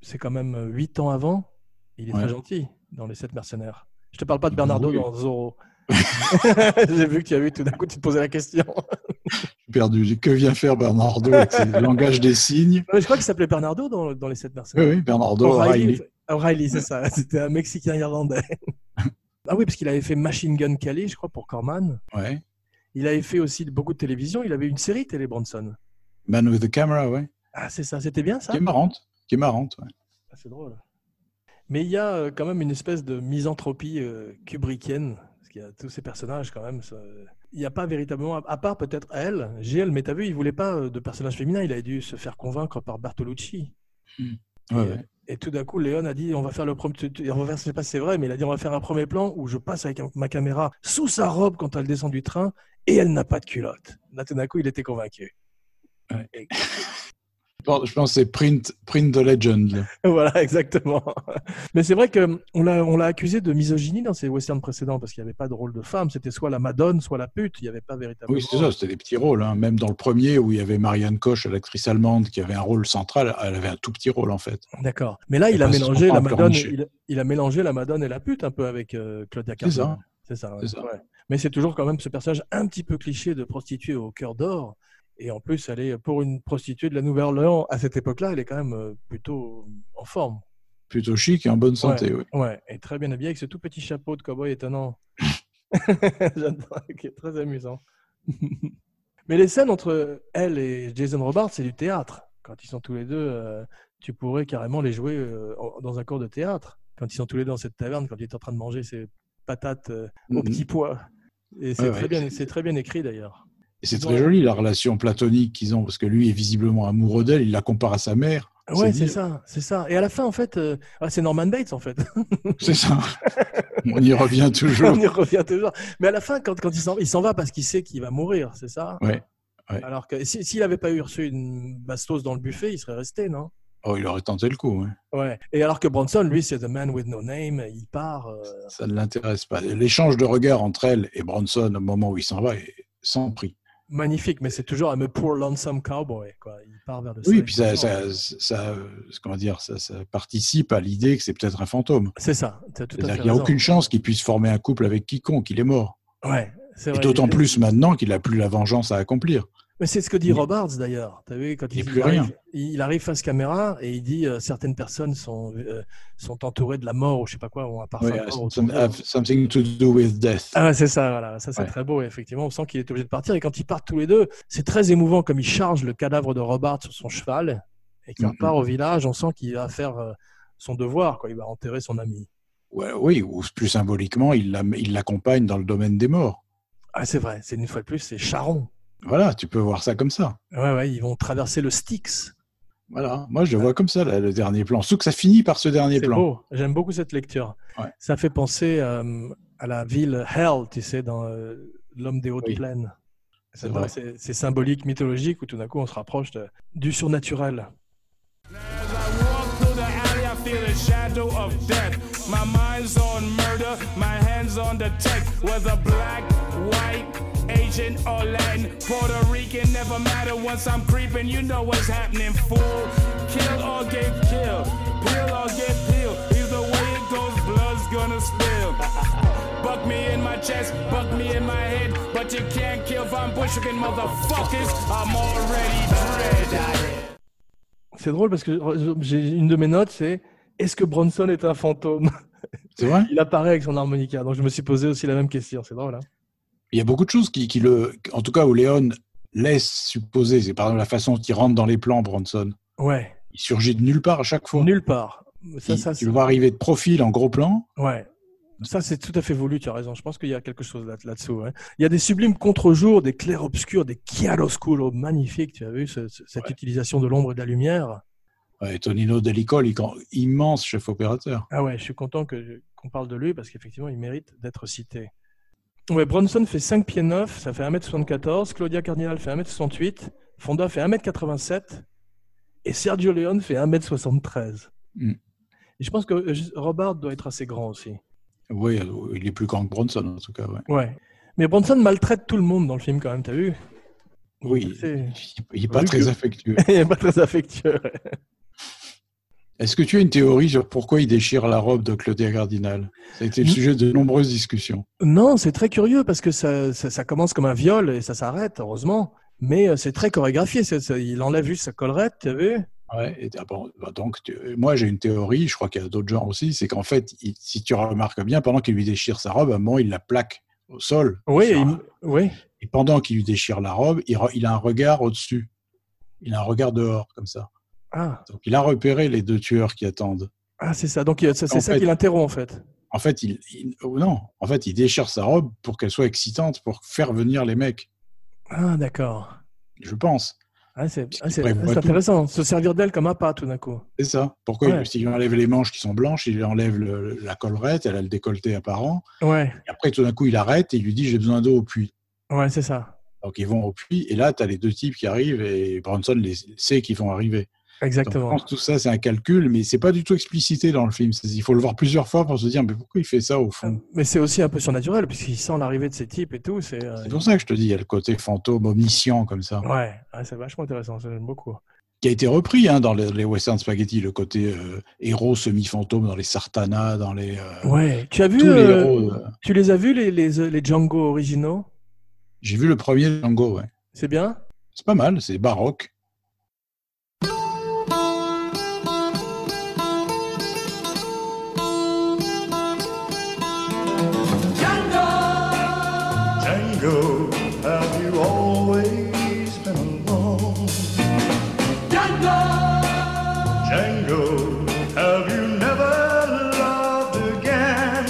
Speaker 1: c'est quand même 8 ans avant. Il est
Speaker 2: Ouais.
Speaker 1: très gentil dans Les Sept Mercenaires. Je te parle pas de
Speaker 2: Oui.
Speaker 1: Bernardo dans Zorro. J'ai vu que tu as vu tout d'un coup, tu te posais la question. Non,
Speaker 2: J'ai perdu. Que vient faire Bernardo avec ses- le langage des signes
Speaker 1: mais je crois qu'il s'appelait Bernardo dans, dans Les Sept
Speaker 2: Oui,
Speaker 1: Mercenaires.
Speaker 2: oui, Bernardo Euh, O'Reilly.
Speaker 1: O'Reilly, c'est ça. C'était un Mexicain irlandais. ah oui, parce qu'il avait fait Machine Gun Kelly, je crois, pour Corman.
Speaker 2: Ouais.
Speaker 1: Il avait fait aussi beaucoup de télévision. Il avait une série télé Bronson.
Speaker 2: Man with the camera, ouais.
Speaker 1: Ah, c'est ça. C'était bien ça
Speaker 2: Qui est marrante. Qui est marrante, ouais.
Speaker 1: Ah, C'est drôle. Mais il y a euh, quand même une espèce de misanthropie euh, kubrickienne, parce qu'il y a tous ces personnages quand même. ça- euh, Il n'y a pas véritablement, à- à part peut-être elle, GL, mais t'as vu, il voulait pas euh, de personnage féminin, il a dû se faire convaincre par Bartolucci.
Speaker 2: Hmm. Ouais, ouais.
Speaker 1: Et tout d'un coup, Léon a dit on va faire le premier. tu- tu- On va faire, je sais pas si c'est vrai, mais il a dit on va faire un premier plan où je passe avec ma caméra sous sa robe quand elle descend du train et elle n'a pas de culotte. Là, tout d'un coup, il était convaincu.
Speaker 2: Ouais.
Speaker 1: Et-
Speaker 2: Je pense- Je pense que c'est print, print the Legend.
Speaker 1: Ah,
Speaker 2: là.
Speaker 1: voilà, exactement. Mais c'est vrai que hum, on l'a on l'a accusé de misogynie dans ses westerns précédents parce qu'il n'y avait pas de rôle de femme. C'était soit la madone, soit la pute. Il n'y avait pas véritablement.
Speaker 2: Oui, c'est ça, c'était des petits rôles. hein. Même dans le premier, où il y avait Marianne Koch, l'actrice allemande, qui avait un rôle central, elle avait un tout petit rôle, en fait.
Speaker 1: D'accord. Mais là, il
Speaker 2: Et ben,
Speaker 1: a
Speaker 2: parce
Speaker 1: mélangé
Speaker 2: qu'on
Speaker 1: la
Speaker 2: parle
Speaker 1: madone.
Speaker 2: pleurnicher.
Speaker 1: Il, il a mélangé la madone et la pute un peu avec euh, Claudia Cardin.
Speaker 2: ça.
Speaker 1: C'est ça. ouais.
Speaker 2: C'est ça.
Speaker 1: Ouais. Mais c'est toujours quand même ce personnage un petit peu cliché de prostituée au cœur d'or. Et en plus, elle est pour une prostituée de la Nouvelle-Orléans à cette époque-là, elle est quand même euh, plutôt en forme.
Speaker 2: Plutôt chic et en bonne santé, oui.
Speaker 1: Ouais, et très bien habillée avec ce tout petit chapeau de cowboy étonnant. J'adore, qui est très amusant. Mais les scènes entre elle et Jason Robards, c'est du théâtre. Quand ils sont tous les deux, euh, tu pourrais carrément les jouer euh, en- dans un cours de théâtre. Quand ils sont tous les deux dans cette taverne, quand il est en train de manger ses patates euh, au
Speaker 2: Mhm.
Speaker 1: petit pois. Et c'est
Speaker 2: Ouais,
Speaker 1: très,
Speaker 2: ouais.
Speaker 1: bien- c'est très bien écrit d'ailleurs.
Speaker 2: Et c'est
Speaker 1: Ils
Speaker 2: très
Speaker 1: ont-
Speaker 2: joli, la relation platonique qu'ils ont, parce que lui est visiblement amoureux d'elle, il la compare à sa mère.
Speaker 1: Ouais, c'est
Speaker 2: dire.
Speaker 1: ça, c'est ça. Et à la fin, en fait, euh, ah, c'est Norman Bates en fait.
Speaker 2: C'est ça. On y revient toujours.
Speaker 1: On y revient toujours. Mais à la fin, quand, quand il s'en il s'en va parce qu'il sait qu'il va mourir, c'est ça
Speaker 2: Ouais, ouais.
Speaker 1: Alors que si- s'il n'avait pas eu reçu une bastos dans le buffet, il serait resté, non
Speaker 2: Oh, il aurait tenté le coup, hein.
Speaker 1: Ouais. Et alors que Bronson, lui, c'est The Man with No Name, il part. euh,
Speaker 2: ça ne l'intéresse pas. L'échange de regards entre elle et Bronson au moment où il s'en va est sans prix.
Speaker 1: magnifique, mais c'est toujours un poor lonesome cowboy, quoi. Il part vers le
Speaker 2: Oui,
Speaker 1: soleil
Speaker 2: puis ça,
Speaker 1: couchant.
Speaker 2: ça, ça, euh, comment dire, ça, ça participe à l'idée que c'est peut-être un fantôme.
Speaker 1: C'est ça, t'as tout à fait
Speaker 2: C'est-à-dire qu'il n'y a
Speaker 1: raison.
Speaker 2: aucune chance qu'il puisse former un couple avec quiconque, il est mort.
Speaker 1: Ouais, c'est
Speaker 2: Et
Speaker 1: vrai.
Speaker 2: d'autant
Speaker 1: Il-
Speaker 2: plus maintenant qu'il n'a plus la vengeance à accomplir.
Speaker 1: Mais c'est ce que dit
Speaker 2: Il-
Speaker 1: Robards d'ailleurs. T'as vu quand
Speaker 2: Il
Speaker 1: il,
Speaker 2: est plus
Speaker 1: arrive,
Speaker 2: rien.
Speaker 1: il arrive face caméra et il dit euh, certaines personnes sont euh, sont entourées de la mort ou je sais pas quoi, ont un parfum
Speaker 2: Ouais,
Speaker 1: de mort autour
Speaker 2: some-
Speaker 1: d'elles.
Speaker 2: have something to do with death.
Speaker 1: Ah ouais, c'est ça, voilà. Ça, c'est
Speaker 2: Ouais.
Speaker 1: très beau, et effectivement. On sent qu'il est obligé de partir. Et quand ils partent tous les deux, c'est très émouvant comme il charge le cadavre de Robart sur son cheval et qu'il
Speaker 2: Mhm.
Speaker 1: repart au village. On sent qu'il va faire euh, son devoir, quoi. Il va enterrer son ami.
Speaker 2: Ouais, oui, ou plus symboliquement, il l'am- il l'accompagne dans le domaine des morts.
Speaker 1: Ah, c'est vrai. C'est une fois de plus, c'est Charon.
Speaker 2: Voilà, tu peux voir ça comme ça.
Speaker 1: Ouais, ouais, ils vont traverser le Styx.
Speaker 2: Voilà, moi je le vois comme ça, là, le dernier plan. Sauf que ça finit par ce dernier
Speaker 1: C'est
Speaker 2: plan.
Speaker 1: beau. J'aime beaucoup cette lecture.
Speaker 2: Ouais.
Speaker 1: Ça fait penser euh, à la ville Hell, tu sais, dans euh, L'homme des hautes
Speaker 2: Oui.
Speaker 1: plaines.
Speaker 2: C'est vrai.
Speaker 1: C'est c'est symbolique, mythologique, où tout d'un coup, on se rapproche de- du surnaturel.
Speaker 9: Walk through the alley, I feel the shadow of death. My mind's on murder, my hands on the tech. Whether black, white, Asian, or Latin, Puerto Rican, never matter. Once I'm creeping, you know what's happening, fool. Kill or get killed, peel or get peeled. Either way it goes, blood's gonna spill. Buck me in my chest, buck me in my head, but you can't kill Von Bushkin, motherfuckers. I'm already dread.
Speaker 1: C'est drôle parce que j'ai une de mes notes, c'est est-ce que Bronson est un fantôme
Speaker 2: C'est vrai
Speaker 1: Il apparaît avec son harmonica. Donc je me suis posé aussi la même question. C'est drôle. Hein
Speaker 2: Il y a beaucoup de choses qui, qui le. En tout cas, où Léon laisse supposer. C'est par exemple la façon qu'il rentre dans les plans, Bronson.
Speaker 1: ouais.
Speaker 2: Il surgit de nulle part à chaque fois.
Speaker 1: Nulle part. Ça,
Speaker 2: Il-
Speaker 1: ça,
Speaker 2: tu
Speaker 1: c'est-
Speaker 2: le vois arriver de profil en gros plan.
Speaker 1: ouais. Ça, c'est tout à fait voulu. Tu as raison. Je pense qu'il y a quelque chose là- là-dessous. ouais. Il y a des sublimes contre-jours, des clairs-obsurs, des chiaroscuro magnifiques. Tu as vu ce- ce- cette
Speaker 2: Ouais.
Speaker 1: utilisation de l'ombre et de la lumière.
Speaker 2: Ouais, Tonino Delicoli, quand- immense chef opérateur.
Speaker 1: Ah ouais, je suis content que- qu'on parle de lui parce qu'effectivement, il mérite d'être cité. Ouais, Bronson fait 5 pieds 9, ça fait 1m74. Claudia Cardinal fait 1m68. Fonda fait 1m87. Et Sergio Leone fait 1m73.
Speaker 2: Mm.
Speaker 1: Et je pense que euh, Robert doit être assez grand aussi.
Speaker 2: Oui, il est plus grand que Bronson, en tout cas. ouais.
Speaker 1: Ouais. Mais Bronson maltraite tout le monde dans le film quand même, t'as vu
Speaker 2: Oui,
Speaker 1: C'est-
Speaker 2: il n'est pas
Speaker 1: Vu
Speaker 2: très
Speaker 1: que-
Speaker 2: affectueux.
Speaker 1: Il est pas très affectueux.
Speaker 2: Est-ce que tu as une théorie sur pourquoi il déchire la robe de Claudia Cardinal Ça a été le
Speaker 1: Mm.
Speaker 2: sujet de nombreuses discussions.
Speaker 1: Non, c'est très curieux parce que ça, ça, ça commence comme un viol et ça s'arrête, heureusement. Mais euh, c'est très chorégraphié. c'est- c'est- il enlève juste sa collerette, t'as vu
Speaker 2: Ouais, et ah bon, bah donc, tu- moi j'ai une théorie, je crois qu'il y a d'autres gens aussi, c'est qu'en fait, il- si tu remarques bien, pendant qu'il lui déchire sa robe, à un moment, il la plaque au sol.
Speaker 1: Oui,
Speaker 2: Sur un-
Speaker 1: il- oui.
Speaker 2: Et pendant qu'il lui déchire la robe, il, re- il a un regard au-dessus. Il a un regard dehors, comme ça.
Speaker 1: Ah,
Speaker 2: Donc il a repéré les deux tueurs qui attendent.
Speaker 1: ah, c'est ça. Donc il- ça- c'est
Speaker 2: En
Speaker 1: ça
Speaker 2: fait-
Speaker 1: qui l'interrompt en fait.
Speaker 2: En fait, il, il- oh non, en fait, il déchire sa robe pour qu'elle soit excitante, pour faire venir les mecs,
Speaker 1: Ah, d'accord.
Speaker 2: je pense.
Speaker 1: Ah, c'est ah, c'est-
Speaker 2: prévoit
Speaker 1: c'est
Speaker 2: tout.
Speaker 1: intéressant. Se servir d'elle comme un pas tout d'un coup.
Speaker 2: C'est ça. Pourquoi
Speaker 1: Ouais.
Speaker 2: il- S'il enlève les manches qui sont blanches, il enlève le- la collerette, elle a le décolleté apparent.
Speaker 1: Ouais,
Speaker 2: Et après, tout d'un coup, il arrête et il lui dit J'ai besoin d'eau au puits.
Speaker 1: ouais, c'est ça.
Speaker 2: Donc, ils vont au puits. Et là, tu as les deux types qui arrivent et Bronson les sait qu'ils vont arriver. Donc, je
Speaker 1: Exactement.
Speaker 2: pense que tout ça, c'est un calcul, mais c'est pas du tout explicité dans le film. C'est- Il faut le voir plusieurs fois pour se dire Mais pourquoi il fait ça au fond
Speaker 1: Mais c'est aussi un peu surnaturel, puisqu'il sent l'arrivée de ces types et tout. C'est. euh,
Speaker 2: C'est pour ça que je te dis il y a le côté fantôme omniscient comme ça.
Speaker 1: Ouais, ouais, c'est vachement intéressant. ça, J'aime beaucoup.
Speaker 2: qui a été repris hein, dans les, les western spaghetti, le côté euh, héros semi-fantôme dans les Sartana, dans les euh,
Speaker 1: Ouais. Tu as vu
Speaker 2: tous les
Speaker 1: euh,
Speaker 2: héros. euh.
Speaker 1: Tu les as vus les les, euh, les Django originaux
Speaker 2: J'ai vu le premier Django, ouais.
Speaker 1: C'est bien.
Speaker 2: C'est pas mal, c'est baroque.
Speaker 9: Django, have you always been alone? Django, have you never loved again?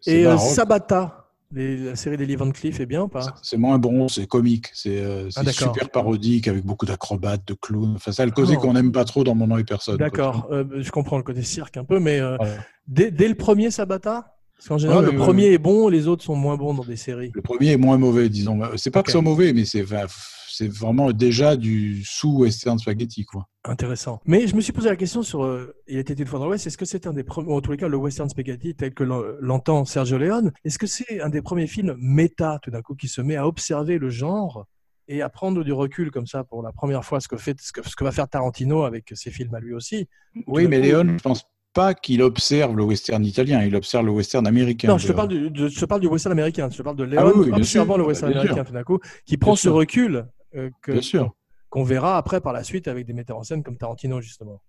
Speaker 2: C'est
Speaker 1: Et euh,
Speaker 2: baroque.
Speaker 1: Sabata, les- la série des Lee Van Cleef est bien ou pas
Speaker 2: C'est moins bon, c'est comique, c'est euh, c'est
Speaker 1: Ah, d'accord.
Speaker 2: super parodique avec beaucoup d'acrobates, de clowns. Enfin, ça, le côté
Speaker 1: Oh.
Speaker 2: qu'on n'aime pas trop dans Mon nom et personne. quoi.
Speaker 1: D'accord. euh, je comprends le côté cirque un peu, mais euh,
Speaker 2: Voilà.
Speaker 1: dès, dès le premier Sabata, parce qu'en général
Speaker 2: Ouais,
Speaker 1: le
Speaker 2: ouais,
Speaker 1: premier est bon, les autres sont moins bons dans des séries.
Speaker 2: Le premier est moins mauvais, disons. Euh, C'est pas
Speaker 1: Ok.
Speaker 2: que c'est mauvais, mais c'est enfin, c'est vraiment déjà du sous-western spaghetti, quoi.
Speaker 1: Intéressant. Mais je me suis posé la question sur euh, Il était une fois dans l'Ouest, est-ce que c'est un des premiers, ou en tous les cas le western spaghetti tel que l'en- l'entend Sergio Leone, est-ce que c'est un des premiers films méta tout d'un coup qui se met à observer le genre et à prendre du recul comme ça pour la première fois ce que, fait, ce que, ce que va faire Tarantino avec ses films à lui aussi
Speaker 2: Oui,
Speaker 1: Tout
Speaker 2: mais
Speaker 1: d'un coup-
Speaker 2: Léon, je pense pas qu'il observe le western italien, il observe le western américain.
Speaker 1: Non, je te
Speaker 2: Léon.
Speaker 1: parle du, de- je te parle du western américain, je te parle de Leone
Speaker 2: Ah oui, oui, bien
Speaker 1: observant
Speaker 2: sûr.
Speaker 1: le western
Speaker 2: Bien sûr.
Speaker 1: américain tout d'un coup, qui prend ce
Speaker 2: sûr.
Speaker 1: recul euh, que-
Speaker 2: Bien sûr.
Speaker 1: qu'on verra après par la suite avec des metteurs en scène comme Tarantino justement.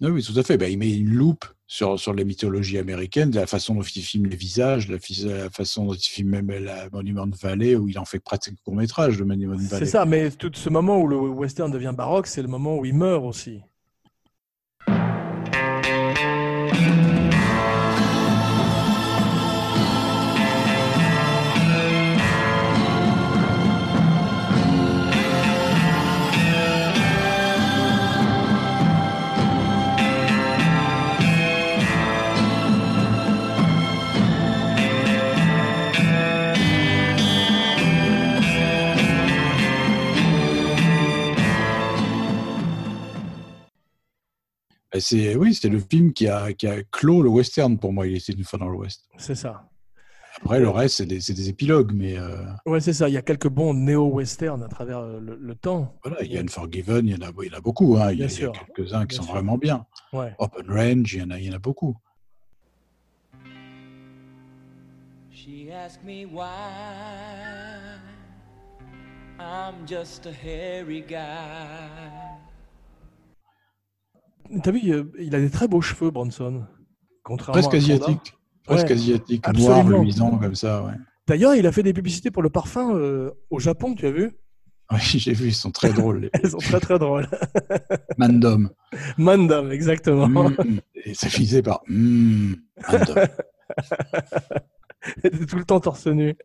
Speaker 2: Oui, oui, tout à fait. Ben, il met une loupe sur, sur les mythologies américaines, la façon dont il filme les visages, la, fis- la façon dont il filme même la Monument Valley, où il en fait presque court-métrage, le Monument Valley.
Speaker 1: C'est ça, mais tout ce moment où le western devient baroque, c'est le moment où il meurt aussi.
Speaker 2: Ben, c'est, oui, c'est le film qui a, qui a clos le western pour moi. Il était une fois dans l'Ouest.
Speaker 1: C'est ça.
Speaker 2: Après, le reste, c'est des, c'est des épilogues, mais euh,
Speaker 1: Ouais, c'est ça. Il y a quelques bons néo-western à travers euh, le, le temps.
Speaker 2: voilà, il y a Unforgiven, il y en a, il y en a beaucoup. hein. Il y
Speaker 1: Bien
Speaker 2: a, il y a
Speaker 1: sûr.
Speaker 2: quelques-uns qui
Speaker 1: Bien
Speaker 2: sont
Speaker 1: sûr.
Speaker 2: vraiment bien.
Speaker 1: Ouais.
Speaker 2: Open Range, il y en a, il y en a beaucoup.
Speaker 8: She asked me why I'm just a hairy guy.
Speaker 1: T'as vu, il, il a des très beaux cheveux, Bronson. Contrairement
Speaker 2: Presque
Speaker 1: à Fonda.
Speaker 2: asiatique. Presque
Speaker 1: Ouais,
Speaker 2: asiatique, noir,
Speaker 1: absolument.
Speaker 2: luisant, comme ça, ouais.
Speaker 1: D'ailleurs, il a fait des publicités pour le parfum euh, au Japon, tu as vu
Speaker 2: Oui, j'ai vu, ils sont très drôles, les
Speaker 1: Elles sont très très drôles.
Speaker 2: Mandom.
Speaker 1: Mandam, exactement.
Speaker 2: Mm. Et ça finissait par mm, Mandom.
Speaker 1: Il était tout le temps torse nu.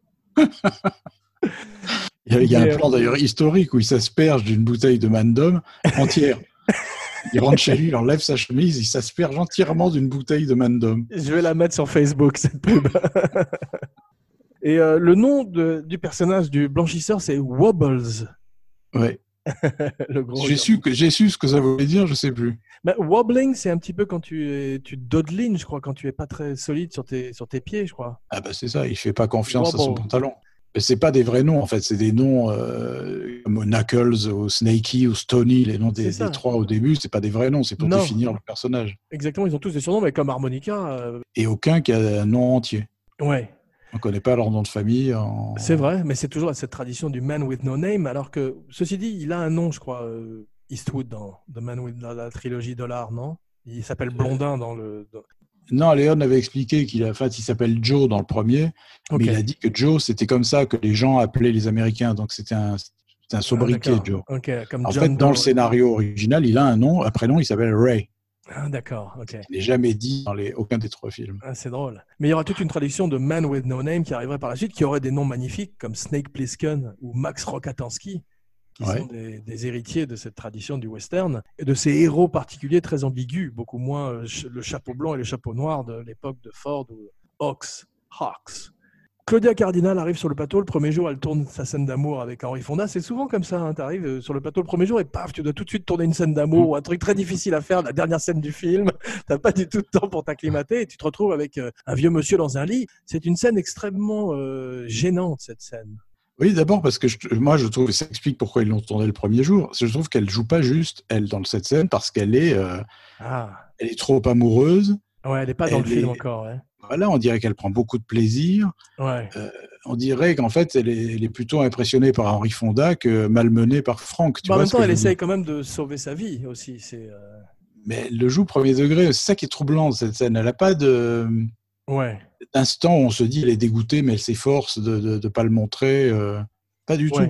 Speaker 2: Il y a, il y a
Speaker 1: Mais, euh,
Speaker 2: un plan d'ailleurs historique où il s'asperge d'une bouteille de Mandom entière. Il rentre chez lui, il enlève sa chemise, il s'asperge entièrement d'une bouteille de Mandom.
Speaker 1: Je vais la mettre sur Facebook, cette pub. Et euh, le nom de- du personnage du blanchisseur, c'est Wobbles.
Speaker 2: Ouais.
Speaker 1: le gros
Speaker 2: J'ai su, que- j'ai su ce que ça voulait dire, je sais plus.
Speaker 1: Bah, wobbling, c'est un petit peu quand tu, es- tu dodelines, je crois, quand tu es pas très solide sur tes, sur tes pieds, je crois.
Speaker 2: Ah bah c'est ça, il fait pas confiance à son
Speaker 1: Wobble.
Speaker 2: pantalon. Mais c'est pas des vrais noms en fait, c'est des noms euh, comme Knuckles ou Snakey ou Stony, les noms des,
Speaker 1: C'est ça.
Speaker 2: des trois au début, c'est pas des vrais noms, c'est pour
Speaker 1: Non.
Speaker 2: définir le personnage.
Speaker 1: Exactement, ils ont tous des surnoms, mais comme harmonica, euh,
Speaker 2: Et aucun qui a un nom entier.
Speaker 1: ouais,
Speaker 2: On connaît pas leur nom de famille. En...
Speaker 1: c'est vrai, mais c'est toujours cette tradition du man with no name, alors que, ceci dit, il a un nom, je crois, euh, Eastwood dans The Man with dans la trilogie Dollar, non Il s'appelle Blondin dans le. dans-
Speaker 2: Non, Léon avait expliqué qu'il a, enfin, il s'appelle Joe dans le premier,
Speaker 1: Ok.
Speaker 2: mais il a dit que Joe, c'était comme ça que les gens appelaient les Américains, donc c'était un, c'était un
Speaker 1: Ah,
Speaker 2: sobriquet,
Speaker 1: d'accord.
Speaker 2: Joe.
Speaker 1: Ok, comme
Speaker 2: En
Speaker 1: John
Speaker 2: fait, dans
Speaker 1: Doe.
Speaker 2: le scénario original, il a un nom, un prénom, il s'appelle Ray.
Speaker 1: Ah, d'accord, ok.
Speaker 2: Il n'est jamais dit dans les, aucun des trois films.
Speaker 1: Ah, c'est drôle. Mais il y aura toute une traduction de Man with No Name qui arriverait par la suite, qui aurait des noms magnifiques comme Snake Plissken ou Max Rokatansky, qui qui
Speaker 2: Ouais.
Speaker 1: sont des, des héritiers de cette tradition du western et de ces héros particuliers très ambigus, beaucoup moins euh, ch- le chapeau blanc et le chapeau noir de l'époque de Ford ou Hawks. Hawks. Claudia Cardinal arrive sur le plateau le premier jour, elle tourne sa scène d'amour avec Henri Fonda. C'est souvent comme ça, tu arrives sur le plateau le premier jour et paf, tu dois tout de suite tourner une scène d'amour ou un truc très difficile à faire, la dernière scène du film. T'as pas du tout de temps pour t'acclimater et tu te retrouves avec euh, un vieux monsieur dans un lit. C'est une scène extrêmement euh, gênante, cette scène.
Speaker 2: Oui, d'abord parce que je- moi, je trouve, et ça explique pourquoi ils l'ont tournée le premier jour, je trouve qu'elle joue pas juste, elle, dans cette scène, parce qu'elle est, euh,
Speaker 1: Ah,
Speaker 2: elle est trop amoureuse.
Speaker 1: ouais, elle est pas dans
Speaker 2: Elle
Speaker 1: le film
Speaker 2: est-
Speaker 1: encore. Ouais.
Speaker 2: Voilà, on dirait qu'elle prend beaucoup de plaisir.
Speaker 1: Ouais.
Speaker 2: On dirait qu'en fait, elle est, elle est plutôt impressionnée par Henri Fonda que malmenée par Franck. Tu
Speaker 1: Bah, en
Speaker 2: vois
Speaker 1: même
Speaker 2: ce que
Speaker 1: temps, elle
Speaker 2: je veux
Speaker 1: essaye quand même de sauver sa vie aussi. C'est euh,
Speaker 2: dire Mais elle le joue premier degré. C'est ça qui est troublant, cette scène. Elle n'a pas de-
Speaker 1: ouais.
Speaker 2: d'instant où on se dit elle est dégoûtée, mais elle s'efforce de ne pas le montrer. euh, Pas du
Speaker 1: Ouais.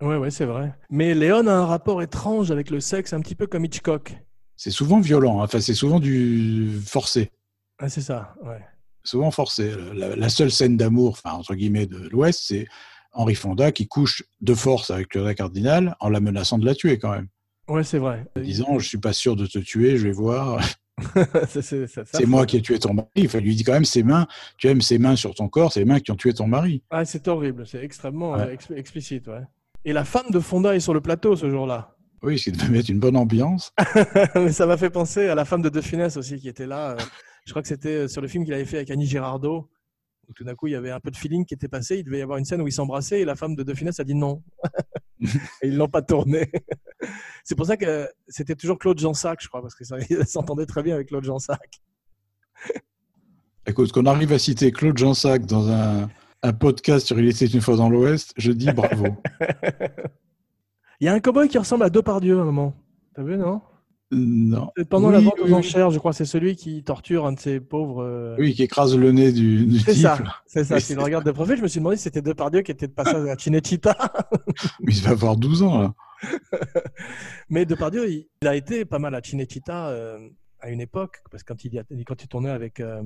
Speaker 2: tout.
Speaker 1: Ouais, ouais, c'est vrai. Mais Léon a un rapport étrange avec le sexe, un petit peu comme Hitchcock.
Speaker 2: C'est souvent violent. hein. Enfin, c'est souvent du forcé.
Speaker 1: Ah, c'est ça. Ouais.
Speaker 2: souvent forcé. La, la seule scène d'amour, enfin, entre guillemets, de l'Ouest, c'est Henri Fonda qui couche de force avec Claudia Cardinal en la menaçant de la tuer quand même.
Speaker 1: Ouais, c'est vrai.
Speaker 2: En disant, je suis pas sûr de te tuer, je vais voir.
Speaker 1: C'est- c'est- ça- ça-
Speaker 2: C'est moi qui ai tué ton mari. Enfin, il lui dit quand même ses mains, tu aimes ses mains sur ton corps, c'est les mains qui ont tué ton mari.
Speaker 1: Ah, c'est horrible. C'est extrêmement
Speaker 2: Ouais.
Speaker 1: euh, ex- explicite. Ouais. Et la femme de Fonda est sur le plateau ce jour-là.
Speaker 2: Oui, ce qui devait mettre une bonne ambiance.
Speaker 1: Ah, Mais ça m'a fait penser à la femme de De Funès aussi qui était là. euh, Je crois que c'était euh, sur le film qu'il avait fait avec Annie Girardot. Où tout d'un coup, il y avait un peu de feeling qui était passé. Il devait y avoir une scène où ils s'embrassaient et la femme de De Funès a dit non. et ils l'ont pas tourné. C'est pour ça que euh, c'était toujours Claude Jansac, je crois, parce que ça il s'entendait très bien avec Claude Jansac.
Speaker 2: Écoute, qu'on arrive à citer Claude Jansac dans un, un podcast sur Il était une fois dans l'Ouest, je dis bravo.
Speaker 1: Il y a un cowboy qui ressemble à Depardieu à un moment. T'as vu, non
Speaker 2: non.
Speaker 1: C'est Pendant la
Speaker 2: Oui,
Speaker 1: vente aux
Speaker 2: oui, oui.
Speaker 1: enchères, je crois, c'est celui qui torture un de ces pauvres. euh,
Speaker 2: Oui, qui écrase le nez du, du
Speaker 1: C'est
Speaker 2: type.
Speaker 1: ça, c'est ça.
Speaker 2: Oui,
Speaker 1: Si
Speaker 2: c'est
Speaker 1: le regarde de profil, je me suis demandé si c'était Depardieu qui était de passage à Cinecittà.
Speaker 2: Il va avoir 12 ans, là.
Speaker 1: Mais Depardieu, il, il a été pas mal à Cinecittà euh, à une époque, parce que quand il, y a- quand il tournait avec... euh,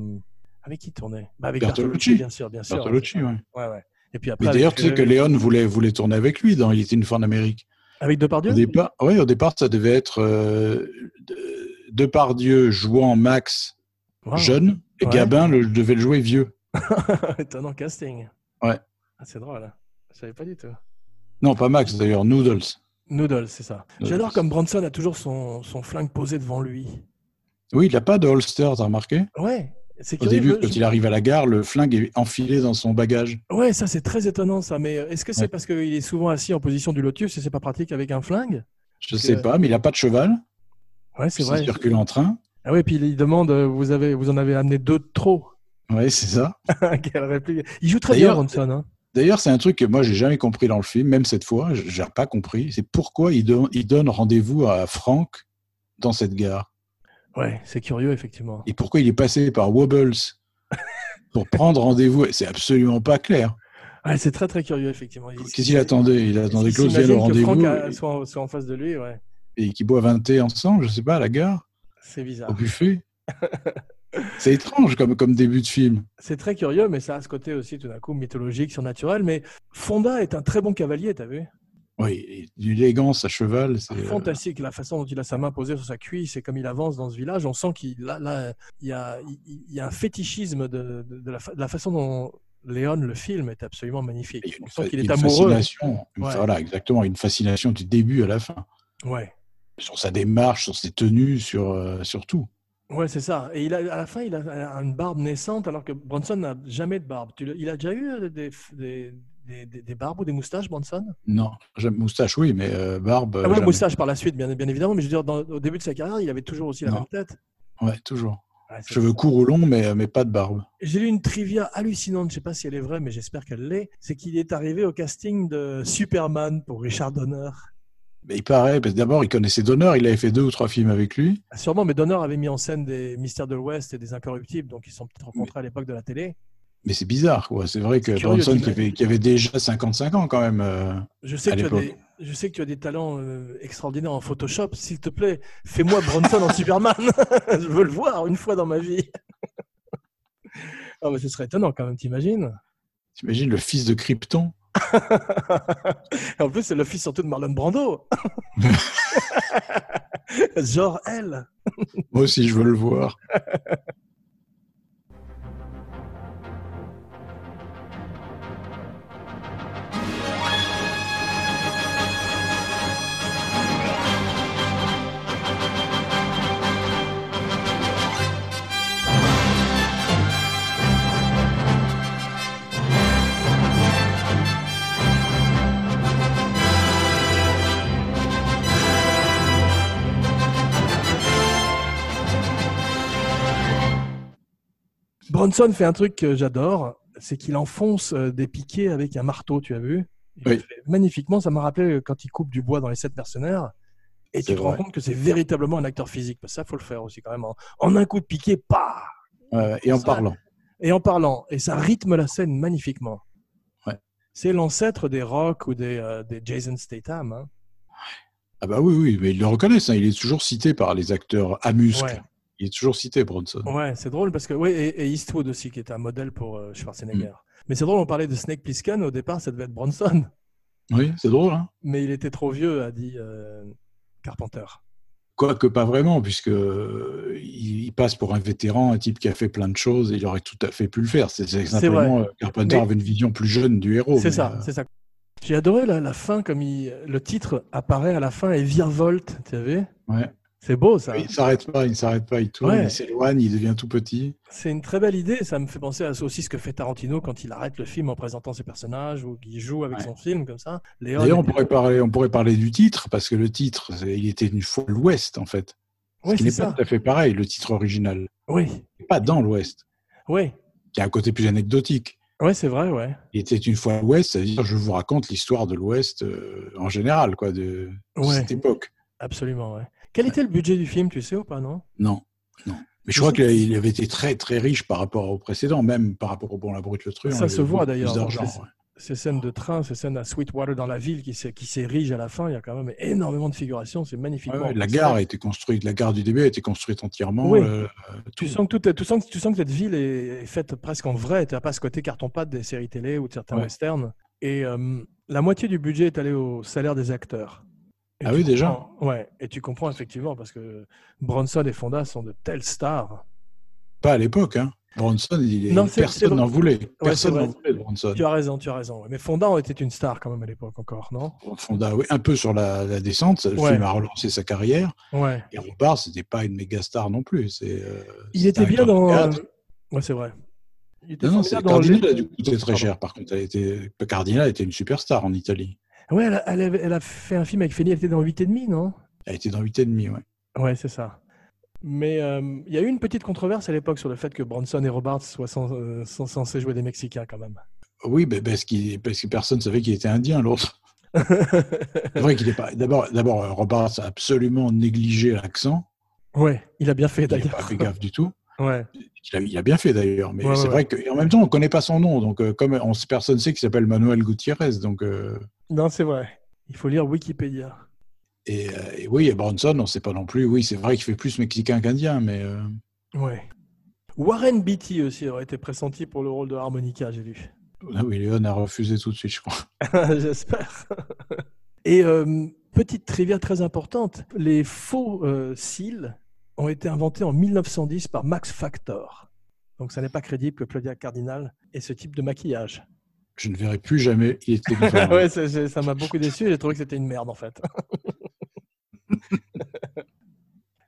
Speaker 1: avec qui il tournait Bah, Avec
Speaker 2: Bertolucci.
Speaker 1: bien sûr, bien sûr.
Speaker 2: Bertolucci, ouais.
Speaker 1: Ouais, ouais. Et puis après,
Speaker 2: Mais d'ailleurs,
Speaker 1: avec,
Speaker 2: tu sais
Speaker 1: euh,
Speaker 2: que Léon voulait, voulait tourner avec lui dans Il était une fois en Amérique.
Speaker 1: avec Depardieu
Speaker 2: Au départ, ouais, au départ, ça devait être euh, de- Depardieu jouant Max
Speaker 1: Wow.
Speaker 2: jeune et
Speaker 1: Ah. Ouais.
Speaker 2: Gabin le, devait le jouer vieux.
Speaker 1: Étonnant casting.
Speaker 2: Ouais.
Speaker 1: Ah, c'est drôle. Je savais pas du tout.
Speaker 2: Non, pas Max d'ailleurs, Noodles.
Speaker 1: Noodle, c'est ça.
Speaker 2: Noodles.
Speaker 1: J'adore comme Branson a toujours son, son flingue posé devant lui.
Speaker 2: Oui, il n'a pas de holster, t'as remarqué
Speaker 1: Ouais. C'est
Speaker 2: Au
Speaker 1: curieux,
Speaker 2: début,
Speaker 1: je-
Speaker 2: quand il arrive à la gare, le flingue est enfilé dans son bagage.
Speaker 1: Ouais, ça c'est très étonnant ça. Mais euh, est-ce que c'est
Speaker 2: Ouais.
Speaker 1: parce qu'il est souvent assis en position du lotus et c'est pas pratique avec un flingue
Speaker 2: Je
Speaker 1: Parce
Speaker 2: sais
Speaker 1: que-
Speaker 2: pas, mais il n'a pas de cheval.
Speaker 1: Ouais, euh, c'est
Speaker 2: Ça
Speaker 1: vrai.
Speaker 2: circule en train.
Speaker 1: Ah ouais, puis il demande, euh, vous avez, vous en avez amené deux de trop.
Speaker 2: Oui, c'est ça.
Speaker 1: Quelle réplique. Il joue très bien
Speaker 2: D'ailleurs,
Speaker 1: Bronson. Hein.
Speaker 2: D'ailleurs, c'est un truc que moi, j'ai jamais compris dans le film, même cette fois, j- j'ai pas compris. C'est pourquoi il, don- il donne rendez-vous à Franck dans cette gare.
Speaker 1: Ouais, c'est curieux effectivement.
Speaker 2: et pourquoi il est passé par Wobbles pour prendre rendez-vous C'est absolument pas clair.
Speaker 1: Ouais, c'est très très curieux effectivement. Il-
Speaker 2: Qu'est-ce qu'il attendait Il
Speaker 1: Est-ce
Speaker 2: attendait
Speaker 1: qu'il
Speaker 2: Claude vienne au
Speaker 1: s'imagine que Franck a-
Speaker 2: rendez-vous
Speaker 1: soit, en- soit en face de lui, ouais.
Speaker 2: et, et qu'ils boivent un thé ensemble, je sais pas, à la gare,
Speaker 1: C'est bizarre.
Speaker 2: au buffet. C'est étrange comme, comme début de film.
Speaker 1: C'est très curieux, mais ça a ce côté aussi tout d'un coup mythologique, surnaturel. Mais Fonda est un très bon cavalier, t'as vu
Speaker 2: Oui, et d'une élégance à cheval. c'est, euh,
Speaker 1: Ah, Fantastique la façon dont il a sa main posée sur sa cuisse et comme il avance dans ce village, on sent qu'il là, là, il y, a, il- il y a un fétichisme de, de- de la, fa- de la façon dont Léon le film est absolument magnifique.
Speaker 2: il y a
Speaker 1: On
Speaker 2: une,
Speaker 1: sent qu'il est
Speaker 2: une
Speaker 1: amoureux.
Speaker 2: fascination. Une-
Speaker 1: Ouais.
Speaker 2: Voilà, exactement. Une fascination du début à la fin.
Speaker 1: Ouais,
Speaker 2: Sur sa démarche, sur ses tenues, sur, euh, sur tout.
Speaker 1: ouais, c'est ça. Et il a, à la fin, il a une barbe naissante alors que Bronson n'a jamais de barbe. Tu l'as- il a déjà eu euh, des, des, des- des- des barbes ou des moustaches, Bronson
Speaker 2: Non, j'aime moustache, oui, mais euh, barbe.
Speaker 1: Ah ouais,
Speaker 2: Euh, jamais.
Speaker 1: moustache par la suite, bien, bien évidemment. Mais je veux dire, dans- au début de sa carrière, il avait toujours aussi la
Speaker 2: Non.
Speaker 1: même tête.
Speaker 2: Ouais, toujours.
Speaker 1: Ouais, c'est
Speaker 2: Cheveux
Speaker 1: ça.
Speaker 2: courts ou longs, mais, mais pas de barbe.
Speaker 1: J'ai lu une trivia hallucinante, je ne sais pas si elle est vraie, mais j'espère qu'elle l'est. C'est qu'il est arrivé au casting de Superman pour Richard Donner.
Speaker 2: Mais il paraît, parce que d'abord, il connaissait Donner, il avait fait deux ou trois films avec lui.
Speaker 1: Ah, Sûrement, mais Donner avait mis en scène des Mystères de l'Ouest et des Incorruptibles, donc ils se sont peut-être rencontrés à l'époque de la télé.
Speaker 2: Mais c'est bizarre, quoi. C'est vrai que
Speaker 1: C'est curieux,
Speaker 2: Bronson, qui
Speaker 1: t'imagines.
Speaker 2: avait, qui avait déjà 55 ans, quand même. euh,
Speaker 1: Je sais,
Speaker 2: À
Speaker 1: que tu as
Speaker 2: l'époque.
Speaker 1: des, je sais que tu as des talents euh, extraordinaires en Photoshop. S'il te plaît, fais-moi Bronson en Superman. je veux le voir une fois dans ma vie. Oh, Ah, mais ce serait étonnant quand même, t'imagines
Speaker 2: T'imagines le fils de Krypton
Speaker 1: en plus, c'est le fils surtout de Marlon Brando. Genre elle.
Speaker 2: Moi aussi, je veux le voir.
Speaker 1: Bronson fait un truc que j'adore, c'est qu'il enfonce euh, des piquets avec un marteau, tu as vu Il
Speaker 2: Oui.
Speaker 1: le fait Magnifiquement, ça m'a rappelé euh, quand il coupe du bois dans les sept mercenaires. Et
Speaker 2: C'est
Speaker 1: tu te rends
Speaker 2: vrai.
Speaker 1: compte que c'est véritablement un acteur physique. Parce que ça, faut le faire aussi quand même. En, en un coup de piquet, pas
Speaker 2: Euh, et en
Speaker 1: Ça.
Speaker 2: parlant.
Speaker 1: Et en parlant. Et ça rythme la scène magnifiquement.
Speaker 2: Ouais.
Speaker 1: C'est l'ancêtre des Rock ou des, euh, des Jason Statham. hein.
Speaker 2: Ah bah oui, oui, mais ils le reconnaissent. hein. Il est toujours cité par les acteurs à muscle.
Speaker 1: Ouais.
Speaker 2: Il est toujours cité, Bronson.
Speaker 1: Ouais, c'est drôle parce que ouais, et, et Eastwood aussi qui était un modèle pour euh,
Speaker 2: Mm.
Speaker 1: Schwarzenegger. Mais c'est drôle, on parlait de Snake Plissken au départ, ça devait être Bronson,
Speaker 2: Oui, c'est drôle. Hein
Speaker 1: mais il était trop vieux, a dit euh, Carpenter.
Speaker 2: Quoique pas vraiment, puisque euh, il, il passe pour un vétéran, un type qui a fait plein de choses, et il aurait tout à fait pu le faire. C'est c'est simplement euh, Carpenter
Speaker 1: Mais-
Speaker 2: avait une vision plus jeune du héros.
Speaker 1: c'est
Speaker 2: mais,
Speaker 1: ça,
Speaker 2: euh,
Speaker 1: c'est ça. J'ai adoré la, la fin comme il- le titre apparaît à la fin et virevolte, tu as vu
Speaker 2: ouais.
Speaker 1: C'est beau ça.
Speaker 2: euh, Il ne s'arrête pas, il ne s'arrête pas, il tourne,
Speaker 1: Ouais.
Speaker 2: il s'éloigne, il devient tout petit.
Speaker 1: C'est une très belle idée. Ça me fait penser à ça aussi ce que fait Tarantino quand il arrête le film en présentant ses personnages ou qu'il joue avec
Speaker 2: Ouais.
Speaker 1: son film comme ça. Léon,
Speaker 2: D'ailleurs, on
Speaker 1: il-
Speaker 2: pourrait parler, on pourrait parler du titre, parce que le titre, c'est- il était une fois l'Ouest, en fait.
Speaker 1: Oui,
Speaker 2: Ce
Speaker 1: c'est
Speaker 2: qui n'est pas
Speaker 1: ça.
Speaker 2: tout à fait pareil, le titre original.
Speaker 1: Oui,
Speaker 2: Il n'est Pas dans l'Ouest,
Speaker 1: oui,
Speaker 2: qui a un côté plus anecdotique.
Speaker 1: ouais, c'est vrai, ouais.
Speaker 2: Il était une fois l'Ouest, c'est-à-dire je vous raconte l'histoire de l'Ouest euh, en général, quoi, de, de
Speaker 1: Ouais.
Speaker 2: cette époque.
Speaker 1: Absolument, ouais. Quel était le budget du film, tu sais ou pas, non
Speaker 2: Non, non. Mais je crois qu'il a- il avait été très très riche par rapport au précédent, même par rapport au Bon la brute le truand.
Speaker 1: Ça
Speaker 2: il avait
Speaker 1: se voit,
Speaker 2: beaucoup
Speaker 1: d'ailleurs,
Speaker 2: Plus d'argent.
Speaker 1: dans
Speaker 2: ouais.
Speaker 1: Ces scènes de train, ces scènes à Sweetwater dans la ville qui s'é- qui s'érige à la fin, il y a quand même énormément de figurations, c'est magnifique.
Speaker 2: Ouais, ouais, la gare a été construite, la gare du début a été construite entièrement.
Speaker 1: Oui.
Speaker 2: euh, euh, tout.
Speaker 1: Tu sens, que tout est- tu, sens, que- tu sens que cette ville est, est faite presque en vrai. Tu n'as pas ce côté carton-pâte des séries télé ou de certains
Speaker 2: Ouais.
Speaker 1: westerns. Et euh, la moitié du budget est allée au salaire des acteurs. Et
Speaker 2: Ah
Speaker 1: tu
Speaker 2: oui, déjà
Speaker 1: comprends- Ouais, et tu comprends effectivement parce que Bronson et Fonda sont de telles stars.
Speaker 2: Pas à l'époque, hein. Bronson, il est-
Speaker 1: Non, c'est- c'est
Speaker 2: personne
Speaker 1: vrai.
Speaker 2: n'en voulait. Personne
Speaker 1: c'est
Speaker 2: n'en
Speaker 1: vrai.
Speaker 2: voulait de Bronson.
Speaker 1: Tu as raison, tu as raison. ouais. Mais Fonda était une star quand même à l'époque encore, non
Speaker 2: Fonda, oui, un peu sur la, la descente, le
Speaker 1: Ouais.
Speaker 2: film a relancé sa carrière.
Speaker 1: Ouais.
Speaker 2: Et Robart, c'était pas une méga star non plus. c'est, euh,
Speaker 1: Il
Speaker 2: c'était
Speaker 1: était bien
Speaker 2: un grand
Speaker 1: dans.
Speaker 2: théâtre.
Speaker 1: Ouais, c'est vrai. Il était
Speaker 2: Non, non, c'est
Speaker 1: formidable
Speaker 2: le
Speaker 1: dans
Speaker 2: Cardinal
Speaker 1: les-
Speaker 2: a dû coûter très
Speaker 1: Pardon.
Speaker 2: cher. Par contre, elle était... le Cardinal était une superstar en Italie.
Speaker 1: Ouais, elle a, elle avait- elle a fait un film avec Fellini, elle était dans 8,5, non
Speaker 2: Elle était dans 8,5, ouais.
Speaker 1: Ouais, c'est ça. Mais euh, il y a eu une petite controverse à l'époque sur le fait que Bronson et Robards soient cens- euh, sont censés jouer des Mexicains quand même.
Speaker 2: Oui, ben, parce, qu'il- parce que personne ne savait qu'il était indien, l'autre. C'est vrai qu'il est pas. D'abord, d'abord, euh, Robards a absolument négligé l'accent.
Speaker 1: ouais, il a bien fait
Speaker 2: Il n'a pas
Speaker 1: d'ailleurs.
Speaker 2: fait gaffe du tout.
Speaker 1: Ouais,
Speaker 2: Il a, il a bien fait d'ailleurs, mais
Speaker 1: Ouais,
Speaker 2: c'est
Speaker 1: ouais,
Speaker 2: vrai qu'en même temps, on ne connaît pas son nom. Donc, euh, comme on, personne ne sait qu'il s'appelle Manuel Gutiérrez. Donc, euh,
Speaker 1: non, c'est vrai. Il faut lire Wikipédia.
Speaker 2: et, euh, et oui, et Bronson, on ne sait pas non plus. Oui, c'est vrai qu'il fait plus mexicain qu'indien, mais. euh,
Speaker 1: Ouais. Warren Beatty aussi aurait été pressenti pour le rôle de harmonica, j'ai lu.
Speaker 2: ah oui, Léon a refusé tout de suite, je crois.
Speaker 1: J'espère. Et euh, petite trivia très importante, les faux euh, cils ont été inventés en 1910 par Max Factor. Donc ça n'est pas crédible que Claudia Cardinal ait ce type de maquillage.
Speaker 2: Je ne verrai plus jamais. Il était différent.
Speaker 1: ouais, c'est- c'est- ça m'a beaucoup déçu, j'ai trouvé que c'était une merde en fait.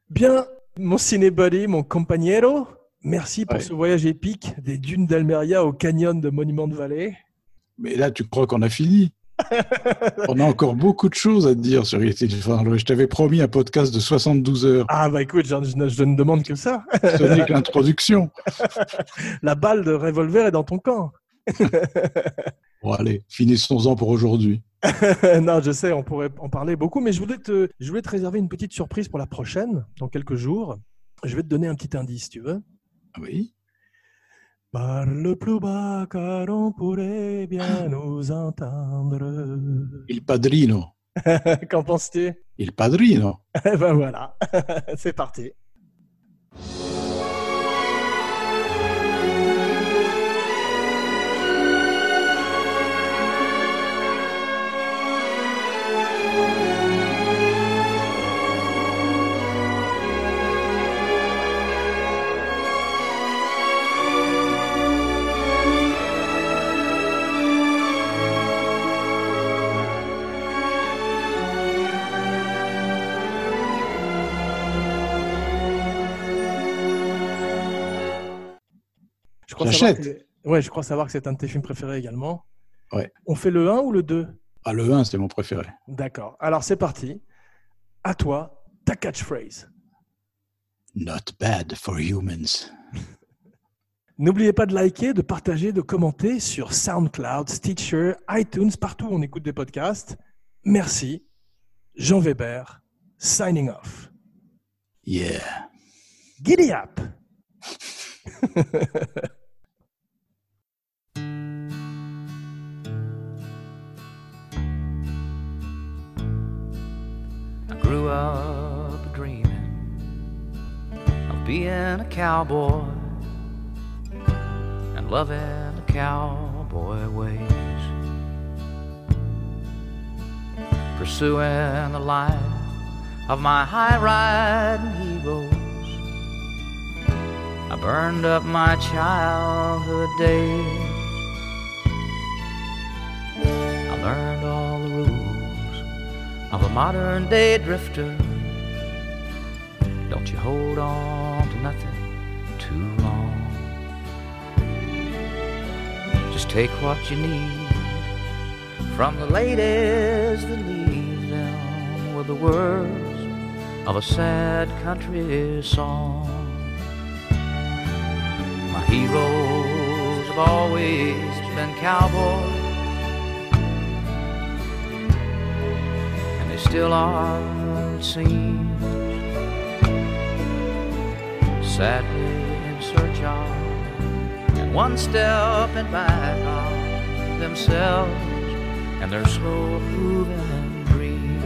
Speaker 1: Bien, mon cinébody, mon compagnero, merci pour
Speaker 2: Ouais.
Speaker 1: ce voyage épique des dunes d'Almeria au canyon de Monument de Vallée.
Speaker 2: Mais là, tu crois qu'on a fini On a encore beaucoup de choses à te dire sur Yeti Je t'avais promis un podcast de 72 heures.
Speaker 1: Ah bah écoute, je- je- je ne demande que ça.
Speaker 2: Ce n'est que l'introduction.
Speaker 1: La balle de revolver est dans ton camp.
Speaker 2: Bon, allez, finissons-en pour aujourd'hui.
Speaker 1: non, je sais, on pourrait en parler beaucoup, mais je voulais, te, je voulais te réserver une petite surprise pour la prochaine, dans quelques jours. Je vais te donner un petit indice, si tu veux.
Speaker 2: Ah Oui.
Speaker 1: Parle plus bas, car on pourrait bien nous entendre.
Speaker 2: Il padrino.
Speaker 1: Qu'en penses-tu
Speaker 2: Il padrino.
Speaker 1: Eh ben voilà, c'est parti. crois savoir
Speaker 2: J'achète.
Speaker 1: que c'est- Ouais, je crois savoir que c'est un de tes films préférés également.
Speaker 2: Ouais.
Speaker 1: On fait le 1 ou le 2
Speaker 2: Ah, le 1, c'était mon préféré.
Speaker 1: D'accord. Alors c'est parti. À toi, ta catchphrase.
Speaker 2: Not bad for humans.
Speaker 1: N'oubliez pas de liker, de partager, de commenter sur SoundCloud, Stitcher, iTunes, partout où on écoute des podcasts. Merci. Jean Weber, signing off.
Speaker 2: Yeah.
Speaker 1: Giddy up!
Speaker 10: I grew up dreaming of being a cowboy and loving the cowboy ways. Pursuing the life of my high riding heroes. I burned up my childhood days. I learned all the rules of a modern day drifter. Don't you hold on to nothing too long. Just take what you need from the ladies that leave them with the words of a sad country song. My heroes have always been cowboys. and they still are, it seems. Sadly in search of, and one step in back of themselves and their slow moving dreams.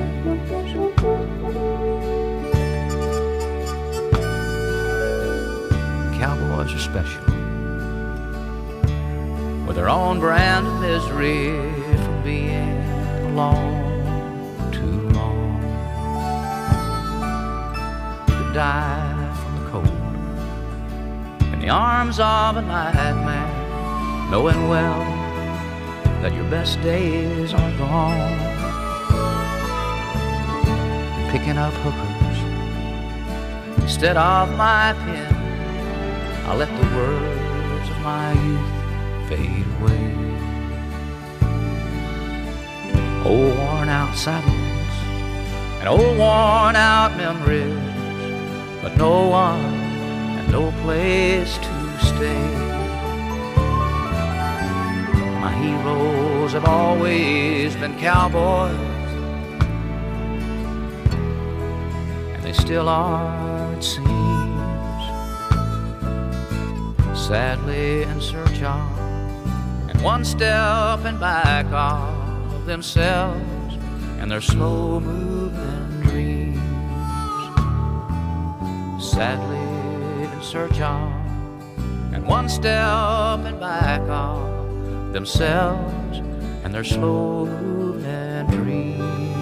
Speaker 10: Cowboys are special with their own brand of misery from being alone too long. To die from the cold in the arms of a nightmare, knowing well that your best days are gone. Picking up hookers instead of my pen, I let the words of my youth fade away. Old worn out saddles and old worn out memories, but no one and no place to stay. My heroes have always been cowboys, and they still are, it seems. Sadly in search of, and one step and back off of themselves and their slow moving dreams. Sadly in search of, and one step and back of themselves and their slow moving dreams.